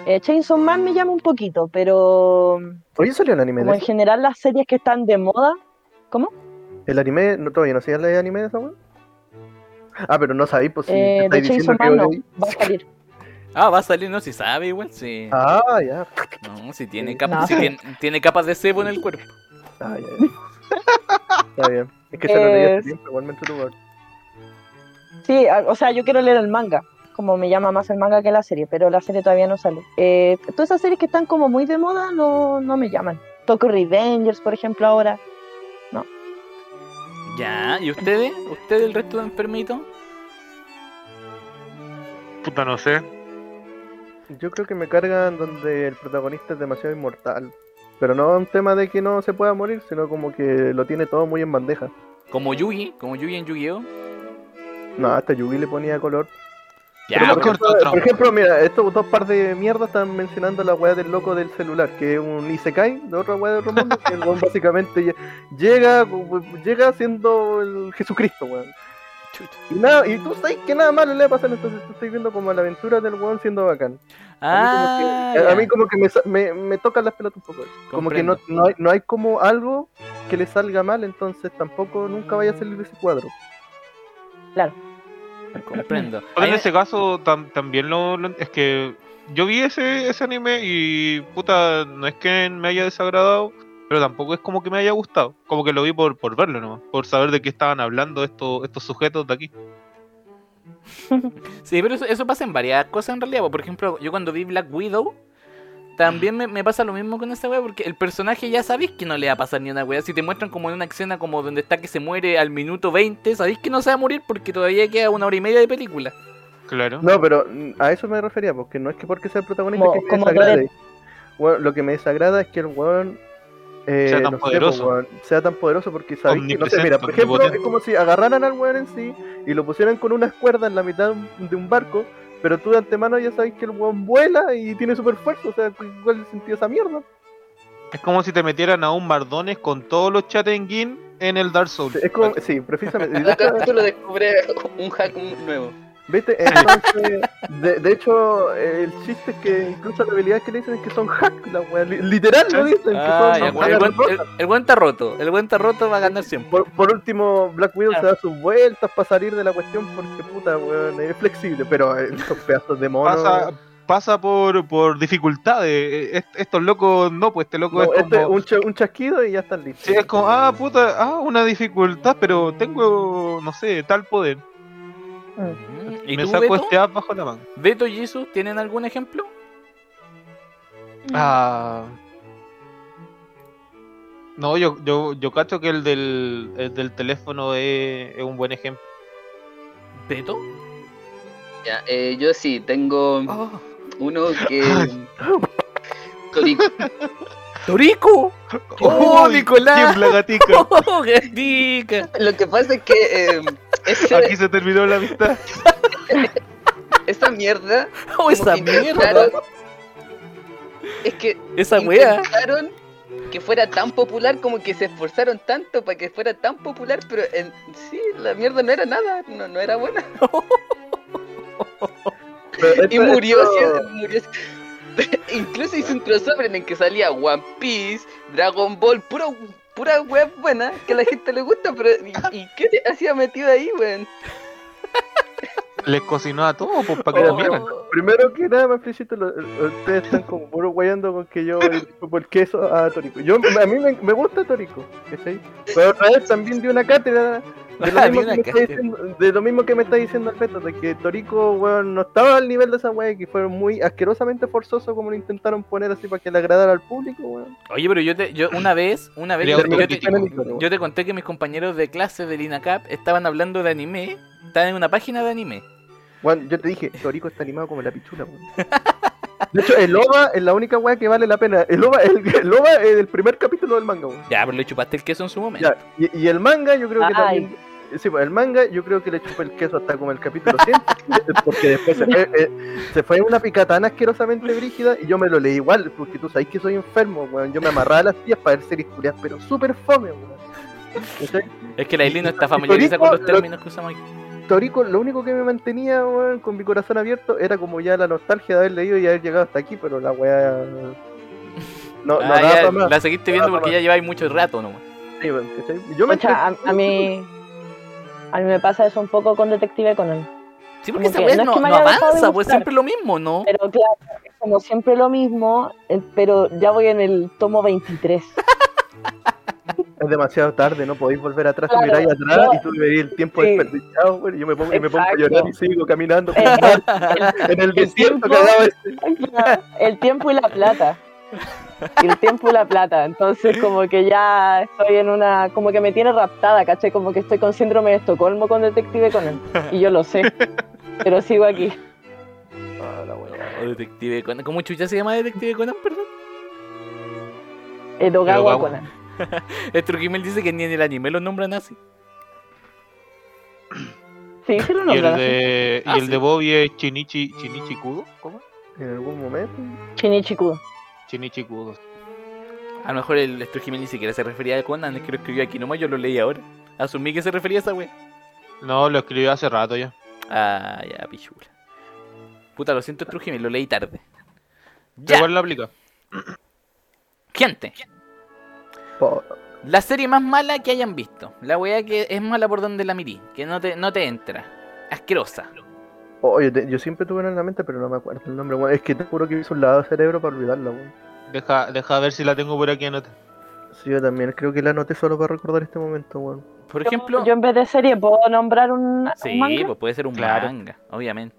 Eh, Chainsaw Man me llama un poquito, pero
Oye, salió el anime
como
de
en general las series que están de moda, ¿cómo?
ese? El anime, no, todavía no se el anime de esa weón. Ah, pero no sabéis, pues si
Eh,
te
de
estáis diciendo
Chainsaw
que
Man no,
oye-
va a salir.
Ah, va a salir, no, si sabe igual, sí.
Ah, ya.
No, si tiene capas,
No.
si tiene, tiene capas de cebo en el cuerpo.
Ah, ya, ya. Está bien. Es que se lo leí
Es-
hace tiempo, igualmente tu lugar.
Sí, a- o sea, yo quiero leer el manga, como me llama más el manga que la serie, pero la serie todavía no sale. Eh, todas esas series que están como muy de moda no, no me llaman. Tokyo Revengers, por ejemplo, ahora.
Ya, ¿y ustedes? ¿Ustedes el resto de enfermitos?
Puta, no sé.
Yo creo que me cargan donde el protagonista es demasiado inmortal. Pero no un tema de que no se pueda morir, sino como que lo tiene todo muy en bandeja.
Como Yugi, como Yugi en Yu-Gi-Oh.
No, hasta Yugi le ponía color.
Ya,
Pero por,
pero-
corto,
ejemplo,
tronco.
por ejemplo, mira, estos dos par de mierda están mencionando la weá del loco del celular, que es un Isekai de otra weá de otro mundo, que el weón básicamente lle- llega, llega siendo el Jesucristo, weón.
chuta.
Y, nada, y tú sabes que nada malo le va a pasar, entonces tú estás viendo como la aventura del weón siendo bacán. a mí como
Ah,
que, a
ya.
mí como que me, sa- me, me tocan las pelotas un poco. Como que no, no, hay, no hay como algo que le salga mal, entonces tampoco nunca vaya a salir de ese cuadro. (laughs)
comprendo.
Pero en
Ahí-
ese caso tam- también lo, lo- es que yo vi ese, ese anime y puta, no es que me haya desagradado, pero tampoco es como que me haya gustado. Como que lo vi por, por verlo nomás, por saber de qué estaban hablando estos, estos sujetos de aquí.
Sí, pero eso, eso pasa en varias cosas en realidad. Por ejemplo, yo cuando vi Black Widow, también me, me pasa lo mismo con esa wea, porque el personaje ya sabéis que no le va a pasar ni una wea. Si te muestran como en una escena como donde está que se muere al minuto 20, sabéis que no se va a morir porque todavía queda una hora y media de película.
Claro.
No, pero mm, a eso me refería, porque no es que porque sea el protagonista
Como-
que me
como
desagrade. Bueno, lo que me desagrada es que el weón eh,
Sea tan
no sé,
poderoso.
pues, weón, sea tan poderoso porque sabéis que no sé,
Omnipresente,
mira, por ejemplo,
omnipotente.
es como si agarraran al weón en sí y lo pusieran con unas cuerdas en la mitad de un- de un barco, pero tú de antemano ya sabes que el weón vuela y tiene super fuerza, o sea, cu- ¿cuál es el sentido de esa mierda?
Es como si te metieran a un Mardones con todos los Chatengin en el Dark Souls.
Es como, sí, precisamente. y de
Cada
(laughs)
hecho-
capítulo descubre (laughs) un hack nuevo.
¿Viste? Entonces, de, de hecho, eh, el chiste es que incluso la habilidad que le dicen es que son hack, la wea, li- literal lo dicen,
Ah,
que
ya,
son
no,
el,
hack.
buen, el- el buen está roto, el buen está roto va a ganar siempre.
Por, por último, Black Widow
Ah.
se da sus vueltas para salir de la cuestión porque puta, weón, es flexible, pero eh, estos pedazos de mono.
Pasa, pasa por, por dificultades. eh, est- Estos locos, no, pues este loco
no,
es como...
este, un, cha- un chasquido y ya están
(laughs)
listos.
Sí, es como, ah, puta, ah, una dificultad, pero tengo, no sé, tal poder.
Mm, ¿Y
me
tú,
saco
Beto?
este app bajo la manga.
Beto y Jesus, ¿tienen algún ejemplo? Mm.
Ah. No, yo, yo, yo cacho que el del, el del teléfono es, es un buen
(laughs)
ejemplo.
¿Beto?
Ya, eh, yo sí, tengo
Oh,
Ah,
uno que. Torico.
¡Torico! ¡Oh,
¡Uy!
Nicolás!
¡Tiembla, gatica!
(laughs) ¡Oh, gatica!
Lo que pasa es que eh, ese-
Aquí se terminó la amistad.
esa mierda.
¡Oh,
como
esa
que
mierda!
intentaron- Es que
¡Esa wea!
intentaron que fuera tan popular como que se esforzaron tanto para que fuera tan popular, pero en sí, la mierda no era nada, no, no era buena.
Pero
Y
esto-
murió,
esto-
sí, murió. (laughs) Incluso hizo un crossover en el que salía One Piece, Dragon Ball, puro, pura web buena que a la gente le gusta, pero ¿y, y qué te hacía metido ahí, weón?
Les cocinó a todos, pues, para que
Oh,
Mira,
comieran.
Primero que nada, me felicito. lo- lo- ustedes están como puro guayando con que yo por el queso a Torico. Yo, a mí me, me gusta Torico, ¿cachai? Pero otra vez también dio una cátedra. De
(laughs)
lo,
Ah,
mismo
dio
que
una
me está
cátedra.
diciendo, de lo mismo que me está diciendo Alberto, de que Torico weón, no estaba al nivel de esa wea que fue muy asquerosamente forzoso como lo intentaron poner así para que le agradara al público. weón.
Oye, pero yo te, yo una vez, una vez,
Creo
yo te-
que-
yo te,
Pero-
yo te conté que mis compañeros de clase del INACAP estaban hablando de anime, estaban en una página de anime.
Weón, yo te dije, Torico está animado como la pichula. weón. De hecho, el OVA es la única wea que vale la pena. El OVA, el, el OVA es el primer capítulo del manga. weón.
Ya, pero le chupaste el queso en su momento.
Ya, y, y el manga yo creo que
Ay.
también... Sí, pues el manga yo creo que le chupa el queso hasta como el capítulo 100, (laughs) porque después se fue, eh, se fue una picatana asquerosamente brígida y yo me lo leí igual, porque tú sabes que soy enfermo, weón. Yo me amarraba a las tías para ver series culiadas, pero súper fome, weón. ¿Cachai?
Es que la Eli no está familiarizada con los
Lo-
términos que usamos aquí.
Torico, lo único que me mantenía, weón, con mi corazón abierto era como ya la nostalgia de haber leído y haber llegado hasta aquí, pero la weá... No, no
Ah,
daba
ya,
pa' más,
la seguiste viendo
daba pa'
porque ya lleváis mucho rato nomás.
sí, weón, ¿cachai? Yo me...
Pucha, a, a mí. A mí me pasa eso un poco con Detective Conan.
Sí, porque
Como
esa
que
weá
no
no,
es que me
no
haya dejado de
avanza, pues
gustar.
siempre lo mismo, ¿no?
Pero claro, es como siempre lo mismo, eh, pero ya voy en el tomo 23.
Es demasiado tarde, no podéis volver atrás,
Claro,
te miráis atrás
no.
y tú verías el tiempo
Sí.
desperdiciado, güey. y Yo me pongo, y me pongo a
Exacto.
llorar y sigo caminando
Eh,
(laughs) en el desierto
tiempo.
cagado.
el tiempo y la plata. El tiempo y la plata. Entonces, como que ya estoy en una. Como que me tiene raptada, ¿cachai? Como que estoy con síndrome de Estocolmo con Detective Conan. Y yo lo sé. Pero sigo aquí.
O Detective Conan. ¿Cómo chucha se llama Detective Conan, perdón?
Edogawa
Edogawa.
Conan.
El Trujimel dice que ni en el anime lo nombran así.
Sí, sí lo
Y el
nombran.
de,
Ah,
y el
sí.
de Bobby es Chinichi, Chinichi Kudo. ¿Cómo?
En algún momento.
Shinichi Kudo.
Chinichi Kudo.
A lo mejor el, el Trujimel ni siquiera se refería a Conan, es que lo escribió aquí nomás, yo lo leí ahora. Asumí que se refería a esa weá.
No, lo escribió hace rato ya.
Ah, ya, pichula. Puta, lo siento, Trujimel, lo leí tarde. Ya,
Igual lo aplica.
gente.
Po-
La serie más mala que hayan visto. La weá que es mala por donde la mirí. Que no te, no te entra. Asquerosa.
Oye, te- yo siempre tuve una en la mente, pero no me acuerdo el nombre, güey. Es que te juro que hice un lavado de cerebro para olvidarla, güey.
Deja, deja ver si la tengo por aquí anota.
Sí, yo también creo que la anoté solo para recordar este momento, weón.
Por ejemplo...
Yo, en vez de serie, ¿puedo nombrar un, un
Sí,
manga?
pues puede ser un
Claro.
manga, obviamente.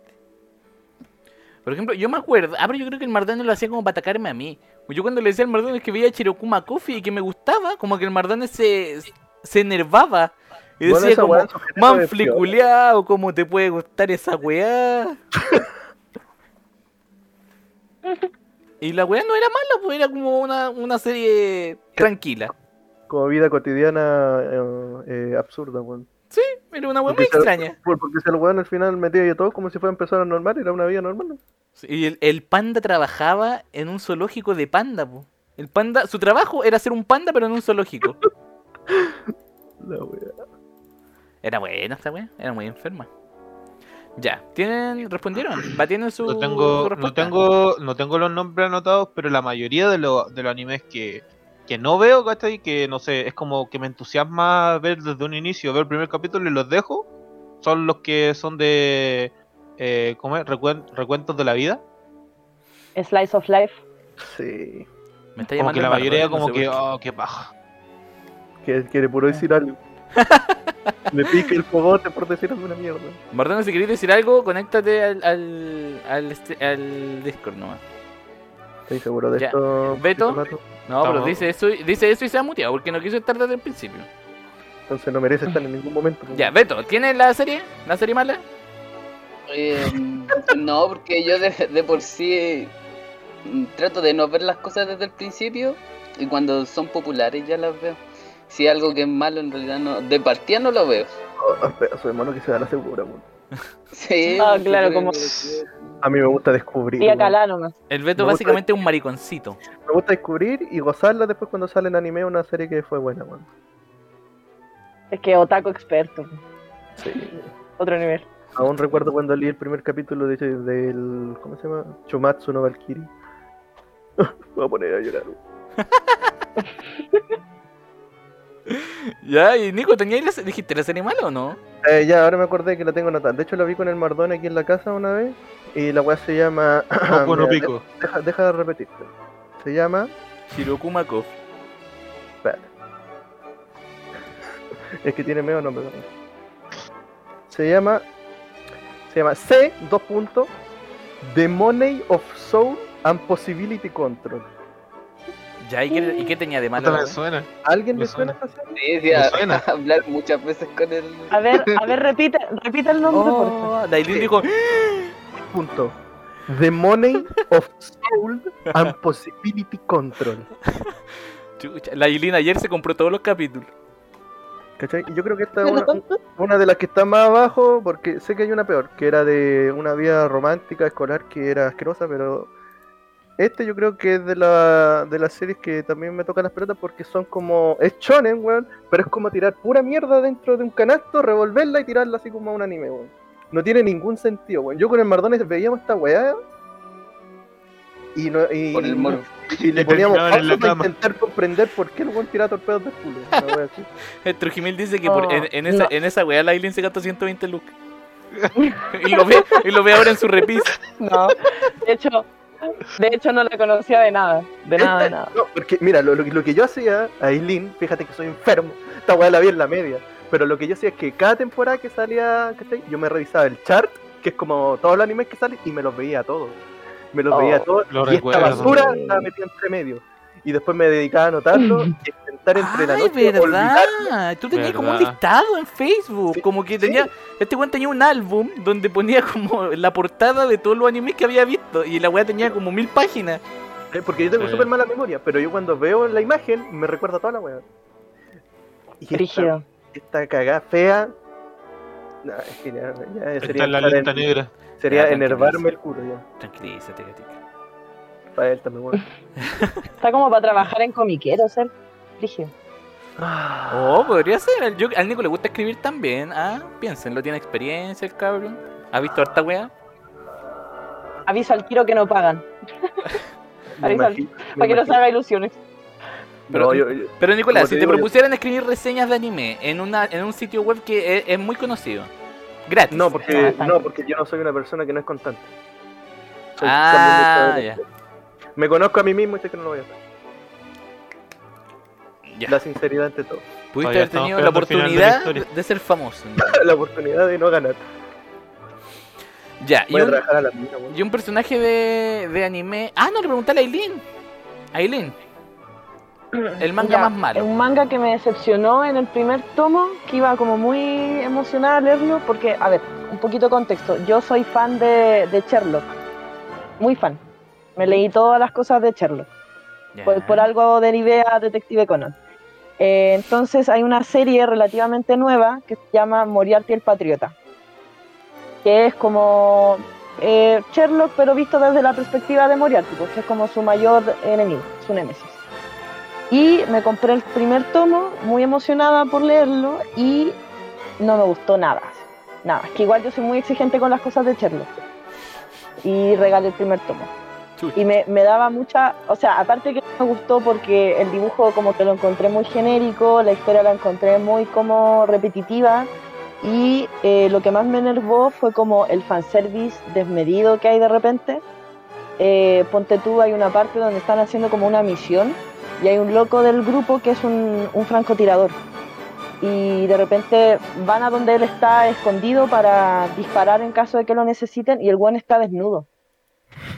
Por ejemplo, yo me acuerdo, ah, pero yo creo que el Mardano lo hacía como para atacarme a mí. Pues Yo cuando le decía al Mardano que veía Chirokuma Coffee y que me gustaba, como que el Mardano se, se enervaba. Y
Bueno,
decía
esa
como,
weá en su momento
man
me piola.
fliculeado, ¿cómo te puede gustar esa
(laughs)
weá? y la weá no era mala, pues era como una, una serie tranquila.
Como vida cotidiana eh, eh, absurda, weón.
Era una Ah, weá muy
Porque se-
extraña.
por- (laughs) Porque si el weón al final metía yo todo como si fuera a empezar a normal, era una vida normal, ¿no?
Sí, Y el, el panda trabajaba en un zoológico de panda, po. El panda, su trabajo era ser un panda, pero en un zoológico.
La wea.
Era buena esta wea, era muy enferma. Ya, tienen, respondieron, batieron su,
No
su
tengo, no
respuesta.
tengo, no tengo los nombres anotados, pero la mayoría de, lo- de los animes que, que no veo, ¿cachai? Que no sé, es como que me entusiasma ver desde un inicio, ver el primer capítulo y los dejo. Son los que son de. Eh, ¿Cómo es? Recuen- recuentos de la vida.
Slice of Life.
Sí.
Me está
Como
llamando
que la
el
mayoría,
Marco, no
como
sé
que,
por qué.
oh, qué
(laughs)
paja.
que, que le puro decir algo. (laughs) Me pica el cogote por decir alguna mierda.
Mardona, si queréis decir algo, conéctate al, al, al, este- al Discord nomás.
Estoy seguro de
Ya.
esto.
¿Beto?
Mato.
No,
Estamos-
pero dice eso, y- dice eso y se ha muteado, porque no quiso estar desde el principio.
Entonces no merece estar en ningún momento. pues.
Ya, Beto, ¿tienes la serie? ¿La serie mala?
Eh, no, porque yo de, de por sí mm, trato de no ver las cosas desde el principio y cuando son populares ya las veo. Si algo que es malo en realidad no, de partida no lo veo. (laughs)
Oh, pedazo de mono que se da la segura, weón.
Sí,
Ah,
porque
claro, (laughs)
creo
como-
que-
A mí me gusta descubrir.
Tía
weón.
Calá nomás.
El Beto
Me gusta-
básicamente es un mariconcito.
Me gusta descubrir y gozarla después cuando sale en anime una serie que fue buena, weón.
Es que otaku experto. Otro nivel.
Aún recuerdo cuando leí el primer capítulo de, del. ¿Cómo se llama? Chumatsu no Valkyrie. (laughs) Me voy a poner a llorar.
Ya, y Nico, ¿tenías la, se- dijiste la serie mala o no?
Eh, ya, ahora me acordé que la tengo anotada. De hecho, la vi con el Mardón aquí en la casa una vez. Y la weá se llama.
Poco
(laughs)
no
Mira,
pico.
Deja, deja de repetirte. Se llama.
Shirokuma Kof.
Espérate. Es que tiene medio nombre. ¿no? Se llama. Se llama C. Dos puntos. The Money of Soul and Possibility Control.
Ya, ¿y qué, y qué tenía de malo? eh?
Hasta me
weón?
suena.
¿Alguien
Me
le suena
suena.
esta serie?
Sí, sí,
Me
a-
suena.
a hablar muchas veces con él.
A ver, a ver, repite, repite el nombre, por favor.
Oh, Dailin dijo,
Punto. The Money of Soul and Possibility Control.
chucha, la Dailin ayer se compró todos los capítulos.
¿Cachai? Yo creo que
(laughs)
esta es una, una de las que está más abajo, porque sé que hay una peor, que era de una vida romántica escolar que era asquerosa, pero este yo creo que es de, la, de las series que también me tocan las pelotas porque son como. Es shonen, weón, pero es como tirar pura mierda dentro de un canasto, revolverla y tirarla así como a un anime, weón. No tiene ningún sentido, weón. Yo con el Mardones veíamos esta weá. Y, no, y,
Por el morbo.
y le
Y
poníamos
terminaban en la
pausa para
cama.
intentar comprender por qué el weón tiraba torpedos de culo. una weá así.
El Eh, Trujimil dice que por- en, en esa,
No.
en esa weá la Dailin se gastó 120 (laughs) lucas. y, lo ve, y lo ve ahora en su repisa.
No. De hecho, de hecho no la conocía de nada. De nada, de nada.
No, porque mira, lo, lo que- lo que yo hacía a Aileen, fíjate que soy enfermo, esta weá la vi en la media, pero lo que yo hacía es que cada temporada que salía, ¿cachai? Yo me revisaba el chart, que es como todos los animes que salen, y me los veía todos. Me los
Oh,
veía todos,
lo
y
recuerdo.
esta basura estaba metida entre medio. Y después me dedicaba a
Mm.
anotarlo, y intentar entre la
Ay,
noche olvidar.
verdad. Tú tenías como un
¿Verdad?
listado en Facebook.
Sí,
como que
sí.
tenía. Este weón tenía un álbum donde ponía como la portada de todos los animes que había visto. Y la weá tenía como mil páginas.
¿eh? Porque yo tengo
Sí.
súper mala memoria, pero yo cuando veo la imagen, me recuerda toda la weá. Y esta,
Rígido.
esta cagada fea... No, es que ya, ya sería
Está en la
estar en-
lista negra.
Sería
Ya,
enervarme
tranquiliza.
el culo ya.
Tranquilízate, gatita.
Para él también, bueno.
Está como para trabajar en comiqueros, ¿eh? Rígido.
Ah,
Oh, podría ser. Al, yo- al Nico le gusta escribir también. Ah, piénsenlo. Tiene experiencia el cabrón. ¿Ha visto harta weá?
Aviso al tiro que no pagan.
Me
Arizal,
imagino,
Oh, Para
me
que no se
imagino.
haga ilusiones.
Pero-
No, yo- yo-
Pero
Como
Nicolás,
te
si te
digo yo.
propusieran escribir reseñas de anime en, una, en un sitio web que e, es, es muy conocido. Gratis.
no, porque,
Ah,
no, porque yo no soy una persona que no es constante. Soy
Ah,
también
ya.
Me conozco a mí mismo y sé que no lo voy a hacer.
Ya.
La sinceridad ante todo. (laughs)
Pudiste
Todavía
haber
estamos
tenido la
esperando el final de la
oportunidad de,
historia.
de ser famoso.
La oportunidad de no ganar.
Ya, y
Voy a
un,
trabajar a la mina,
(laughs)
weón.
Y un personaje de, de anime. Ah, no, le pregunté a la Aileen. Aileen, el manga
Ya,
más
Es
malo.
un manga que me decepcionó en el primer tomo, que iba como muy emocionada a leerlo, porque, a ver, un poquito de contexto. Yo soy fan de, de Sherlock, muy fan. Me leí todas las cosas de Sherlock.
Ya.
Por, por algo derivé a Detective Conan. Eh, entonces hay una serie relativamente nueva que se llama Moriarty el Patriota, que es como eh, Sherlock, pero visto desde la perspectiva de Moriarty, porque es como su mayor enemigo, su némesis. Y me compré el primer tomo, muy emocionada por leerlo, y no me gustó nada. Nada, es que igual yo soy muy exigente con las cosas de Sherlock. Y regalé el primer tomo.
Chuta.
Y me, me daba mucha, o sea, aparte que no me gustó porque el dibujo como que lo encontré muy genérico, la historia la encontré muy como repetitiva y eh, lo que más me enervó fue como el fanservice desmedido que hay de repente. Eh, ponte tú, hay una parte donde están haciendo como una misión y hay un loco del grupo que es un, un francotirador. Y de repente van a donde él está escondido para disparar en caso de que lo necesiten y el guan está desnudo.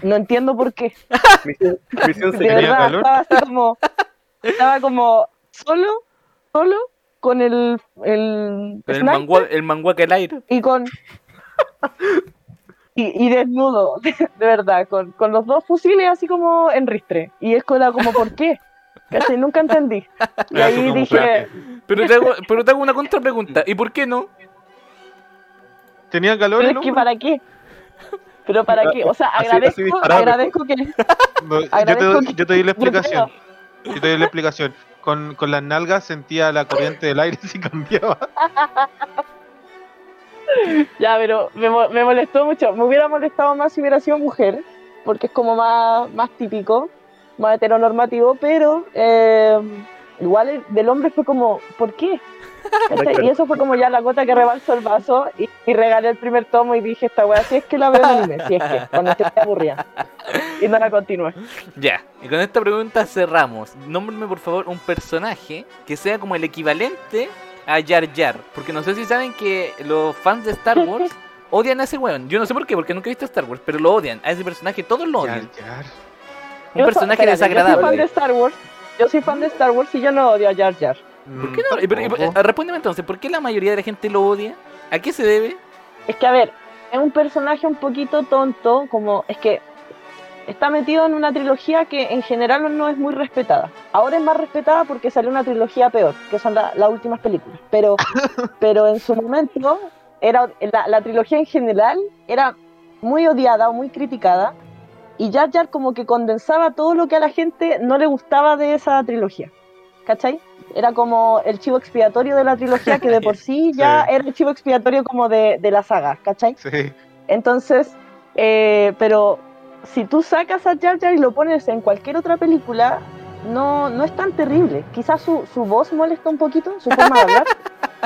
No entiendo por qué.
Misión, misión
De
secreta.
verdad,
calor?
estaba
(laughs)
así como. Estaba como solo, solo, con el. el,
Con el,
sniper
mangua, el manguaca al aire.
y con. (laughs) Y, y desnudo, (laughs) de, de verdad, con, con los dos fusiles así como en ristre. Y es como, era como, ¿por qué? Casi
(laughs)
nunca entendí. Y
Era su
ahí dije,
camuflaje.
Pero te hago, pero te hago una contrapregunta. ¿Y por qué no?
Tenía calor
¿pero
el
es que
hombre.
para qué? Pero para qué, o sea,
Así- así
agradezco,
disparable.
agradezco que
No, yo, te
Agradezco
doy,
que-
yo te doy la
(laughs) yo creo.
explicación. Yo te doy la explicación. Con, con las nalgas sentía la corriente del aire (laughs) si cambiaba.
Ya, pero me, mo- me molestó mucho. Me hubiera molestado más si hubiera sido mujer, porque es como más, más típico, más heteronormativo, pero eh, igual el- del hombre fue como, ¿por
(laughs)
qué? ¿Cachai?
claro.
Y eso fue como ya la gota que rebalsó el vaso y, y regalé el primer tomo y dije, esta weá, si es que la veo en anime, si es que, cuando esté aburrida. Y no
(laughs)
la continué.
Ya, y con esta pregunta cerramos. Nómbrenme por favor un personaje que sea como el equivalente a Yar Yar. Porque no sé si saben que los fans de Star
(laughs)
Wars odian a ese weón. Yo no sé por qué, porque nunca he visto Star Wars, pero lo odian. A ese personaje todos lo odian. Un
Yo so-
personaje
espérate, Yo soy fan de
desagradable.
Star Wars, yo soy fan de Star Wars y yo no odio a Jar Jar.
¿Por
Mm,
qué no? Pero- pero-
Tampoco.
respóndeme entonces, ¿por qué la mayoría de la gente lo odia? ¿A qué se debe?
Es que, a ver, es un personaje un poquito tonto, como es que está metido en una trilogía que en general no es muy respetada. Ahora es más respetada porque salió una trilogía peor, que son la- las últimas películas. Pero, pero en su momento, era, la, la trilogía en general era muy odiada o muy criticada. Y Jar Jar como que condensaba todo lo que a la gente no le gustaba de esa trilogía. ¿Cachai? Era como el chivo expiatorio de la trilogía que de por sí ya
Sí.
era el chivo expiatorio como de, de la saga, ¿cachai?
Sí.
Entonces, eh, pero si tú sacas a Jar Jar y lo pones en cualquier otra película, no, no es tan terrible. Quizás su, su voz molesta un poquito, su forma de hablar,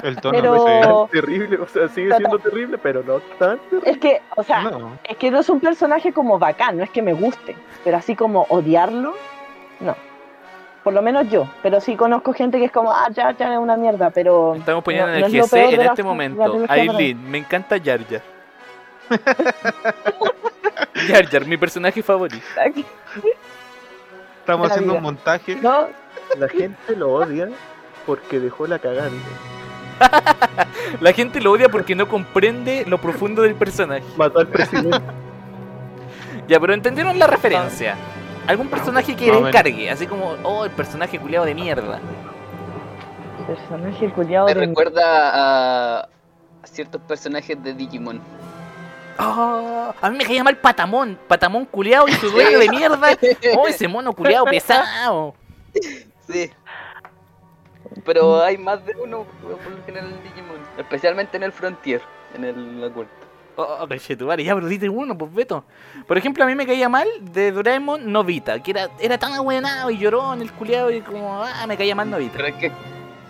El tono.
pero
(laughs) terrible, o sea, sigue siendo terrible, pero no tan terrible.
es que, o
sí.
sea,
No.
es que no es un personaje como bacán, no es que me guste, pero así como odiarlo, no. Por lo menos yo, pero sí conozco gente que es como, ah, Jar Jar es una mierda, pero...
Estamos poniendo
no-
en
no
el
es lo
GC
peor
en
de la-
este
la
momento.
trilogía para mí.
Aileen, me encanta Yar (laughs) Yar. Yar Yar, mi personaje favorito.
Estamos
la
haciendo
vida.
un montaje.
No,
La gente lo odia porque dejó la cagante.
La gente lo odia porque no comprende lo profundo del personaje.
Mató al presidente.
Ya, pero entendieron la referencia. Algún personaje que
Más o
les
menos.
encargue, así como, oh, el personaje culiado de mierda.
personaje culiado
Me
de...
recuerda a, a ciertos personajes de Digimon.
Oh, a mí me caía mal Patamón, Patamón culiado y su dueño de mierda. Oh, ese mono culiado pesado.
Sí.
Mm.
Pero hay más de uno por lo general en Digimon. Especialmente en el Frontier, en el Oculto.
Oh, conchetumare, ya perdiste uno, pues Beto. Por ejemplo, a mí me caía mal de Doraemon Novita, que era, era tan ahueonado y llorón el culiado y como, ah, me caía mal Novita.
Pero es que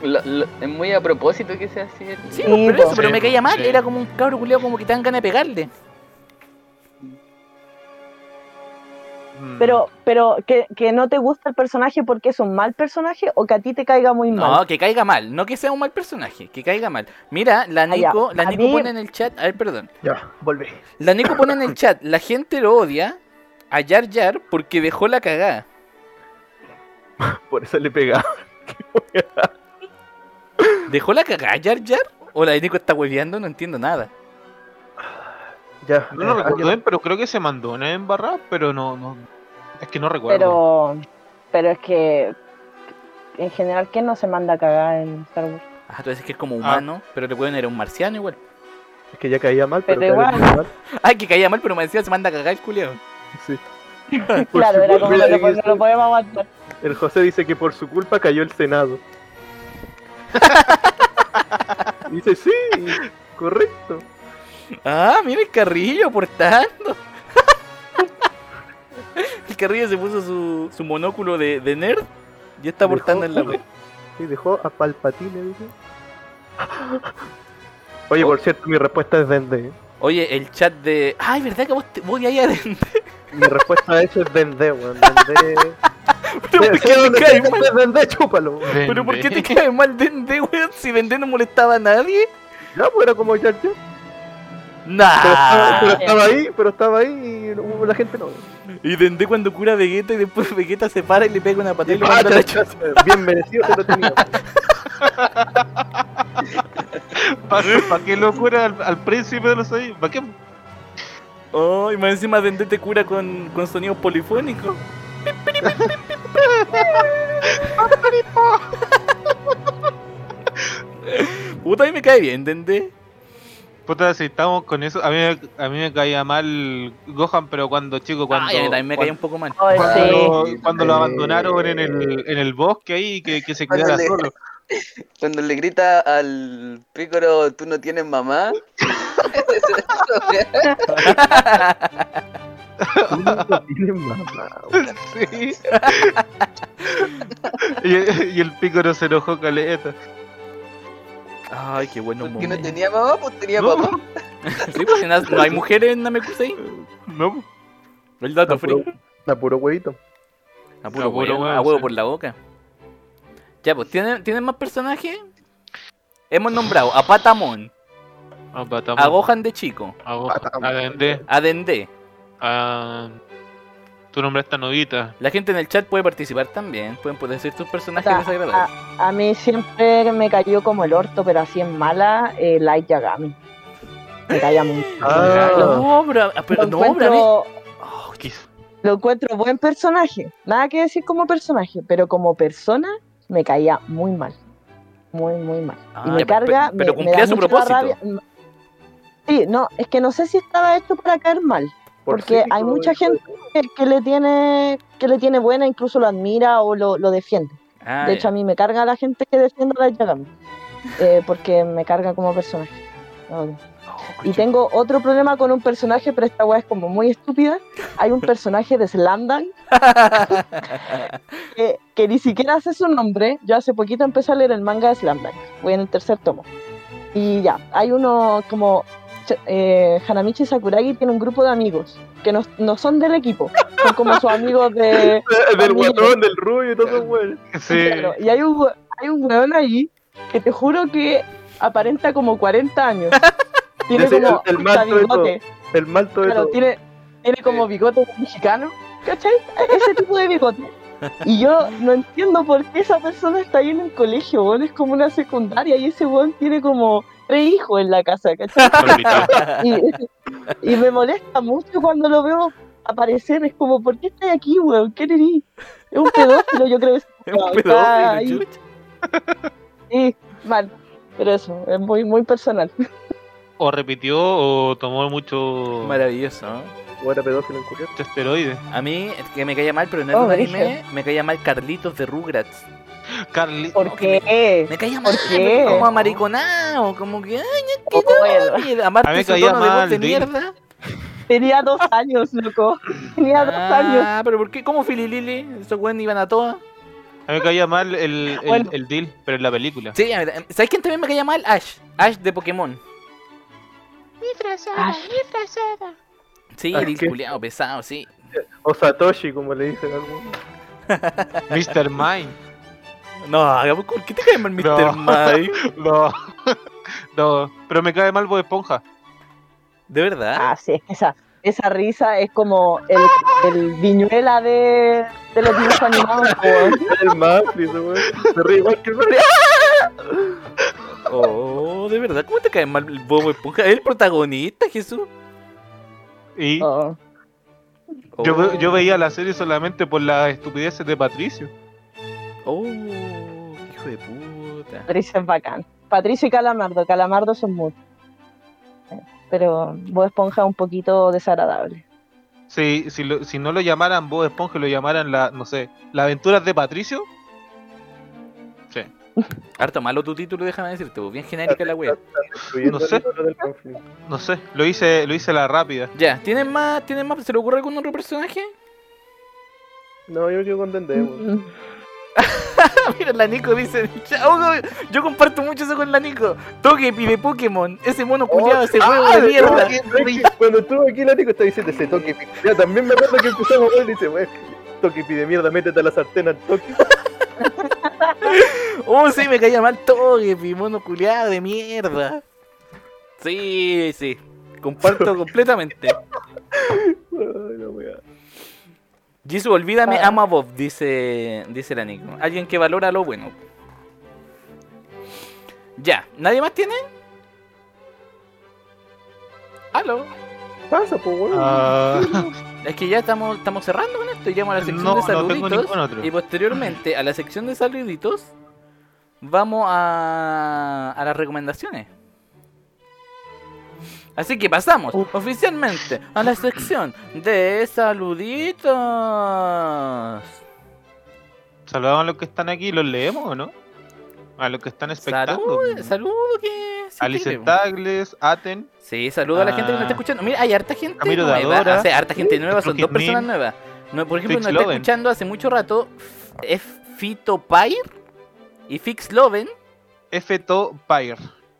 lo- lo- es muy a propósito que sea así. el-
Sí,
Sí,
pues, pero
po.
eso, pero
Sí,
me
po,
caía mal,
sí.
era como un cabro culiado como que te dan ganas de pegarle.
Mm.
Pero, pero que, que no te gusta el personaje porque es un mal personaje o que a ti te caiga muy mal.
No, que caiga mal, no que sea un mal personaje, que caiga mal. Mira, la
Ah, ya.
Nico, la
A
Nico
mí-
pone en el chat, a ver, perdón.
Ya, volví.
La Nico pone
(coughs)
en el chat, la gente lo odia a Yar Yar porque dejó la cagada.
Por eso le pegaba.
¿Dejó la cagada Yar Yar? O la Nico está hueveando, no entiendo nada.
Ya.
No lo
eh,
recuerdo
alguien-
bien, pero creo que se mandó una embarrada, pero no, no. Es que no recuerdo.
pero, pero es que en general, ¿quién no se manda a cagar en Star Wars?
Ah, tú dices que es como humano, pero le pueden era un marciano igual.
Es ah, que ya caía mal, pero,
Pero
caía
igual.
muy mal.
Ay, que caía mal, pero me decía se manda a cagar el culiao.
Sí. Por
(laughs) Claro,
su
era
culpa,
como no
mira,
lo, no lo podemos aguantar.
El José dice que por su culpa cayó el Senado. dice, sí, correcto.
Ah, mira el carrillo aportando. (laughs) el carrillo se puso su, su monóculo de, de nerd y está aportando en la web.
Y dejó a Palpatine, dice. Oye, por cierto, mi respuesta es Dende. ¿eh?
Oye, el chat de. Ay, ¿verdad que vos, te... vos odiáis a Dende?
Mi respuesta a eso es Dende, weón. Dende.
(laughs) ¿Pero por qué te cae mal?
es Dende, chúpalo. weón.
Vende.
¿Pero por
(laughs)
qué te cae mal Dende, weón? Si Dende no molestaba a nadie.
Ya, pues era como Jar Jar.
Ah,
Pero, estaba- pero
Nah.
estaba ahí, pero estaba ahí y no- la gente no.
Y Dende cuando cura a Vegeta y después Vegeta se para y le pega una patada y lo
Ah,
manda a la chucha.
Bien merecido se lo tenía.
¿Para, qué locura al, al príncipe de los ahí? ¿Para qué?
Oh, y más encima Dende te cura con, con sonidos (laughs) polifónicos. Puta, a mí me cae bien, Dende.
Puta, si estamos con eso, a mí, me- a mí me caía mal Gohan, pero cuando chico, cuando,
ah, ya, también me caía un
cuando,
poco mal.
Ay, sí.
cuando,
Sí.
cuando lo abandonaron en el, en el bosque ahí, que, que se quedara
Ándale.
solo.
(laughs) Cuando le grita al pícoro, tú no tienes mamá. (laughs)
No tiene mamá, weón.
Sí. (laughs) y, y el pícaro se enojó caleta.
Ay, qué buenos
que no
momentos.
tenía mamá, pues tenía
No,
papá.
Sí, porque na- no hay mujeres en Namekusei.
no.
El dato
Está puro-
frío.
está puro huevito.
A
A
puro
puro
huevo,
huevo,
a huevo
sí.
por la boca. Ya, pues, ¿tienen, ¿tienen más personajes? Hemos nombrado a Patamon,
Ah,
a
patamos.
Gohan de chico,
A Gohan. A Dende.
a Dende.
A... Ah, Tu nombre está novita.
La gente en el chat puede participar también. Pueden poder decir tus
O
personajes
sea,
desagradables.
a, a mí siempre me cayó como el orto, pero así en mala, eh, Light Yagami. Me caía muy
Ah,
No, pero, ah, pero
lo,
no, pero.
encuentro,
Oh, qué-
lo encuentro buen personaje. Nada que decir como personaje, pero como persona me caía muy mal. Muy, muy mal.
Ah,
y me
ya,
carga.
pe- pero
me- me,
cumplía
da
su
mucha
propósito.
rabia. Sí, no, es que no sé si estaba hecho para caer mal. Porque hay mucha gente que, que le tiene que le tiene buena, incluso lo admira o lo, lo defiende.
Ah,
De hecho, a mí me carga la gente que defiende a la Yagami. eh, porque me carga como personaje. Lo
Oh,
odio. Y tengo otro problema con un personaje, pero esta weá es como muy estúpida. Hay un personaje de Slandan que, que ni siquiera sé su nombre. Yo hace poquito empecé a leer el manga de Slandan. Voy en el tercer tomo. Y ya, hay uno como. ch- eh, Hanamichi Sakuragi tiene un grupo de amigos que no, no son del equipo, son como sus amigos
(laughs)
de,
Del
Del
guatón,
guatón,
del rubio y todo eso, weón.
(laughs) Sí.
Claro, y hay un, hue- hay un weón ahí que te juro que aparenta como
(laughs)
40 años. Tiene
Ese,
como
el- el
hasta
manto de todo,
bigote.
El mal todo
Claro,
eso.
tiene, tiene como bigote mexicano. ¿Cachai? E-, Ese tipo
(laughs)
de bigote. Y yo no entiendo por qué esa persona está ahí en el colegio, weón. Es como una secundaria y ese weón tiene como tres hijos en la casa, ¿cachai? Y, y me molesta mucho cuando lo veo aparecer. Es como, ¿por qué estás aquí, weón? ¿Qué eres? Es un pedófilo, yo creo que
(laughs) (laughs) es un
está
pedófilo,
ahí.
chucha.
Sí, mal. Pero eso, es muy, muy personal.
O repitió o tomó mucho
Maravilloso. ¿no?
Ahora pedófilo en curio.
esteroide.
A mí, el que me caía mal, pero no es
Oh,
un anime, me caía mal Carlitos de Rugrats.
Carly.
¿Por
No, que
qué?
Me caía mal,
¿Por qué?
como amariconado, como que, ay,
Bueno,
mira, aparte
A mí me
su
caía
tono de voz
mal,
de
Ding.
mierda.
tenía dos años, loco. Tenía dos años.
Ah, pero ¿por qué? ¿Cómo Fili Lili? Esos güeyes iban a todas.
A mí me caía mal el, el,
Bueno.
el deal, pero en la película.
Sí, a ver, ¿sabes quién también me caía mal? Ash. Ash de Pokémon.
Ay,
Sí,
Ah,
el
¿qué?
culiao pesado, sí.
O Satoshi, como le dicen algunos.
Mr. Mime.
No, hagamos- ¿por qué te cae mal Mr.
No.
Mime?
No. (laughs) No. Pero me cae mal Bob Esponja.
De verdad.
Ah, sí, es que esa, esa risa es como el, el viñuela de, de los dibujos (laughs) animados. po.
El Maflis, weón. Se ríe igual que el Maflis.
Oh, de verdad, ¿cómo te cae mal el Bobo Esponja? Es el protagonista, Jesús.
Y
Oh.
Oh.
yo, ve- yo veía la serie solamente por las estupideces de Patricio.
Oh, qué hijo de puta.
Patricio es bacán. Patricio y Calamardo. Calamardo son muchos. Pero Bob Esponja es un poquito desagradable.
Si, si, lo- si no lo llamaran Bob Esponja, lo llamaran la, no sé, las aventuras de Patricio. Sí.
Harto malo tu título, déjame decirte, vos, bien genérica la (laughs) wea.
No sé.
Del conflicto.
No sé. Lo hice, lo hice a la rápida.
Ya, ¿tienen más? ¿Tienen más? ¿Se le ocurre algún otro personaje?
No, yo me quedo con Dende,
Mm,
weón.
Ah, mira, la Nico dice, chao, güey". yo comparto mucho eso con la Nico. Toque pide Pokémon, ese mono
mm,
Oh,
culiado, ese huevo
ah,
de mierda.
Cuando estuvo aquí, el Nico está diciendo ese toque. Ya también me acuerdo que empezamos a ver y dice, weón. Toque pide mierda, métete a la sartén al toque.
Oh, sí, me caía mal Togepi, mono culiado de mierda. Sí, sí, (laughs) comparto completamente.
Ay, la weá.
Jisoo, olvídame,
Ah.
ama a Bob, dice, dice la Nico. Alguien que valora lo bueno. Ya, ¿nadie más tiene? ¿Aló?
Pasa, po, weón.
Ah. (laughs)
Es que ya estamos, estamos cerrando con esto. Llegamos a la sección
No,
de
no tengo
saluditos.
ningún otro.
Y posteriormente a la sección de saluditos, vamos a, a las recomendaciones. Así que pasamos
Uh.
oficialmente a la sección de saluditos.
Saludamos a los que están aquí, los leemos, ¿o no? A los que están expectando.
Saludos, saludos que... sí te
Alice
creo.
Tagles, Aten,
Sí, saludo a la gente que nos está
Ah.
escuchando. Mira, hay harta gente
Camilo
nueva.
Dadora.
o sea, harta gente nueva, son
Rocket
dos personas
Nin.
nuevas. No, por ejemplo,
Fix
nos está
Loven.
escuchando hace mucho rato F- es Fito Pair y Fix Loven.
Efeto Pyre.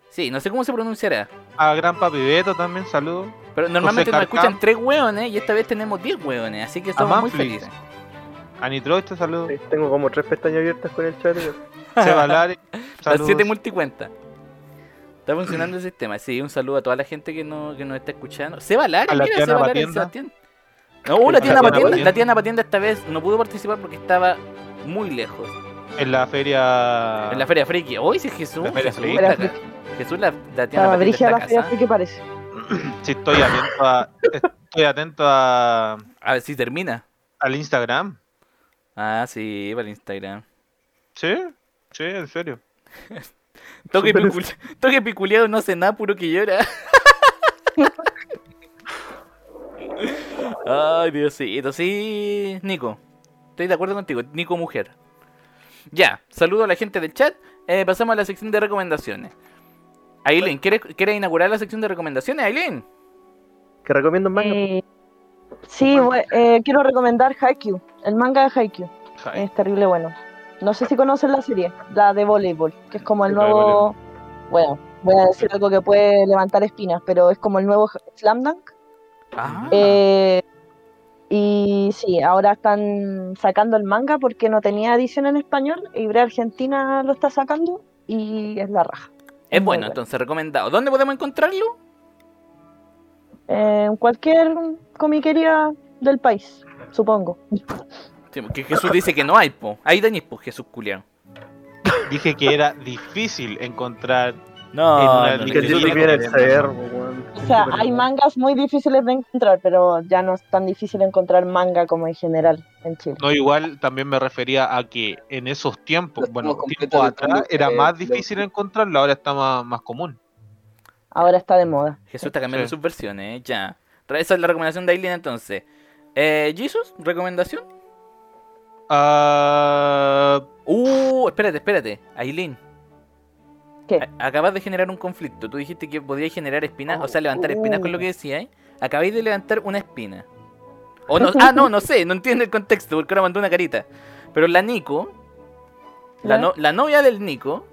Sí, no sé cómo se pronunciará.
A Gran Papi Beto también, saludos.
Pero normalmente nos
Carcam.
escuchan tres hueones y esta vez tenemos diez hueones, así que estamos muy
Manflix.
felices.
A Nitrocho, saludos.
Sí, Eh, tengo como tres pestañas abiertas con el chat. weón.
Seba Lari,
(laughs) Las
saludos.
siete multicuentas. Está funcionando el sistema. Sí, un saludo a toda la gente que, no, que nos está escuchando. Seba Lara,
A la
mira,
Tiana
Seba Lara, el
Batienda.
Sebastián. No, uh, la
A la
tienda
Tiana
Patienda. La
Batienda.
tienda Patienda esta vez no pudo participar porque estaba muy lejos.
En la feria.
En la Feria Friki. Hoy sí Jesús.
La Feria
Jesús,
Friki.
la- Jesús la, la tiene
La
la
brilla
patente
de
en
la feria,
casa.
¿qué parece?
Sí, estoy atento a. Estoy atento a.
A ver si Ah, termina.
Al Instagram.
Ah, sí, para el Instagram.
Sí, sí, en serio.
Toque,
Súper
picul- (laughs) Toque piculeado no hace nada, puro que (laughs) llora. Ay, Diosito. Sí, Nico. Estoy de acuerdo contigo. Nico, mujer. Ya, saludo a la gente del chat. Eh, pasamos a la sección de recomendaciones. Aileen, ¿quieres, quieres inaugurar la sección de recomendaciones, Aileen?
Que recomiendo un manga.
Eh, sí, bue- eh, quiero recomendar Haikyuu, el manga de Haikyuu.
Eh.
Ay,
Es terrible bueno. No sé si conocen la serie, la de voleibol, que es como el
La de
nuevo... Bueno, voy a decir algo que puede levantar espinas, pero es como el nuevo Slam Dunk.
Ah,
Eh, y sí, ahora están sacando el manga porque no tenía edición en español. Ibrea Argentina lo está sacando y es la raja.
es
muy
bueno, entonces recomendado. ¿Dónde podemos encontrarlo?
Eh, En cualquier comiquería del país, supongo.
Sí, porque Jesús dice que no hay, po. Ahí tenéis, po, Jesús culiao.
Dije que era difícil encontrar.
No,
En una
no,
eh, librería
que
Jesús
yo
sí,
te
dice-
quiero el
recomiendo.
CR, weón.
O sea, hay mangas muy difíciles de encontrar, pero ya no es tan difícil encontrar manga como en general en Chile.
No, igual también me refería a que en esos tiempos,
Los
bueno,
tomos
tiempos
completos de
atrás,
Tolkien,
era
eh,
más
los-
difícil encontrarlo, ahora está más, más común.
Ahora está de moda.
Jesús está cambiando
Sí.
sus versiones, eh, ya. Tra- Esa es la recomendación de Aileen entonces. Eh, Jesus, recomendación.
Ah, (laughs)
Uh, espérate, espérate. Aileen.
¿Qué?
a- Acabas de generar un conflicto. Tú dijiste que podías generar espinas, o sea, levantar
Oh.
espinas con lo que decías. ¿eh? Acabáis de levantar una espina. O
(laughs)
no, ah, no, no sé, no entiendo el contexto porque ahora mandó una carita. Pero la Nico, la,
¿Ya?
no- la novia del Nico,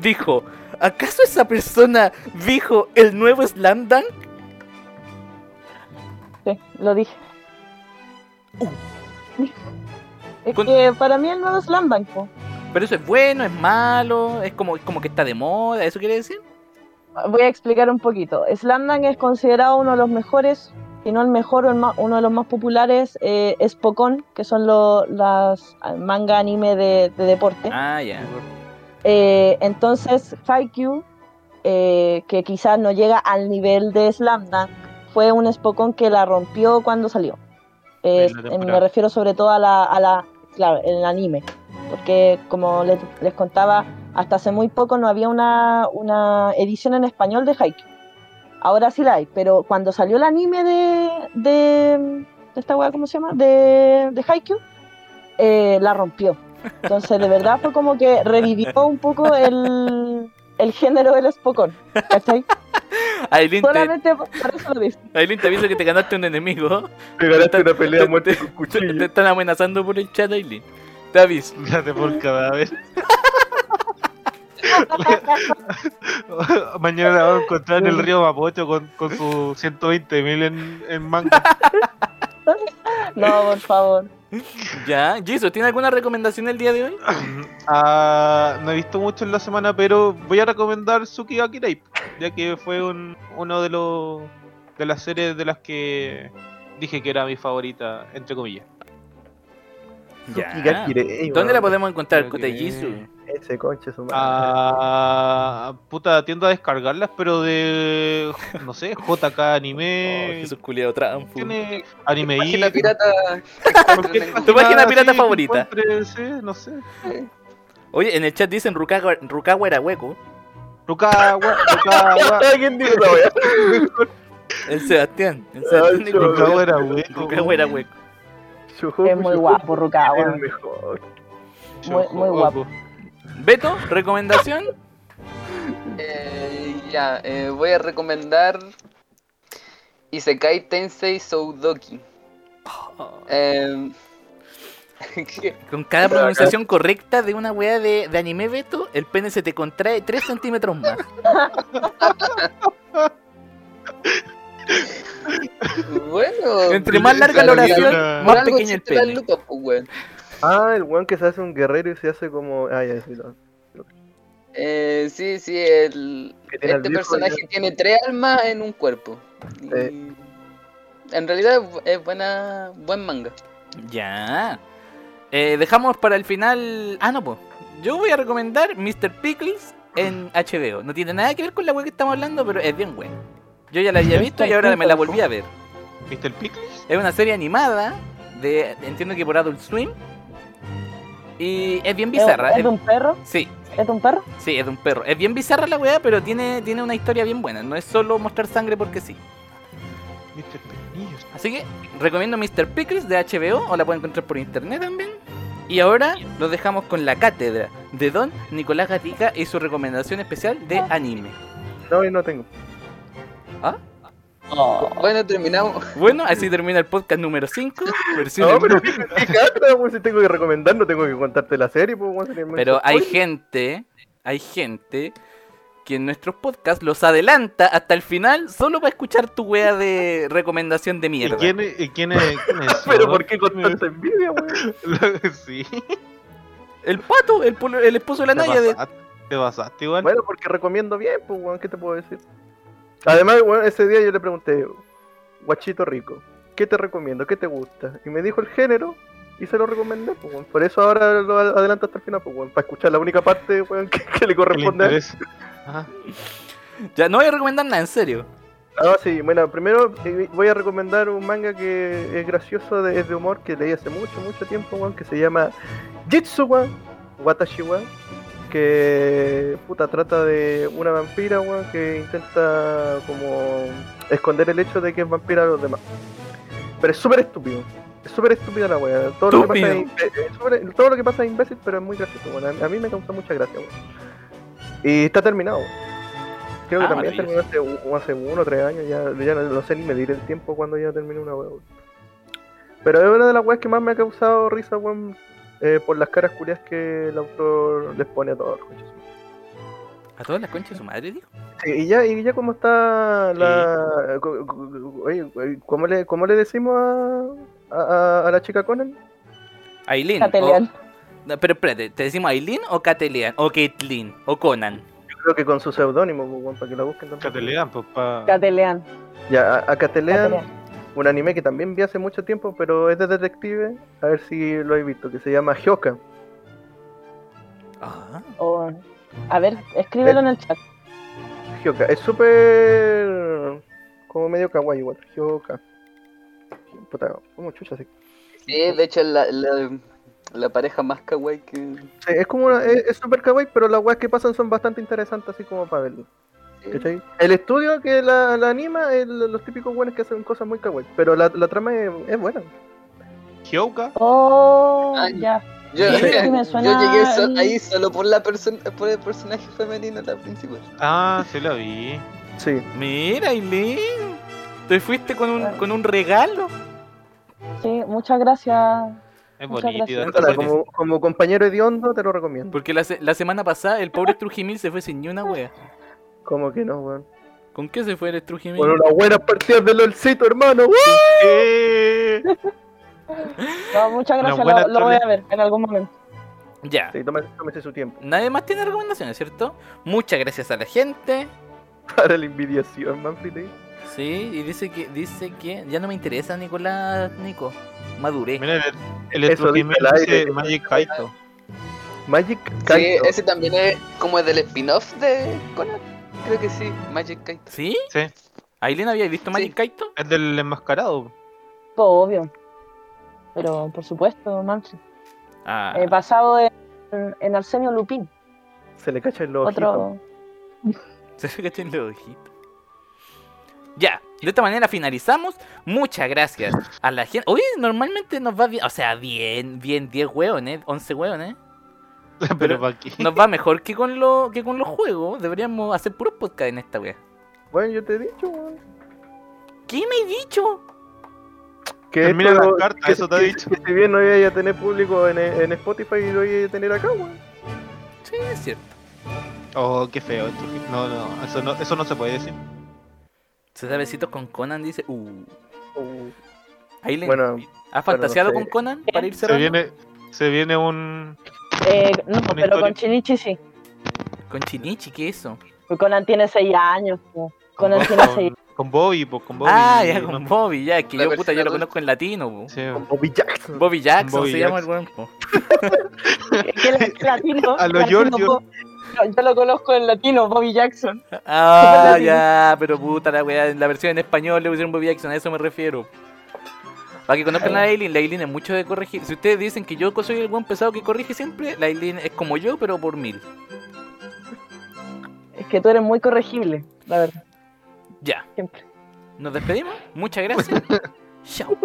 dijo: ¿Acaso esa persona dijo el nuevo Slam Dunk?
Sí, lo dije.
Uh.
Es
Con-
que para mí el nuevo Slam Dunk, po.
Pero eso es bueno, es malo, es como, es como que está de moda, ¿eso quiere decir?
Voy a explicar un poquito. Slam Dunk es considerado uno de los mejores, si no el mejor o el ma- uno de los más populares, eh, es Pokón, que son lo- las ah, manga anime de, de deporte.
Ah, ya.
Eh, entonces, Haikyuu, eh, que quizás no llega al nivel de Slam Dunk, fue un Spokon que la rompió cuando salió.
En la
Eh, en-
temporada.
me refiero sobre todo a la, a la claro, el anime, porque como les, les contaba, hasta hace muy poco no había una, una edición en español de Haikyuu. Ahora sí la hay, pero cuando salió el anime de, de, de esta weá, ¿cómo se llama? De, de Haikyuu, eh, la rompió. Entonces, de verdad fue como que revivió un poco el, el género del Spokon. ¿Cachai?
Aileen te,
Solamente por por eso lo dice.
Aileen, te aviso que te ganaste un enemigo. (laughs)
Te ganaste una pelea
te-
a muerte
te-
con
Te, te
cuchillo.
están amenazando por el chat, Aileen. Te aviso.
espérate por cada vez. (laughs) Mañana la vamos a encontrar en el río Mapocho con, con sus 120.000 en, en manga.
No, por favor.
Ya, Jesus, ¿tiene alguna recomendación el día de hoy?
Ah, no he visto mucho en la semana, pero voy a recomendar Suki ga Kirei, ya que fue un- uno de los de las series de las que dije que era mi favorita, entre comillas.
Ya. ¿Dónde la podemos encontrar,
Creo
Cote
que-
Jesus?
Ese conche su madre.
Ah, puta, tiendo a descargarlas, pero de no sé, JK
(laughs) Oh,
anime.
Jesús culiado trampo.
tiene anime
Página
I,
(laughs)
pirata.
cualquier
Tu página pirata
que
favorita.
encuentres, Sí, no sé.
Oye, en el chat dicen Rukawa Rukawa era hueco.
Rukawa,
(laughs)
Rukawa.
¿Alguien dijo la
(laughs)
wea?
El Sebastián. El
Ay,
Sebastián.
chulo.
Rukawa era
Rukawa era Ah, hueco.
Shuhoku,
pues,
Es muy
Shuhoku,
guapo, Rukawa.
El mejor.
Muy, muy guapo.
Beto, recomendación.
Eh, ya, eh, voy a recomendar Isekai Tensei Soudoki. Eh, (laughs) que-
Con cada pronunciación correcta de una weá de, de anime Beto, el pene se te contrae 3 centímetros más.
bueno.
Entre más larga Oh, la
claro,
oración,
mira, por
más
algo
pequeño el
existe la
pene.
lupa, pues, weón.
Ah, el weón que se hace un guerrero y se hace como. Ah, ya, sí, no.
Eh, sí, sí, el,
Que tiene al
este
viejo
personaje
ya.
tiene tres almas en un cuerpo. Y-
Sí.
En realidad es bu- es buena, buen manga.
Ya. Eh, dejamos para el final. Ah, no, pues. Yo voy a recomendar Mr. Pickles en HBO. No tiene nada que ver con la weá que estamos hablando, pero es bien buena. Yo ya la había visto y ahora me la volví a ver.
¿Viste el Pickles?
Es una serie animada de. Entiendo que por Adult Swim. Y es bien
¿Es,
bizarra.
es de un perro?
Sí,
¿Es de un perro?
sí, es de un perro. Es bien bizarra la weá, pero tiene, tiene una historia bien buena. No es solo mostrar sangre porque sí.
Mr. Pernillos.
Así que recomiendo Mr. Pickles de HBO o la pueden encontrar por internet también. Y ahora los dejamos con la cátedra de Don Nicolás Gatica y su recomendación especial de anime.
No, yo no tengo.
Bueno, terminamos.
Bueno, así termina el podcast número 5.
No, pero ¿qué cata, weón? Si tengo que recomendar, no tengo que contarte la serie, pues, weón, sería muy
Pero hay
spoiler.
gente, hay gente que en nuestros podcasts los adelanta hasta el final solo para escuchar tu wea de recomendación de
¿Y
mierda.
quién, es- y quién es? quién es?
Pero ¿por qué con tanta envidia, weón?
(laughs) sí.
El pato, el, polo- el esposo de la
te
Naya de...
basaste- Te basaste igual.
Bueno, porque recomiendo bien, pues, weón, ¿qué te puedo decir? Además, weón, ese día yo le pregunté, guachito rico, ¿qué te recomiendo? ¿Qué te gusta? Y me dijo el género y se lo recomendé, pues, weón. Por eso ahora lo ad- adelanto hasta el final, pues, weón, para escuchar la única parte, weón, (laughs) que, que le
¿Qué le
corresponde a él.
interesa? Ajá.
Ya no voy a recomendar nada, en serio.
Ah, sí, bueno, primero eh, voy a recomendar un manga que es gracioso, de, es de humor, que leí hace mucho, mucho tiempo, weón, que se llama Jitsuwa Watashiwa, que puta trata de una vampira, weón, que intenta como esconder el hecho de que es vampira a los demás. Pero es súper estúpido. Es súper estúpida la weá. Todo, lo que pasa es imbe- es súper- todo lo que pasa es imbécil, pero es muy gracioso, weón. A, a mí me causó mucha gracia, weón. Y está terminado, weón. Creo que
Ah,
también terminó hace, u- hace uno o tres años, ya, ya no, no sé ni medir el tiempo cuando ya terminé una weá, weón. Pero es una de las weas que más me ha causado risa, weón, eh, por las caras curias que el autor les pone a todos los coches.
A todas las conchas de su madre, dijo.
Sí, y ya, y ya como está la... co- co- Oye, ¿cómo le, cómo le decimos a, a, a la chica Conan?
Aileen. o-
Catelean.
No, pero espérate, ¿te decimos Aileen o Catelean? O Caitlyn, o Conan.
Yo creo que con su seudónimo, pues, weón, para que la busquen también.
Catelean, pues, pa-
Catelean.
Ya, a, a Catelean,
Catelean.
un anime que también vi hace mucho tiempo, pero es de detective, a ver si lo he visto, que se llama Hyoka.
Ah.
O- A ver, escríbelo en el chat.
Hyoka, es súper... como medio kawaii igual, Hyoka. Puta, como chucha se
(laughs) Sí, de hecho, la, la, la pareja más kawaii que.
Sí, es como una- es, es super kawaii, pero las weas que pasan son bastante interesantes así como para verlo. ¿cachai? El estudio que la, la anima es lo- los típicos buenos que hacen cosas muy kawaii, pero la, la trama es, es buena.
Hyouka.
Oh,
Ay.
ya.
(laughs) Yo,
Sí, sí, me
yo
suena
llegué so-
ahí.
ahí solo por la persona por el personaje femenino, la principal.
Ah, se la vi.
Sí.
Mira, Aileen. Te fuiste con un, con un regalo.
Sí, muchas gracias.
Es
Muchas
bonito.
gracias.
está
Ahora,
bonito.
como, como compañero hediondo te lo recomiendo.
Porque la, se- la semana pasada el pobre Trujimil se fue sin ni una wea.
Como que no, weón.
¿Con qué se fue el Trujimil?
Por unas buenas partidas de LOLcito, hermano. ¡Woo!
Eh,
No, muchas
Una
gracias,
buena
lo, lo voy a ver en algún momento.
Ya.
Sí, tómese, tómese su tiempo. (laughs)
Nadie más tiene recomendaciones, ¿cierto? Muchas gracias a la gente.
Para la invidiación, Manfred.
Sí, y dice que dice que ya no me interesa Nicolás Nico. Maduré.
Mira, el, el
(laughs) Eso dice
Estrujimil
el aire.
dice Magic Kaito.
Magic
Sí,
Kaito.
ese también es como del spin-off de Conan. Creo que sí, Magic Kite.
¿Sí?
Sí,
¿Aileen había visto Magic
Sí.
Kaito?
es del enmascarado. (laughs)
Todo obvio. Pero, por supuesto, Manfred.
Ah.
Eh, basado en, en Arsenio Lupín.
Se le cacha el ojo.
Otro,
Se le cachó en los ojitos. Ya, de esta manera finalizamos. Muchas gracias a la gente. Oye, normalmente nos va bien. O sea, bien, bien, 10 hueones, 11 hueones.
Pero para qué.
Nos va mejor que con, lo, que con los juegos. Deberíamos hacer puros podcast en esta wea.
Bueno, yo te he dicho, weón.
¿Qué me he dicho?
Que
Termina
esto
las
lo-
cartas,
que-
eso te he
que-
dicho.
que si bien no iba a tener público en, en Spotify y lo iba a tener acá, weón.
Sí, es cierto.
Oh, qué feo. esto. No, no, eso no, eso no se puede decir.
Se da besitos con Conan, dice. Uh.
Uh,
Ahí le...
Bueno,
¿Has fantaseado
bueno, no sé.
con Conan para ir
Se
cerrando?
viene, se viene un.
Eh, no, pero
historia.
con Chinichi sí.
Con Chinichi, ¿qué es eso?
Porque Conan tiene 6 años. po. Conan
con,
tiene 6
con Bobby, pues con Bobby.
ah, ya
no-
con Bobby, ya, que
La
yo puta, yo lo
versión
conozco en latino, po.
sí.
con Bobby Jackson.
Bobby Jackson
Bobby
se llama el weón, po.
(laughs)
que el latino,
A lo
latino,
Giorgio.
Bo- yo, yo lo conozco en latino, Bobby Jackson.
Ah,
Latino.
ya, pero puta la weá, en la versión en español le pusieron Bobby Jackson, a eso me refiero. Para que conozcan a la Aileen, la Aileen es mucho de corregir. Si ustedes dicen que yo soy el buen pesado que corrige siempre, la Aileen es como yo, pero por mil.
Es que tú eres muy corregible, la verdad,
Ya,
siempre.
nos despedimos, muchas gracias. Chao.